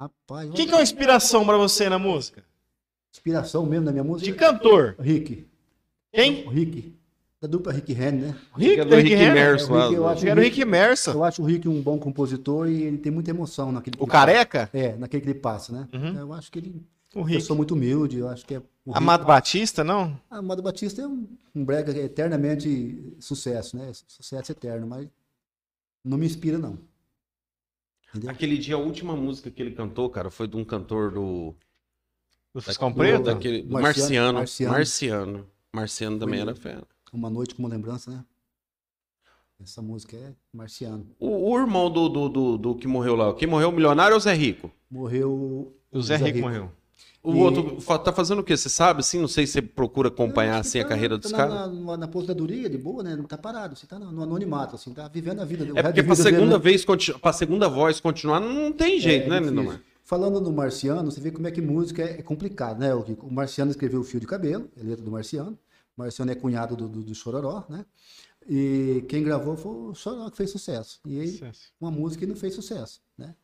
B: Rapaz, olha
A: Quem que é uma inspiração pra você na música?
B: a inspiração mesmo da minha
A: De
B: música.
A: cantor.
B: O Rick.
A: Quem?
B: O Rick. Da dupla Rick Ren, né?
A: Rick,
C: É do Rick
A: Renner?
C: Mercer,
B: É o Rick, eu
C: lá.
B: acho.
A: Era o Rick Mercer.
B: Eu acho o Rick um bom compositor e ele tem muita emoção naquele que
A: O
B: ele passa.
A: Careca?
B: É, naquele que ele passa, né?
A: Uhum.
B: Eu acho que ele
A: O
B: eu
A: Rick.
B: sou muito humilde, eu acho que é o Rick-
A: Amado Batista, não?
B: Amado Batista é um, um brega eternamente sucesso, né? Sucesso eterno, mas não me inspira, não. Entendeu?
C: Aquele dia, a última música que ele cantou, cara, foi de um cantor do.
A: Do Fiscão
B: Preto?
A: Preta?
C: Daquele, do
B: Marciano,
C: Marciano. Marciano.
B: Marciano.
C: Marciano. também era fera.
B: Uma noite com uma lembrança, né? Essa música é marciano.
C: O, o irmão do, do, do, do que morreu lá, quem morreu, o milionário ou o Zé Rico?
B: Morreu.
A: O Zé Rico morreu.
C: O
B: E-
C: outro fa- tá fazendo o quê? Você sabe, assim? Não sei se você procura
B: Eu
C: acompanhar,
B: acho que
C: assim, a
B: tá-
C: carreira
B: tá
C: dos
B: na,
C: caras.
B: Na, na aposentadoria, de boa, né? Não tá parado, você tá no, no anonimato, assim, tá vivendo a vida. o
C: É
B: resto
C: porque
B: de
C: pra
B: vida dele,
C: segunda
B: né?
C: vez, conti- pra segunda voz continuar, não tem jeito,
B: É
C: né,
B: difícil.
C: Lindomar?
B: Falando do Marciano, você vê como é que música é, é complicado, né? O, Kiko? o Marciano escreveu o Fio de Cabelo, a letra do Marciano. O Marciano é cunhado do, do, do Chororó, né? E quem gravou foi o Chororó que fez sucesso. E aí, uma música que não fez sucesso, né?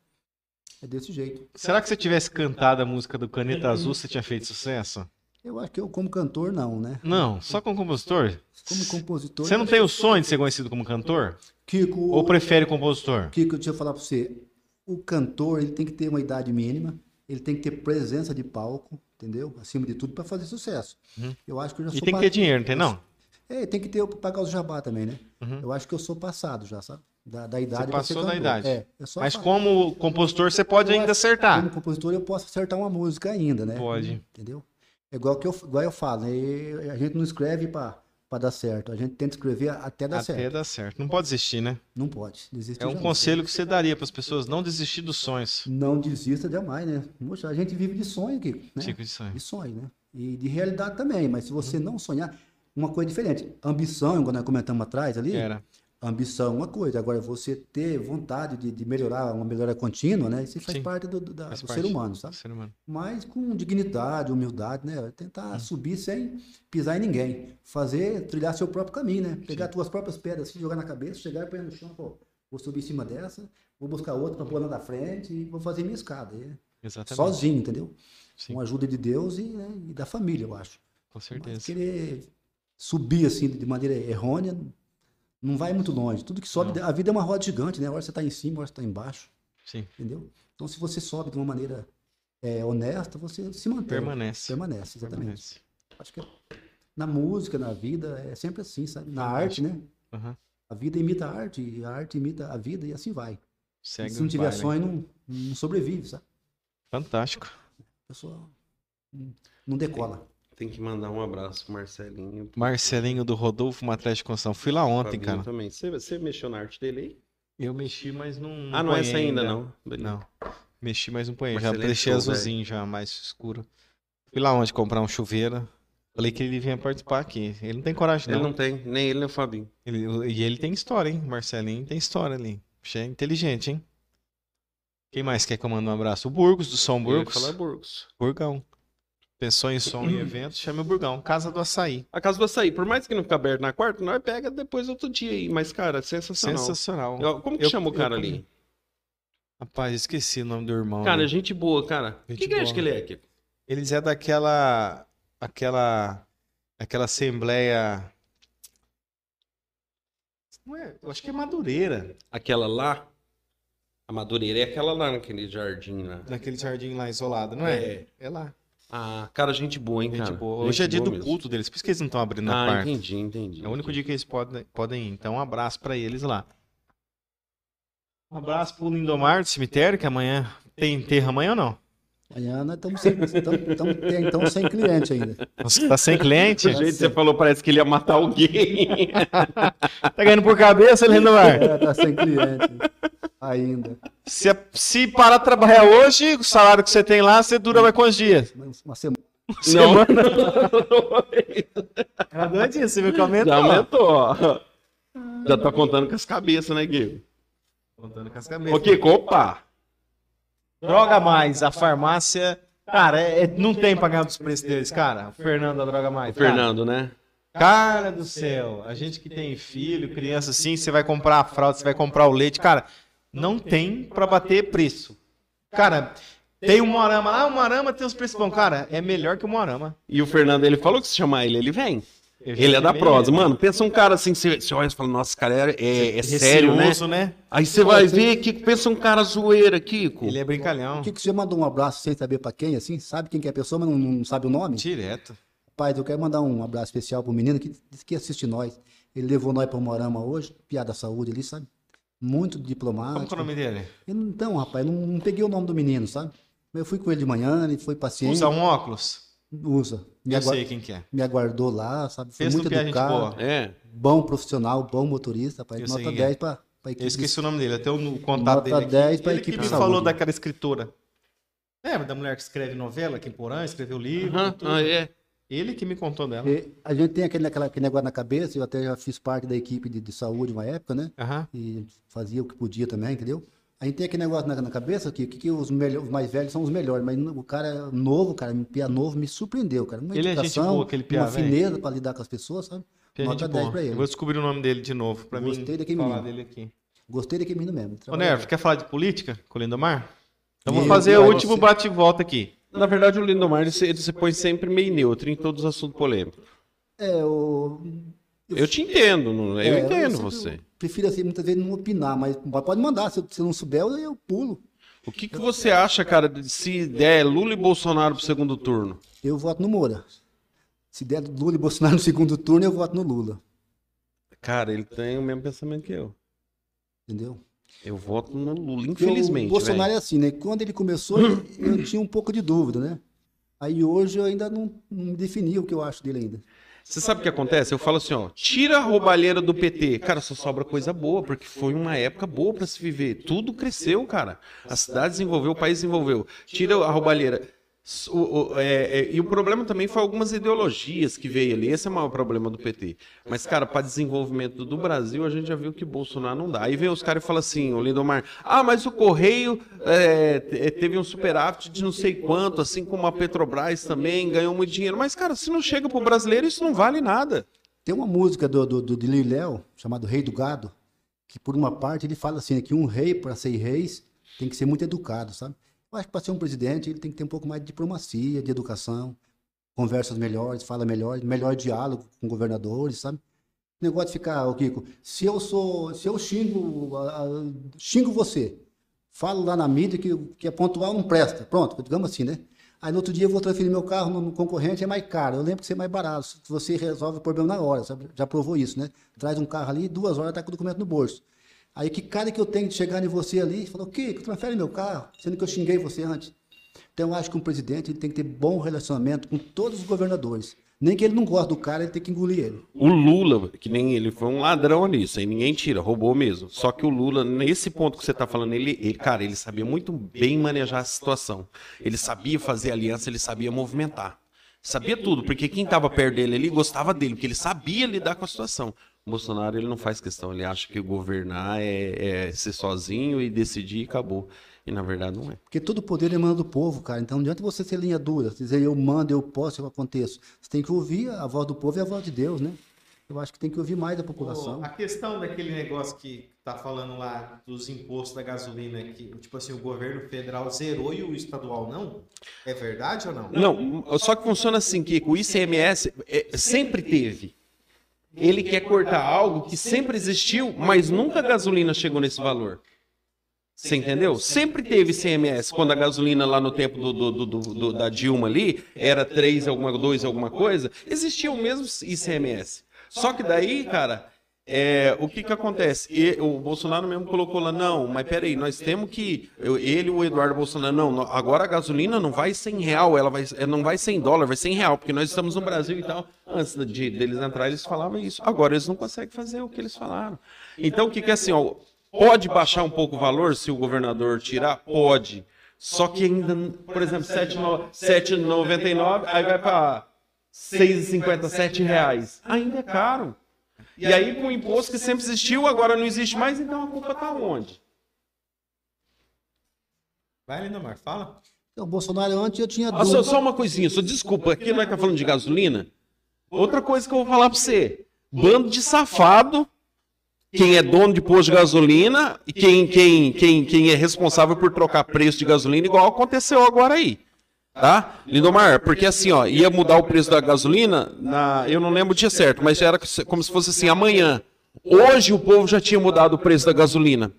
B: É desse jeito.
A: Será que se você tivesse cantado a música do Caneta Azul, você tinha feito sucesso?
B: Eu acho que eu, como cantor, não, né?
A: Não, só como compositor.
B: Como compositor.
A: Você não tem o sonho de ser conhecido como cantor?
B: Kiko,
A: Ou prefere compositor?
B: Kiko, deixa eu falar para você. O cantor, ele tem que ter uma idade mínima, ele tem que ter presença de palco, entendeu? Acima de tudo, para fazer sucesso. Eu acho que eu já
A: Uhum. E
B: sou
A: tem que
B: pa-
A: ter dinheiro, não tem não?
B: É, tem que ter pra pagar os jabá também, né? Eu acho que eu sou passado já, sabe? Da, da idade. pra ser
A: Uhum. passou da
B: cantor.
A: idade.
B: É, eu só
A: Mas
B: pa-
A: como compositor, você pode ainda acertar.
B: Como compositor, eu posso acertar uma música ainda, né?
A: Pode.
B: Entendeu? É igual que eu, igual eu falo, né? E A gente não escreve pra, pra dar certo, a gente tenta escrever até dar
A: Até
B: certo.
A: dá certo. Não pode desistir, né?
B: Não pode. Desistir
A: É um
B: jamais.
A: conselho que você daria para as pessoas não desistir dos sonhos.
B: Não desista jamais, né? Poxa, a gente vive de sonho aqui, né?
A: Tipo de sonho. Uhum.
B: De sonho, né? E de realidade também, mas se você não sonhar, uma coisa diferente. Ambição, igual nós comentamos atrás ali,
A: Era.
B: ambição é uma coisa. Agora, você ter vontade de, de melhorar, uma melhora contínua, né? Isso faz
A: Sim.
B: parte do, do- da-
A: Faz
B: do
A: parte.
B: ser humano, sabe?
A: Ser humano.
B: Mas com dignidade, humildade, né? Tentar subir sem pisar em ninguém. Fazer, trilhar seu próprio caminho, né? Pegar tuas próprias pedras, se jogar na cabeça, chegar e pôr no chão, pô, vou subir em cima dessa, vou buscar outra pra pôr na da frente e vou fazer minha escada. E- é
A: Exatamente.
B: sozinho, entendeu?
A: Sim.
B: Com a ajuda de Deus e, né, e da família, eu acho.
A: Com
B: Mas
A: certeza.
B: querer subir assim de maneira errônea não vai muito longe. Tudo que sobe, a vida é uma roda gigante, né? A hora você está em cima, a hora você está embaixo,
A: Sim.
B: entendeu? Então, se você sobe de uma maneira é, honesta, você se mantém.
A: Permanece.
B: Permanece, exatamente.
A: Permanece.
B: Acho que é- na música, na vida, é sempre assim, sabe? Na arte, né?
A: Aham.
B: A vida imita a arte, e a arte imita a vida, e assim vai.
A: Segue
B: se não
A: o
B: tiver
A: baile.
B: sonho, não, não sobrevive, sabe?
A: Fantástico.
B: A pessoa não- não decola.
C: Tem que mandar um abraço pro Marcelinho.
A: Marcelinho do Rodolfo Matriz de Construção. Fui lá ontem,
C: Fabinho
A: cara.
C: Também. Você, você mexeu na arte dele aí?
A: Eu mexi, mas não.
C: ah, não é
A: ponhei
C: essa ainda, não.
A: Não. Mexi, mas não ponhei. Já
C: Marcelinho
A: deixei
C: show, velho.
A: azulzinho, já mais escuro. Fui lá onde comprar um chuveiro. Falei que ele vinha participar aqui. Ele não tem coragem,
C: Ele
A: não.
C: não tem, nem ele nem o Fabinho.
A: Ele- e ele tem história, hein? Marcelinho tem história ali. Achei inteligente, hein? Quem mais quer que eu mande um abraço? O Burgos, do São
C: Eu ia
A: Burgos.
C: falar Burgos.
A: Burgão. Pensou em som
C: Uhum.
A: e evento? Chame o Burgão. Casa do Açaí.
C: A casa do açaí, por mais que não fique aberto na quarta, nós pega depois outro dia aí. Mas, cara, sensacional.
A: Sensacional.
C: Eu- Como que
A: Eu-
C: chama o
A: eu
C: cara
A: comi.
C: ali?
A: Rapaz, esqueci o nome do irmão.
C: Cara,
A: né?
C: gente boa, cara.
A: Gente
C: que igreja
A: boa.
C: que ele é aqui?
A: Eles é daquela. Aquela. Aquela assembleia. Não é? Eu acho que é Madureira.
C: Aquela lá? A Madureira é aquela lá naquele jardim lá.
A: Naquele jardim lá isolado, não é? É, lá.
C: Ah, cara, gente boa, hein,
A: Gente
C: cara?
A: boa.
C: Gente
A: Hoje é dia
C: boa
A: do
C: mesmo.
A: culto deles, por isso que eles não estão abrindo na
C: Ah,
A: quarta.
C: entendi, entendi.
A: É o único dia que eles podem, podem ir. Então, um abraço pra eles lá. Um abraço pro Lindomar do cemitério, que amanhã tem enterro amanhã ou não?
B: Amanhã nós estamos sem, estamos- estamos até então sem cliente ainda.
A: Você tá sem cliente?
C: Do jeito que você falou, parece que ele ia matar alguém.
A: [LAUGHS] Tá ganhando por cabeça, Lindomar?
B: É, tá sem cliente ainda.
A: Se, se parar de trabalhar hoje, o salário que você tem lá, você dura mais quantos dias?
B: Mas Uma semana.
A: Semana. [LAUGHS] Era dois dias, você viu que aumentou.
C: [LAUGHS] Já aumentou, ó. Já tá contando com as cabeças, né, Gui?
A: Contando com as
C: Ô,
A: cabeças.
C: Kiko, opa!
A: Droga mais, a farmácia... Cara, é- é- não tem pra ganhar dos preços deles, cara. O Fernando da Droga Mais.
C: O Fernando, né?
A: Cara do céu, a gente que tem filho, criança assim, você vai comprar a fralda, você vai comprar o leite, cara, não tem pra bater preço. Cara, tem um Morama lá, o Morama tem os preços bons. Cara, é melhor que o Morama.
C: E o Fernando, ele falou que se chamar ele, ele vem.
A: Eu
C: Ele é da
A: chamei
C: prosa. Mano, pensa um cara assim, você você olha e fala, nossa, esse cara é, é- é sério, né?
A: Receoso, né?
C: Aí você vai ver, Kiko, pensa um cara zoeira, Kiko.
A: Ele é brincalhão.
B: O que, que você mandou um abraço sem saber pra quem, assim? Sabe quem que é a pessoa, mas não, não sabe o nome?
A: Direto.
B: Pai, eu quero mandar um abraço especial pro menino que disse que assiste nós. Ele levou nós pra Morama hoje, piada da saúde ali, sabe? Muito
A: Como que é o
B: diplomático.
A: nome dele?
B: Eu não- Então, rapaz, não, não peguei o nome do menino, sabe? Mas Eu fui com ele de manhã, ele foi paciente.
A: Usa um óculos?
B: Usa. Me,
A: Eu
B: agua-
A: sei quem que é.
B: me aguardou lá, sabe? Foi
A: Pensa no
B: muito
A: que é gente
B: educado.
A: boa.
C: É.
B: bom profissional, bom motorista, rapaz.
A: Eu sei
B: nota
A: quem é.
B: 10 para a equipe.
A: Eu esqueci o nome dele, até o contato
B: Nota
A: dele. aqui.
B: 10 pra
A: Ele
B: equipe
A: que me
B: de
A: falou
B: saúde.
A: daquela escritora. É, da mulher que escreve novela aqui em Porã, escreveu livro.
C: Aham,
A: tudo.
C: ah, é.
A: Ele que me contou dela.
B: E a gente tem aquele, aquela- aquele negócio na cabeça, eu até já fiz parte da equipe de, de saúde uma época, né?
A: Aham.
B: E fazia o que podia também, entendeu? A gente tem aquele negócio na, na cabeça que, que, que os, melho- os mais velhos são os melhores, mas o cara novo, cara, um piá novo, me surpreendeu, cara. Uma
A: Ele é gente
B: educação,
A: boa, aquele piá,
B: uma
A: velho.
B: fineza para lidar com as pessoas, sabe?
A: Que gente
B: Nota
A: boa.
B: 10 pra ele.
A: Eu vou descobrir o nome dele de novo, pra
B: Gostei
A: mim
B: daquele Então é
A: falar
B: menino.
A: dele aqui.
B: Gostei daquele menino mesmo.
A: Ô,
B: trabalhou.
A: Nervo, quer falar de política com o Lindomar? Então vamos
B: Meu
A: fazer o
B: Deus,
A: último
B: você-
A: bate e volta aqui.
C: Na verdade, o Lindomar, ele se, ele se põe sempre meio neutro em todos os assuntos polêmicos.
B: É, o...
C: Eu te entendo, não- eu
B: é,
C: entendo
B: sempre
C: você.
B: Prefiro, assim, muitas vezes não opinar, mas mas pode mandar, se eu, se eu não souber, eu, eu pulo.
C: O que, que você acha, cara, de- se der Lula e Bolsonaro pro segundo turno?
B: Eu voto no Moura. Se der Lula e Bolsonaro no segundo turno, eu voto no Lula.
C: Cara, ele tem o mesmo pensamento que eu.
B: Entendeu?
C: Eu voto no Lula,
B: Porque
C: infelizmente.
B: O Bolsonaro
C: velho.
B: é assim, né? Quando ele começou, eu tinha um pouco de dúvida, né? Aí hoje eu ainda não, não defini o que eu acho dele ainda.
C: Você sabe o que acontece? Eu falo assim, ó, tira a roubalheira do PT. Cara, só sobra coisa boa, porque foi uma época boa pra se viver. Tudo cresceu, cara. A cidade desenvolveu, o país desenvolveu. Tira a roubalheira. S- o- o- é, é, e o problema também foi algumas ideologias que veio ali. Esse é o maior problema do PT. Mas, cara, para desenvolvimento do Brasil, a gente já viu que Bolsonaro não dá. Aí vem os caras e falam assim, o Lindomar, ah, mas o Correio é, te- é, teve um superávit de não sei quanto, assim como a Petrobras também, ganhou muito dinheiro. Mas, cara, se não chega pro brasileiro, isso não vale nada.
B: Tem uma música do, do, do de Lei Léo, chamado Rei do Gado, que por uma parte ele fala assim, né, que um rei, para ser rei, tem que ser muito educado, sabe? Eu acho que para ser um presidente, ele tem que ter um pouco mais de diplomacia, de educação, conversas melhores, fala melhor, melhor diálogo com governadores, sabe? Negócio de ficar, ô Kiko, se eu sou, se eu xingo, a- a- xingo você, falo lá na mídia que, que é pontual não presta, pronto, digamos assim, né? Aí no outro dia eu vou transferir meu carro no, no concorrente, é mais caro. Eu lembro que você é mais barato. se Você resolve o problema na hora, sabe? já provou isso, né? Traz um carro ali, duas horas tá com o documento no bolso. Aí que cara que eu tenho de chegar em você ali e falar, o Kiko, transfere meu carro, sendo que eu xinguei você antes. Então eu acho que um presidente ele tem que ter bom relacionamento com todos os governadores. Nem que ele não goste do cara, ele tem que engolir ele.
C: O Lula, que nem ele, foi um ladrão nisso, aí ninguém tira, roubou mesmo. Só que o Lula, nesse ponto que você tá falando, ele, ele- cara, ele sabia muito bem manejar a situação. Ele sabia fazer aliança, ele sabia movimentar. Sabia tudo, porque quem tava perto dele ali gostava dele, porque ele sabia lidar com a situação. O Bolsonaro, ele não faz questão, ele acha que governar é, é ser sozinho e decidir e acabou. E na verdade não é.
B: Porque todo poder emana do povo, cara. Então não adianta você ser linha dura, dizer eu mando, eu posso, eu aconteço. Você tem que ouvir a voz do povo e a voz de Deus, né? Eu acho que tem que ouvir mais a população.
A: Ô, A questão daquele negócio que tá falando lá dos impostos da gasolina, que, tipo assim, o governo federal zerou e o estadual não? É verdade ou não?
C: Não, só que funciona assim, que o ICMS é, sempre teve. Ele quer cortar algo que sempre existiu, mas nunca a gasolina chegou nesse valor. Você entendeu? Sempre teve ICMS. Quando a gasolina lá no tempo do, do- do- do- do- da Dilma ali era 3, alguma, 2, alguma coisa, existia o mesmo ICMS. Só que daí, cara, é, o que que acontece? E- o Bolsonaro mesmo colocou lá, não, mas peraí, nós temos que, eu- ele o Eduardo Bolsonaro, não, no- agora a gasolina não vai 100 real, ela vai, ela não vai 100 dólar, vai 100 real, porque nós estamos no Brasil e tal. Antes de, deles entrar, eles falavam isso. Agora eles não conseguem fazer o que eles falaram. Então, o que que é assim, ó, pode baixar um pouco o valor se o governador tirar? Pode. Só que ainda, por exemplo, 7 no- 7,99, aí vai para 6,50, 7 reais. Ainda é caro. E aí, com o imposto que sempre existiu, agora não existe mais, então a culpa tá onde?
A: Vai, Lindomar, fala.
B: Então, o Bolsonaro antes eu tinha
C: Ah, só,
B: dúvida.
C: só uma coisinha, só desculpa, aqui nós tá falando de gasolina. Outra coisa que eu vou falar pra você: bando de safado, quem é dono de posto de gasolina e quem, quem, quem, quem é responsável por trocar preço de gasolina, igual aconteceu agora aí. Tá? Lindomar, porque assim, ó, ia mudar o preço da gasolina, na, eu não lembro o dia certo, mas era como se fosse assim, amanhã. Hoje o povo já tinha mudado o preço da gasolina.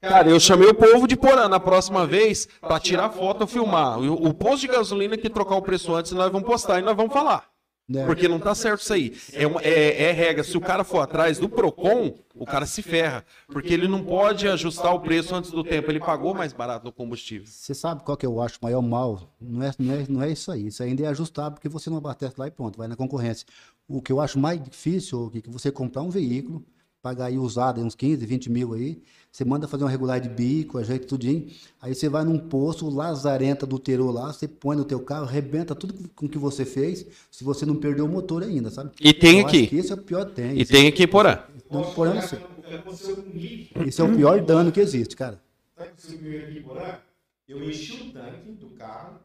C: Cara, eu chamei o povo de Porã na próxima vez pra tirar foto ou filmar. O, o posto de gasolina que trocar o preço antes, nós vamos postar e nós vamos falar.
B: Né?
C: Porque não tá certo isso aí. É, uma- é- é regra. Se o cara for atrás do PROCON, o cara se ferra. Porque ele não pode ajustar o preço antes do tempo. Ele pagou mais barato no combustível.
B: Você sabe qual que eu acho o maior mal? Não é, não, é, não é isso aí. Isso ainda é ajustável, porque você não abastece lá e pronto, vai na concorrência. O que eu acho mais difícil é que você comprar um veículo, pagar aí usado aí uns 15, 20 mil aí, você manda fazer uma regular de bico, ajeita tudinho, aí você vai num posto lazarenta do terô lá, você põe no teu carro, arrebenta tudo com o que você fez, se você não perdeu o motor ainda, sabe?
C: E tem
B: Eu acho
C: aqui.
B: que esse é o pior tem.
C: E tem aqui em Porã.
B: Não, porém, não sei.
A: O que aconteceu comigo?
B: Esse é o pior dano que existe, cara.
A: Sabe o que aconteceu aqui, Porã? Eu enchi o tanque do carro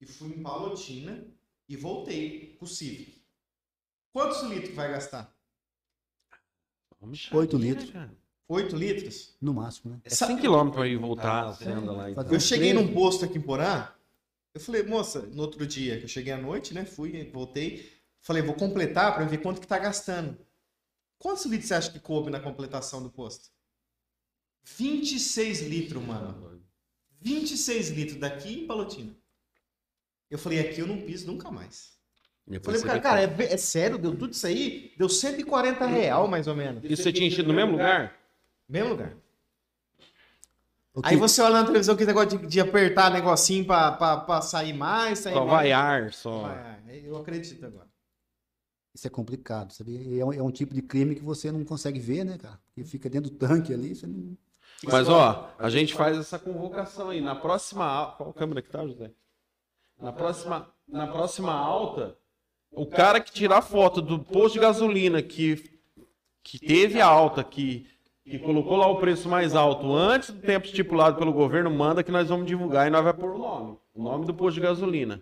A: e fui em Palotina e voltei com o Civic. Quantos litros vai gastar?
B: Oito litros.
A: Oito litros?
B: No máximo, né?
C: É 100 quilômetros aí voltar, você anda lá. e tal.
A: Eu cheguei num posto aqui em Porá, eu falei, moça, no outro dia, que eu cheguei à noite, né? Fui, voltei, falei, vou completar pra ver quanto que tá gastando. Quantos litros você acha que coube na completação do posto? 26 litros, mano. 26 litros daqui em Palotina. Eu falei, aqui eu não piso nunca mais. Eu falei,
C: Depois
A: pro cara,
C: você
A: cara, é, ve- é sério? Deu tudo isso aí? Deu 140 real, mais ou menos.
C: E você tinha enchido é no mesmo lugar?
A: Mesmo lugar.
B: O que-
A: Aí você olha na televisão que negócio de, de apertar negocinho pra, pra, pra sair mais, sair
C: Só
A: mais.
C: vai ar, só.
A: Vai, vai. Eu acredito
B: [LAUGHS]
A: agora.
B: Isso é complicado, sabe? É um, é um tipo de crime que você não consegue ver, né, cara? E fica dentro do tanque ali, você não...
C: Mas ó, a gente faz essa convocação aí. Na próxima aula. Qual câmera que tá, José? Na próxima, na próxima alta, o cara que tirar foto do posto de gasolina que, que teve a alta, que, que colocou lá o preço mais alto antes do tempo estipulado pelo governo, manda que nós vamos divulgar e nós vai pôr o nome. O nome do posto de gasolina.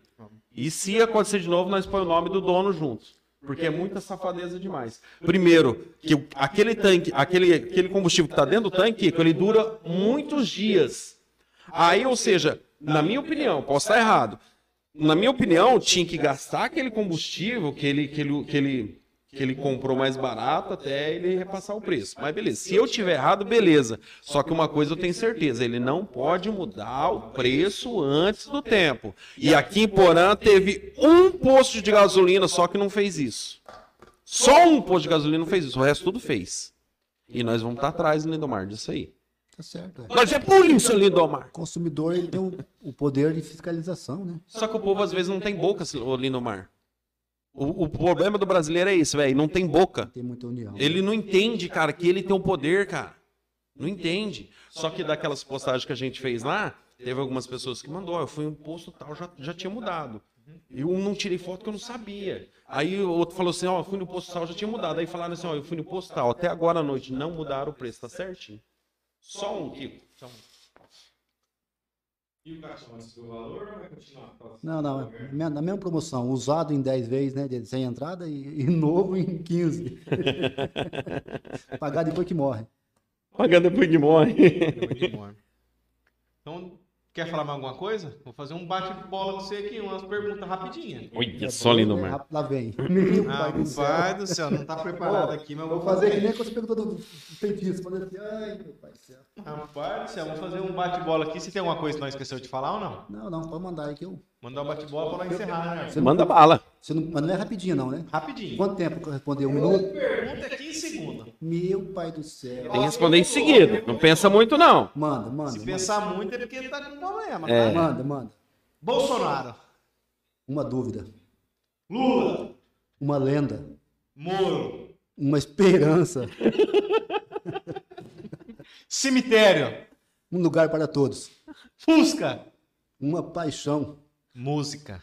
C: E se acontecer de novo, nós põe o nome do dono junto. Porque é muita safadeza demais. Primeiro, que o- aquele tanque, aquele, aquele combustível que está dentro do tanque, Kiko, ele dura muitos dias. Aí, ou seja, na minha opinião, posso estar errado. Na minha opinião, tinha que gastar aquele combustível que ele, que ele, que ele, que ele comprou mais barato até ele repassar o preço. Mas beleza, se eu tiver errado, beleza. Só que uma coisa eu tenho certeza, ele não pode mudar o preço antes do tempo. E aqui em Porã teve um posto de gasolina só que não fez isso. Só um posto de gasolina não fez isso, o resto tudo fez. E nós vamos estar atrás, Lindomar, disso aí.
B: Tá certo. é.
C: Nós é polícia, Lindomar.
B: O consumidor ele tem o, o poder de fiscalização, né?
C: Só que o povo às vezes não tem boca, ô Lindomar. O, o problema do brasileiro é isso, velho. Não tem boca.
B: Tem muita união.
C: Ele não entende, cara, que ele tem o poder, cara. Não entende. Só que daquelas postagens que a gente fez lá, teve algumas pessoas que mandou, ó, eu fui em um posto tal, já, já tinha mudado. Eu não tirei foto que eu não sabia. Aí o outro falou assim, ó, eu fui no posto tal, já tinha mudado. Aí falaram assim, ó, eu fui no posto tal, até agora à noite não mudaram o preço, tá certinho? Só um, Kiko.
A: Só um. E o caixão vai subir o valor ou vai continuar?
B: Não, não. é me- Na mesma promoção, usado em 10 vezes, né? de- Sem entrada e, e novo em 15. Pagar depois que morre.
C: Pagando depois que morre.
A: Então, quer falar mais alguma coisa? Vou fazer um bate-bola com você aqui, umas perguntas rapidinhas.
C: Olha só, Lindomar.
B: É, Lá vem. Meu
A: Ah,
B: pai do céu.
A: Rapaz do céu, não tá preparado aqui, mas eu
B: Vou fazer que nem quando você perguntou do do feitiço. Falei assim, ai, meu pai do céu.
A: Rapaz do céu, vamos fazer um bate-bola aqui. Se tem alguma coisa que nós esqueceu de falar ou não?
B: Não, não, pode mandar aí que eu.
A: Mandar um bate-bola pra nós encerrar, né? Arthur?
C: Manda bala.
B: Você não, mas não é rapidinho, não, né?
A: Rapidinho.
B: Quanto tempo que eu respondi? Um minuto?
A: Pergunta é 15 segundos.
B: Meu pai do céu.
C: Tem que responder em seguida. Não pensa muito, não.
B: Manda, manda.
A: Se
B: manda,
A: pensar muito é porque ele tá com problema.
C: É.
A: tá?
B: manda, manda.
A: Bolsonaro,
B: Uma dúvida.
A: Lula,
B: Uma lenda.
A: Moro,
B: Uma esperança.
A: cemitério,
B: Um lugar para todos.
A: Fusca,
B: Uma paixão.
A: música,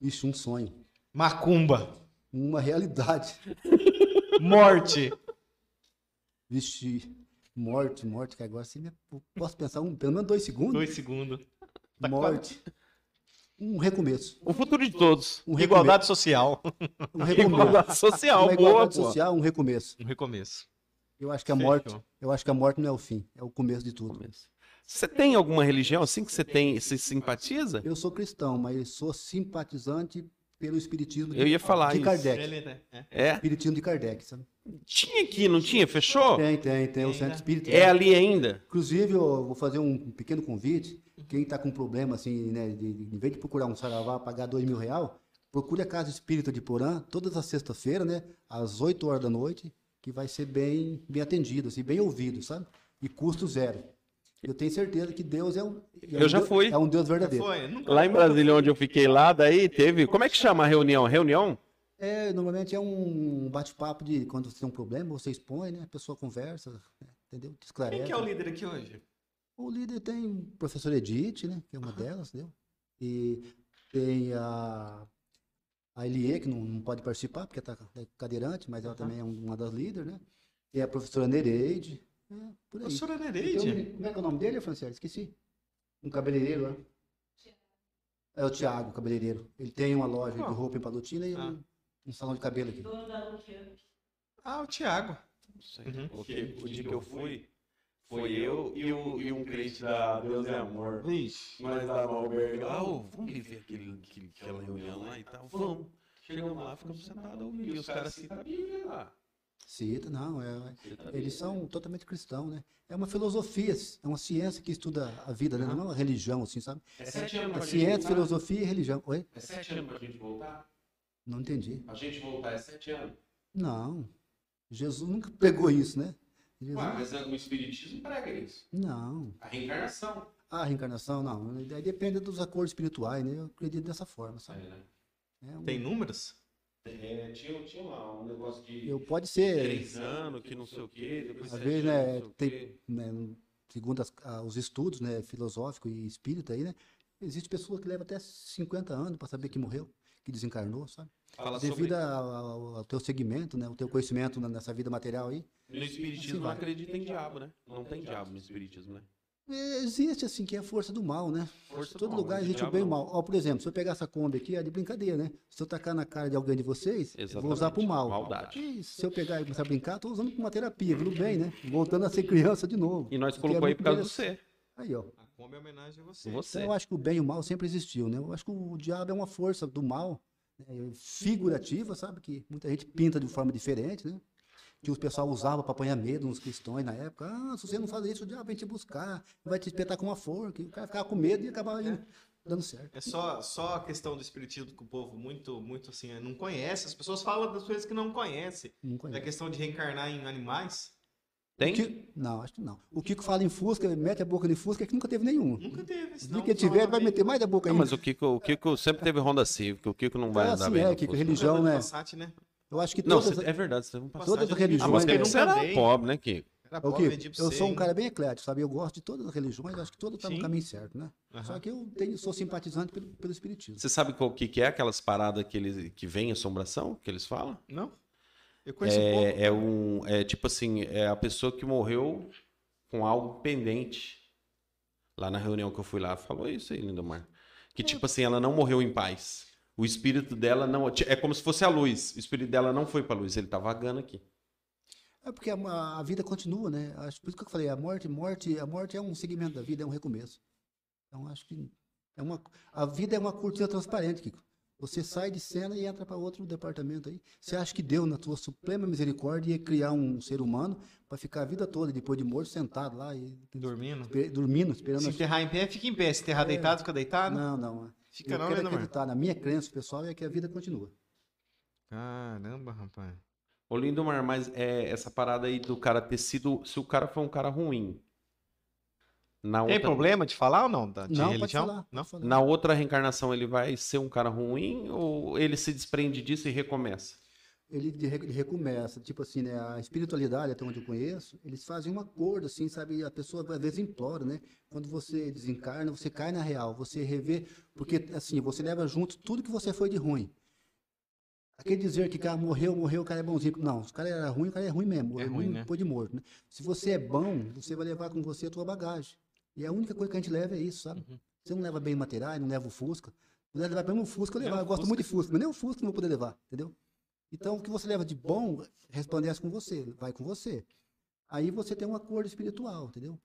B: Isso, um sonho.
A: macumba,
B: Uma realidade.
A: morte,
B: Vixe, morte, morte, que agora você me... eu posso pensar um, pelo menos dois segundos?
A: dois segundos,
C: tá
B: morte. Um recomeço.
C: O futuro de todos.
B: Um
A: igualdade social,
B: Um recomeço.
C: Igualdade [LAUGHS] social,
B: Uma
C: boa,
B: igualdade
C: pô.
B: social, um recomeço.
A: um recomeço.
B: Eu acho que a
A: Fechou.
B: morte, eu acho que a morte não é o fim, é o começo de tudo.
C: Você tem alguma religião assim que você tem, se simpatiza?
B: Eu sou cristão, mas sou simpatizante pelo espiritismo de,
C: Eu ia falar
B: de
C: isso.
B: Kardec.
A: É.
C: É.
B: Espiritismo de Kardec, sabe?
C: Tinha aqui, não tinha? Fechou?
B: Tem, tem, tem o centro
A: né?
B: espírita.
C: É ali ainda.
B: Inclusive, eu vou fazer um pequeno convite. Quem está com problema, assim, né, de, de- em vez de procurar um saravá, pagar dois mil real, procure a Casa Espírita de Porã, todas as sextas-feiras, né, às 8 horas da noite, que vai ser bem, bem atendido, assim, bem ouvido, sabe? E custo zero. Eu tenho certeza que Deus é um, é
C: Eu
B: um
C: já
B: Deus-
C: fui.
B: é um Deus verdadeiro.
A: Foi, nunca
C: Lá em Brasília, onde eu fiquei lá, daí teve. Como é que chama a reunião? Reunião?
B: É, normalmente é um bate-papo de quando você tem um problema, você expõe, né? A pessoa conversa, né, entendeu? Te
A: Quem
B: esclarece.
A: que é o líder aqui hoje?
B: O líder tem o professor Edith, né? Que é uma delas, entendeu? E tem a, a Elie, que não, não pode participar, porque está cadeirante, mas ela também é uma das líderes, né? E a professora Nereide, é, por aí.
A: Professora
B: Tem um
A: Nereide.
B: menino- como é que é o nome dele, Franciele? Esqueci. Um cabeleireiro lá. É o Thiago, cabeleireiro. Ele tem uma loja
A: Ah.
B: de roupa em Palotina e
A: Ah.
B: um, um salão de cabelo aqui.
A: Ah, o Thiago. Uhum.
C: O, que- o dia que eu fui, foi eu e, o- e um crente da Deus é Amor.
A: Vixe.
C: Nós lá no albergue lá, ô, vamos viver aquele, aquele- aquela reunião lá e tal. Vamos. Chegamos lá, ficamos sentados ouvindo. E os caras citam a Bíblia lá.
B: Cita, não, é,
C: Citam a Bíblia.
B: Eles são totalmente cristãos, né? É uma filosofia, é uma ciência que estuda a vida, né? Não é uma religião, assim, sabe?
C: É sete anos
B: É
C: pra
B: ciência,
C: gente voltar.
B: filosofia e religião. Oi?
C: É sete anos pra gente voltar.
B: Não entendi.
C: A gente voltar é sete anos.
B: Não. Jesus nunca pegou isso, né? Jesus-
C: Ué, mas é o Espiritismo prega isso.
B: Não.
C: A reencarnação.
B: Ah, reencarnação, não. Daí depende dos acordos espirituais, né? Eu acredito dessa forma, sabe?
C: né?
B: É um-
A: Tem números?
C: É, tinha, tinha lá um negócio de
B: Eu pode ser,
C: três anos, que não sei o quê, depois
B: às
C: sete
B: vezes,
C: anos,
B: né?
C: é, não sei o
B: Tem,
C: quê.
B: né, segundo as- ah, os estudos, né, filosófico e espírita aí, né? Existe pessoa que leva até 50 anos para saber que morreu, que desencarnou, sabe?
C: Fala
B: Devido
C: sobre...
B: a- ao, ao teu segmento, né? O teu conhecimento na- nessa vida material aí.
C: No
B: Assim
C: espiritismo não acredita em diabo, né? Não tem diabo no espiritismo, né?
B: É, Existe, assim, que é a força do mal, né?
C: Força do
B: Todo
C: mal,
B: lugar
C: mas o
B: existe o
C: diabo
B: bem e o
C: não.
B: mal. Ó, por exemplo, se eu pegar essa Kombi aqui, é de brincadeira, né? Se eu tacar na cara de alguém de vocês, eu vou usar pro
C: Exatamente.
B: mal.
C: Maldade.
B: E se eu pegar e começar a brincar, tô usando pra uma terapia, viu bem, né? Voltando a ser criança de novo.
C: E nós
B: Porque é
C: colocou aí
B: muito
C: por causa do
B: interessante.
C: C.
B: Aí, ó.
A: A Kombi é homenagem a você.
C: Você.
B: Então, eu acho que o bem e o mal sempre existiu, né? Eu acho que o diabo é uma força do mal, né? figurativa, sabe? Que muita gente pinta de forma diferente, né? Que o pessoal usava para apanhar medo nos cristãos na época. Ah, se você não fazer isso, o diabo vem te buscar, vai te espetar com uma forca. E o cara ficava com medo e acabava indo- dando certo.
A: É só, só a questão do espiritismo que o povo muito, muito assim, não conhece. As pessoas falam das coisas que não conhecem.
B: Não
A: É a
B: conhece.
A: questão de reencarnar em animais.
C: Tem?
B: Que- Não, acho que não. O Kiko fala em Fusca, mete a boca de Fusca, que nunca teve nenhum.
A: Nunca teve.
B: Se
A: senão
B: que ele
A: falava
B: tiver, ele vai
A: bem.
B: meter mais da boca
C: Não,
B: ainda.
C: mas o Kiko, o Kiko sempre teve Honda Civic, o Kiko não vai
B: É
C: andar
B: assim,
C: bem.
B: é,
C: no
B: Kiko,
C: Fusca.
A: Nunca
B: religião,
A: andou de
B: né?
A: Passat, né?
B: Eu acho que
C: Não,
B: todas...
C: você- é verdade, você não passa.
B: Todas as
A: Passat eu tive.
C: Ah,
B: religiões-
C: mas
B: Eu
C: Kiko, você
A: nunca andei.
C: era pobre, né, Kiko?
A: Era
B: É o
A: pobre,
B: que
A: vendi pra
B: né? eu
A: você,
B: sou um
A: hein?
B: cara bem eclético, sabe? Eu gosto de todas as religiões, acho que todas estão
A: Sim.
B: no caminho certo, né?
A: Aham.
B: Só que eu tenho, sou simpatizante pelo, pelo espiritismo.
C: Você sabe qual que que é aquelas paradas que, eles, que vem assombração, que eles falam?
A: Não? Eu conheço um pouco.
C: É, é um, é tipo assim, é a pessoa que morreu com algo pendente. Lá na reunião que eu fui lá, falou isso aí, Lindomar. Que tipo assim, ela não morreu em paz. O espírito dela não. É como se fosse a luz. O espírito dela não foi pra luz, ele tá vagando aqui.
B: É porque a, a vida continua, né? Acho, por isso que eu falei, a morte, morte, a morte é um segmento da vida, é um recomeço. Então acho que é uma, a vida é uma cortina transparente, Kiko. Você sai de cena e entra para outro departamento aí. Você acha que Deus, na sua suprema misericórdia, ia criar um ser humano para ficar a vida toda, depois de morto, sentado lá e
A: Dormindo.
B: espe- dormindo, esperando
A: Se
B: a
A: enterrar em pé, fica em pé. Se enterrar deitado, fica deitado.
B: É. Não, não.
A: Fica
B: eu
A: não, né,
B: quero
A: Neymar?
B: acreditar. Na minha crença pessoal é que a vida continua.
A: Caramba, rapaz.
C: Ô Lindomar, mas é essa parada aí do cara ter sido. Se o cara foi um cara ruim. Na
A: Tem
C: outra,
A: problema de falar ou não? da- De
B: não, pode
A: religião?
B: falar. pode
A: Não?
B: falar.
C: na outra reencarnação ele vai ser um cara ruim ou ele se desprende disso e recomeça?
B: Ele, de- ele recomeça. Tipo assim, né? A espiritualidade, até onde eu conheço, eles fazem um acordo, assim, sabe? A pessoa às vezes implora, né? Quando você desencarna, você cai na real, você revê, porque assim, você leva junto tudo que você foi de ruim. Aquele dizer que cara morreu, morreu, o cara é bonzinho. Não, se o cara era ruim, o cara é ruim mesmo.
A: É
B: É
A: ruim,
B: ruim,
A: né?
B: depois de morto, né? Se você é bom, você vai levar com você a tua bagagem. E a única coisa que a gente leva é isso, sabe?
A: Uhum.
B: Você não leva bem materiais, não leva o Fusca. Puder levar mesmo o Fusca, eu
A: Nem o
B: levar. Eu gosto
A: Fusca.
B: muito de Fusca, mas nem o Fusca eu não vou poder levar, entendeu? Então, o que você leva de bom, resplandece com você, vai com você. Aí você tem um acordo espiritual, entendeu?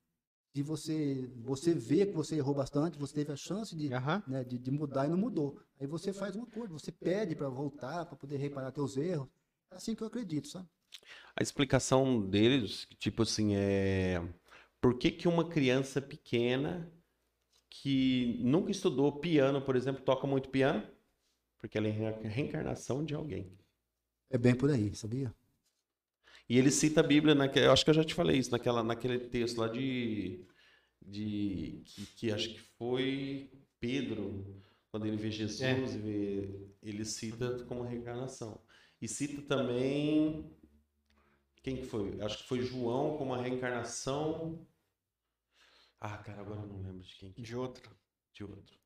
B: De você, você vê que você errou bastante, você teve a chance de,
A: Aham.
B: né, de, de mudar e não mudou. Aí você faz um acordo, você pede para voltar, para poder reparar teus erros. É assim que eu acredito, sabe?
C: A explicação deles, tipo assim, é por que, que uma criança pequena que nunca estudou piano, por exemplo, toca muito piano? Porque ela é reenca- reencarnação de alguém.
B: É bem por aí, sabia?
C: E ele cita a Bíblia, naque- eu acho que eu já te falei isso, naquela, naquele texto lá de, de que, que acho que foi Pedro, quando ele vê Jesus
A: É.
C: e vê, ele cita como reencarnação. E cita também, quem que foi? Acho que foi João como a reencarnação... Ah, cara, agora eu não lembro de quem que
A: De outro.
C: de outro.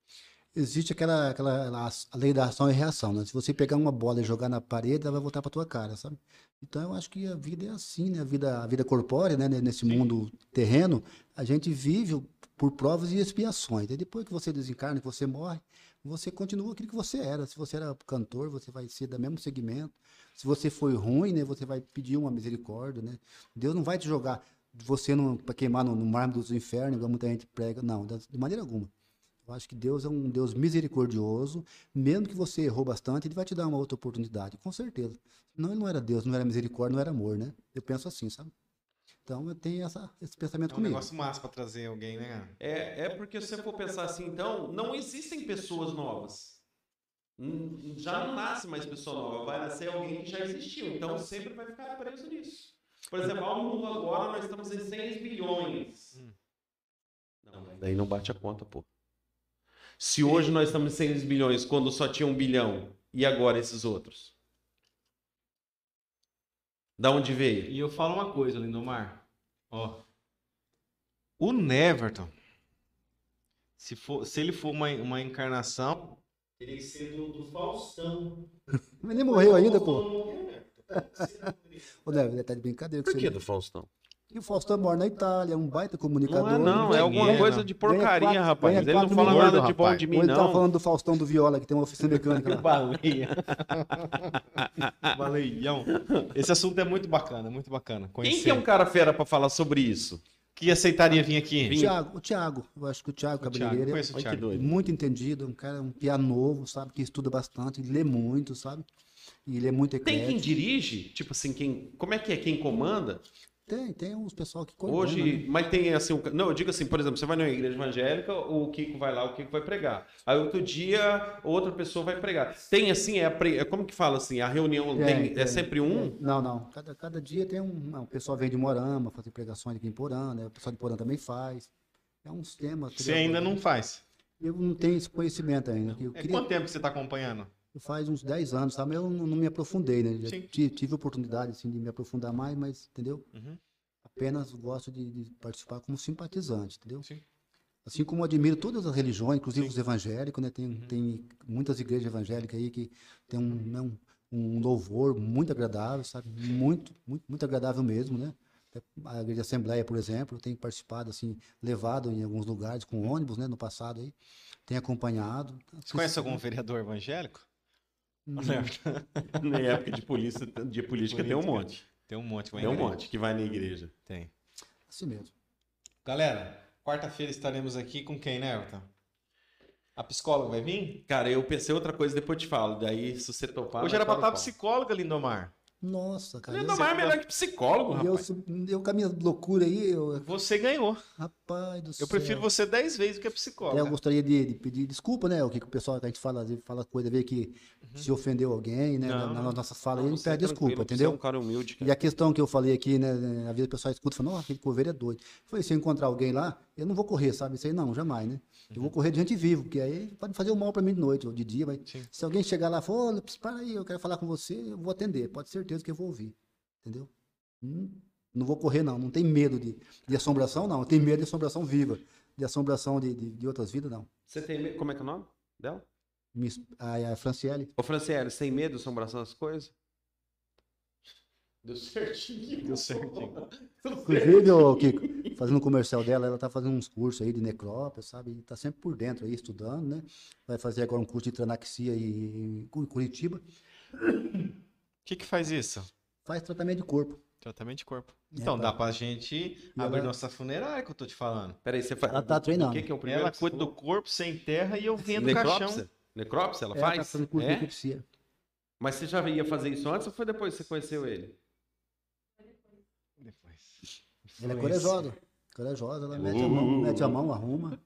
B: Existe aquela, aquela a lei da ação e reação, né? Se você pegar uma bola e jogar na parede, ela vai voltar para tua cara, sabe? Então eu acho que a vida é assim, né? A vida, a vida corpórea, né? Nesse mundo terreno, a gente vive por provas e expiações. E depois que você desencarna, que você morre, você continua aquilo que você era. Se você era cantor, você vai ser do mesmo segmento. Se você foi ruim, né? Você vai pedir uma misericórdia, né? Deus não vai te jogar você para queimar no, no mármore dos infernos, igual muita gente prega. Não, da- de maneira alguma. Eu acho que Deus é um Deus misericordioso. Mesmo que você errou bastante, Ele vai te dar uma outra oportunidade, com certeza. Não, Ele não era Deus, não era misericórdia, não era amor, né? Eu penso assim, sabe? Então eu tenho essa- esse pensamento
A: É um
B: comigo.
A: negócio massa pra trazer alguém, né, cara?
C: É, é porque se você for pensar assim, então, não existem pessoas novas. Hum, Já não nasce mais pessoa nova, vai nascer alguém que já existiu. Então sempre vai ficar preso nisso. Por exemplo, ao mundo agora nós estamos em 6 bilhões. Não, mas daí não bate a conta, pô. Se hoje nós estamos em 6 bilhões, quando só tinha um bilhão, e agora esses outros? Da onde veio?
A: E eu falo uma coisa, Lindomar. Ó. O Neverton Se, for, se ele for uma, uma encarnação, teria que ser do, do Faustão.
B: Mas nem morreu ainda, pô.
A: Faustão não quer, né?
B: Ô, Léo, ele tá de brincadeira com
C: Por que
B: você.
C: do Faustão?
B: E o Faustão mora na Itália, é um baita
C: Não
B: comunicador.
C: é, não.
B: Ele
C: É
B: ganha-
C: alguma
A: Ganha,
C: coisa
A: não.
C: de porcaria,
B: Ganha quatro-
C: rapaz.
B: ganha
C: Ele não
B: quatro
C: fala
A: milhões,
C: nada de bom
A: rapaz.
C: de
B: Ou
C: mim,
B: ele tava
C: não.
B: falando do Faustão do Viola, que tem uma oficina mecânica lá.
A: Baleia. [LAUGHS] Baleião. Esse assunto é muito bacana, muito bacana.
C: Quem
A: Conhecer.
C: que é um cara fera pra falar sobre isso?
A: que aceitaria vir aqui?
B: O Thiago, o Thiago, eu acho que o Thiago
A: Thiago,
B: Cabeleireiro
A: conheço o
C: Olha que
A: Thiago.
B: é
C: doido.
B: muito entendido, um cara, um piá novo, sabe, que estuda bastante, lê muito, sabe? E ele é muito
C: Tem quem
B: eclético.
C: dirige? Tipo assim, quem. Como é que é? Quem comanda?
B: Tem, tem uns pessoal que compõem, né?
C: Hoje, mas tem assim, um ca- não, eu digo assim, por exemplo, você vai numa igreja evangélica, o Kiko vai lá, o Kiko vai pregar. Aí outro dia, outra pessoa vai pregar. Tem assim, é, a pre- é como que fala assim, a reunião
B: Tem,
C: tem, é
B: tem. [LAUGHS]
C: sempre um?
B: Não, não. Cada, cada dia tem um. não, O pessoal vem de Morama, fazer pregações aqui em Porã, né? O pessoal de Porã também faz. É uns temas.
A: Você ainda
C: né?
A: não faz.
B: Eu não tenho esse conhecimento ainda. Eu
A: É
B: queria
A: quanto tempo que você está acompanhando?
B: faz uns 10 anos, sabe? Eu não, não me aprofundei, né? Já
A: Sim.
B: ti- tive oportunidade, assim, de me aprofundar mais, mas, entendeu?
A: Uhum.
B: Apenas gosto de, de participar como simpatizante, entendeu?
A: Sim.
B: Assim como admiro todas as religiões, inclusive
A: Sim. Uhum.
B: os evangélicos, né? Tem, tem muitas igrejas evangélicas aí que tem um, né, um, um louvor muito agradável, sabe? Muito, muito, muito agradável mesmo, né? A igreja Assembleia, por exemplo, eu tenho participado, assim, levado em alguns lugares com ônibus, né? No passado aí, tenho acompanhado.
A: Você conhece algum vereador evangélico?
C: Hum, Na época de polícia, de política tem um
A: Política.
C: monte.
A: Tem um monte. vai
C: Tem um
A: igreja.
C: monte que vai na igreja.
A: Tem.
B: Assim mesmo.
A: Galera, quarta-feira estaremos aqui com quem, né, Everton? A psicóloga vai vir?
C: Cara, eu pensei outra coisa, depois eu te falo. Daí, se você topar.
A: Hoje era
C: nós
A: pra estar a
C: fala, fala.
A: psicóloga, Lindomar.
B: Nossa, cara. eu-
C: Lindomar tá é melhor que psicólogo,
B: E eu,
C: rapaz.
B: sou- eu com a minha loucura aí, eu,
A: Você ganhou.
B: rapaz do céu.
A: Eu
C: é.
A: prefiro você 10 vezes do que a
B: Até eu
A: psicóloga.
B: gostaria de, de pedir desculpa, né? O que, que o pessoal que a gente fala, às vezes fala coisa, vê que
C: Uhum.
B: se ofendeu alguém, né?
A: Não,
B: na,
A: não.
B: nas nossas falas, a gente
C: Você é
B: pede desculpa,
C: tranquilo, você é
B: entendeu?
C: um cara humilde,
B: E
C: cara.
B: a questão que eu falei aqui, né? Às vezes o pessoal escuta e fala, não, aquele coveiro é doido. Eu falei, se eu encontrar alguém lá, eu não vou correr, sabe? Isso aí não, jamais, né? Eu vou correr de gente vivo, porque aí pode fazer o mal pra mim de noite ou de dia, mas
A: Sim.
B: se alguém chegar lá e falar, olha, ps, para aí, eu quero falar com você, eu vou atender, pode ter certeza que eu vou ouvir, entendeu? Hum, Não vou correr, não, não tem medo de, de assombração, não, tem medo de assombração viva, de assombração de, de, de outras vidas, não.
C: Você tem medo. Como é que é o nome dela?
B: Miss- A, a Franciele,
C: Ô, Franciele, você tem medo de assombração das coisas? Deu certinho.
A: Deu
B: [LAUGHS]
A: certinho.
B: inclusive, ô,
C: [LAUGHS]
B: Kiko, fazendo o comercial dela, ela tá fazendo uns cursos aí de necrópia, sabe? E tá sempre por dentro aí, estudando, né? Vai fazer agora um curso de tranaxia em Cu- Curitiba,
A: O que, que faz isso?
B: faz tratamento de corpo.
A: Tratamento de corpo.
B: É,
A: Então,
B: tá.
A: dá pra gente
B: E
A: abrir
B: ela-
A: nossa funerária que eu tô te falando.
C: Peraí, você faz.
B: Ela tá treinando.
C: O que, que é o primeiro?
A: Ela
C: que você
A: cuida do
C: falou?
A: corpo sem terra e eu vendo o caixão.
C: Necrópsia? Necrópsia, ela
B: Ela tá
C: faz?
B: fazendo curso de
C: É?
B: necropsia.
C: Mas você já ia fazer isso antes ou foi depois que você conheceu ele?
A: Depois.
B: Ela é
A: Influência.
B: corajosa. Corajosa, ela mete, a mão,
C: Uh.
B: mete a mão, arruma.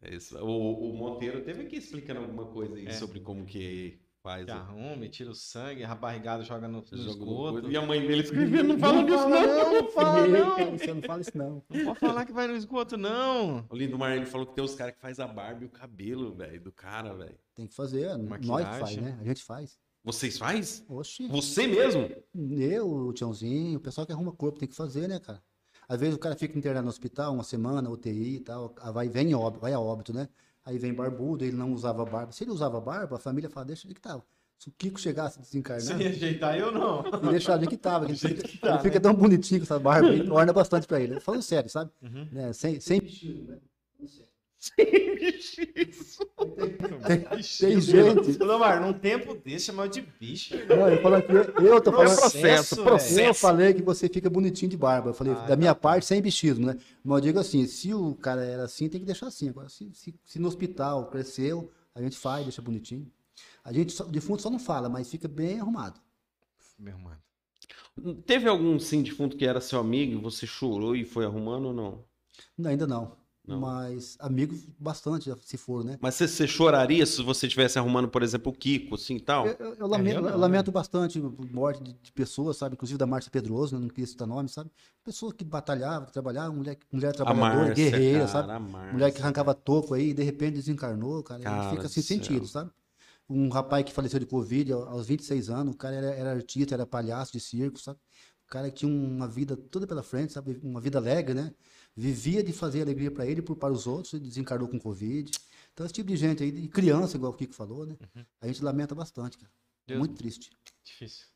C: É isso. O, o Monteiro teve aqui explicando alguma coisa aí
A: É.
C: sobre como que faz.
A: Que
C: né?
A: Arrume, tira o sangue, a barrigada joga no, no
C: Joga alguma
A: esgoto.
C: coisa. E a mãe dele escrevendo, não fala disso não.
A: não, não fala não.
B: Cara, você não fala isso, não.
A: Não pode falar que vai no esgoto, não.
C: O Lindomar, ele falou que tem uns caras que faz a barba e o cabelo, velho, do cara, velho.
B: Tem que fazer. é, Nós que faz,
A: Maquiagem.
B: né? A gente faz.
C: Vocês faz?
B: Oxi.
C: Você mesmo?
B: Eu, o Tiãozinho, o pessoal que arruma corpo tem que fazer, né, cara? Às vezes o cara fica internado no hospital uma semana, UTI e tal, ah, vai, vem óbito, vai a óbito, né? Aí vem barbudo, ele não usava barba. Se ele usava barba, a família fala, deixa ele que tava. Se o Kiko chegasse
A: Você
B: desencarnado,
A: ia ajeitar eu, não.
B: e deixar ele
A: [LAUGHS]
B: que tava. que Ele
A: jeito
B: fica,
A: que tá,
B: ele fica tão bonitinho com essa barba, ele orna bastante pra ele. Falando sério, sabe?
A: [LAUGHS] Uhum.
B: Né, sem, sem vestido, né? Tem gente.
A: Lomar, num tempo desse chamava de bicho.
B: Não, eu falo aqui, eu tô falando.
A: Processo,
B: Eu falei que você fica bonitinho de barba. Eu falei,
A: Ah,
B: da minha parte, sem bichismo, né? Mas eu digo assim, se o cara era assim, tem que deixar assim. Agora, se, se- se no hospital cresceu, a gente faz, deixa bonitinho. A gente, só, o defunto só não fala, mas fica bem arrumado.
A: Meu irmão.
C: Teve algum sim defunto que era seu amigo e você chorou e foi arrumando ou não?
B: Não, ainda não.
C: Não.
B: Mas amigos bastante, se for, né?
C: Mas você, você choraria se você estivesse arrumando, por exemplo, o Kiko, assim e tal?
B: Eu, eu- eu lamento,
A: É, eu não, né?
B: eu lamento bastante a morte de, de pessoas, sabe? Inclusive da Márcia Pedroso, né? não queria citar nome, sabe? Pessoa que batalhava, que trabalhava, mulher, mulher trabalhadora, guerreira,
C: cara,
B: sabe?
C: a Márcia.
B: Mulher que arrancava toco aí, de repente desencarnou, cara. a
C: Cara
B: gente
C: do
B: fica sem
C: céu.
B: sentido, sabe? Um rapaz que faleceu de Covid ao- aos 26 anos, o cara era, era artista, era palhaço de circo, sabe? O cara que tinha uma vida toda pela frente, sabe? Uma vida alegre, né? vivia de fazer alegria para ele e por- para os outros, e desencarnou com Covid. Então, esse tipo de gente aí, de criança, igual o Kiko falou, né? A gente lamenta bastante, cara.
A: Deus-
B: Muito triste.
A: Difícil.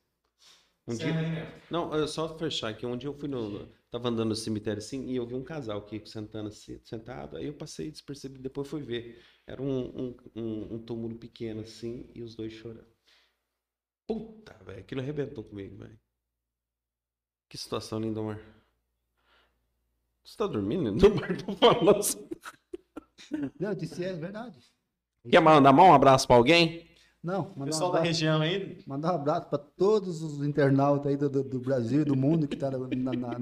C: Um dia- Não, eu só fechar aqui. Um dia eu fui no. Tava andando no cemitério assim e eu vi um casal aqui sentando assim, sentado. Aí eu passei despercebido, depois fui ver. Era um, um, um, um túmulo pequeno assim e os dois chorando. Puta, velho, aquilo arrebentou comigo, velho. Que situação, Lindomar. Você tá dormindo, [LAUGHS] Lindomar? Tô falando assim.
B: Não, eu disse, é verdade.
C: Quer mandar mal um abraço pra alguém?
B: Não,
A: O
B: mandar um
A: pessoal da
B: abraço,
A: região aí,
B: mandar um abraço para todos os internautas aí do, do- do Brasil e do mundo que tá na, na, na,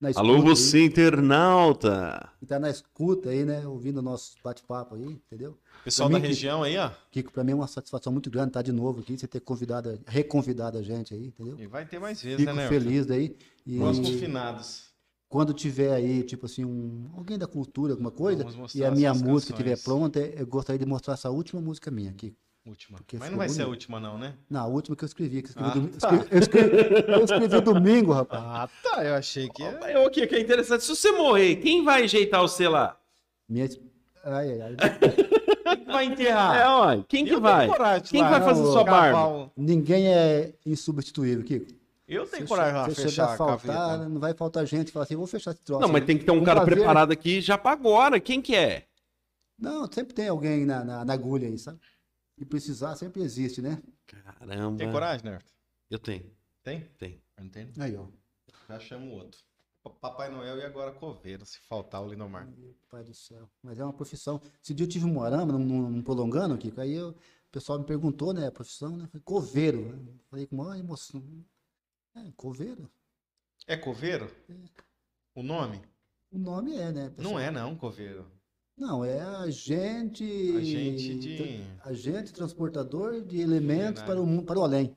B: na escuta aí,
C: internauta.
B: que tá na escuta aí, né? Ouvindo o nosso bate-papo aí, entendeu?
A: o pessoal da
B: Amigo.
A: região aí, ó.
B: Kiko, para mim é uma satisfação muito grande estar de novo aqui, você ter convidado, a- reconvidado a gente aí, entendeu?
A: E vai ter mais vezes,
B: Fico
A: né, Léo?
B: feliz daí. E
A: Nós confinados.
B: quando tiver aí, tipo assim, um, alguém da cultura, alguma coisa,
A: Vamos mostrar
B: e a
A: as
B: minha
A: suas
B: música
A: canções.
B: estiver pronta, eu gostaria de mostrar essa última música minha aqui.
A: Última.
B: Porque
A: Mas
B: ficou
A: não vai ser a
B: bonito.
A: última, não, né?
B: Na última que eu escrevi, que eu escrevi,
A: Ah,
B: domingo,
A: tá.
B: eu escrevi, eu escrevi domingo, rapaz.
A: Ah, tá. Eu achei que é.
C: Ô, Kiko, que é interessante. Se você morrer, quem vai ajeitar você lá?
B: Minha... es- Ai, ai, ai.
A: Quem que vai enterrar?
C: É, ó, quem que vai? Quem que vai fazer sua barba?
B: [LAUGHS] Ninguém é insubstituível, Kiko.
A: Eu tenho
B: Se
A: coragem
B: che-
A: de
B: se chegar
A: fechar
B: a
A: a
B: faltar, né?
A: gaveta. né?
B: não vai faltar gente que fala assim, vou fechar esse troço.
C: Não, mas
B: aí.
C: tem que ter um
B: Com
C: cara
B: prazer.
C: preparado aqui já pra agora. Quem que é?
B: Não, sempre tem alguém na, na, na agulha aí, sabe? E precisar sempre existe, né?
C: Caramba.
A: Tem coragem, Nerf?
C: Eu tenho. [LAUGHS]
A: Tem?
C: Tem.
A: Eu Não tem?
B: Aí, ó.
A: Já chamo o outro. Pa- Papai Noel e agora Coveiro, se faltar o Lindomar.
B: Pai do céu. Mas é uma profissão. Esse dia eu tive um morama, não, não- não prolongando, Kiko. Aí eu- o pessoal me perguntou, né? A profissão, né? Falei, coveiro. né? Falei com maior emoção. É, coveiro?
A: É Coveiro? O nome?
B: O nome é, né? pessoal?
A: Não é, não, Coveiro.
B: Não, é agente.
A: Agente de-
B: Agente transportador de elementos
A: Verdade.
B: para o mundo, para o além.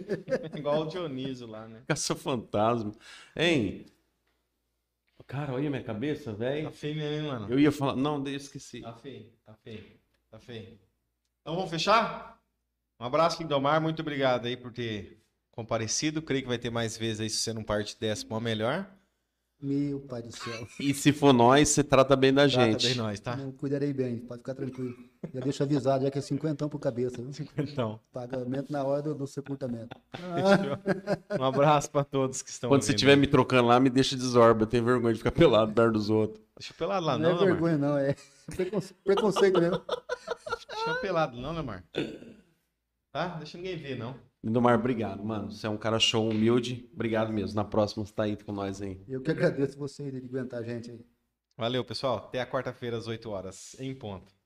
A: [LAUGHS] Igual o Dionísio lá, né?
C: Caça-fantasma. Hein? Cara, olha minha cabeça,
A: Tá
C: velho.
A: feio mesmo, hein, mano?
C: Eu ia falar. Não, eu esqueci.
A: Tá feio, tá feio, tá feio. Então vamos fechar? Um abraço, Lindomar. Muito obrigado aí por ter comparecido. Creio que vai ter mais vezes aí, se você não parte dessa pra uma melhor.
B: Meu pai do céu.
C: E se for nós, você trata bem da
A: Trata
C: gente.
A: bem nós,
C: [LAUGHS]
A: tá?
B: Eu cuidarei bem, pode ficar tranquilo. Já deixo avisado, já que é cinquentão por cabeça, viu?
C: [LAUGHS]
A: Então,
B: Pagamento na hora do, do sepultamento.
A: um abraço pra todos que estão
C: Quando você
A: ouvindo.
C: estiver me trocando lá, me deixa de zorba. Eu tenho vergonha de ficar pelado perto dos outros.
A: Deixa eu pelado lá,
B: não é
A: não, Lamar.
B: vergonha, não, é [LAUGHS] preconce- preconceito mesmo.
A: Deixa eu pelado, não, Lamar. Tá? Deixa ninguém ver, não.
C: Lindomar, obrigado, mano. Você é um cara show humilde. Obrigado mesmo. Na próxima você tá aí com nós, hein?
B: Eu que agradeço vocês de aguentar a gente aí.
A: Valeu, pessoal. Até a quarta-feira, às 8 horas, em ponto.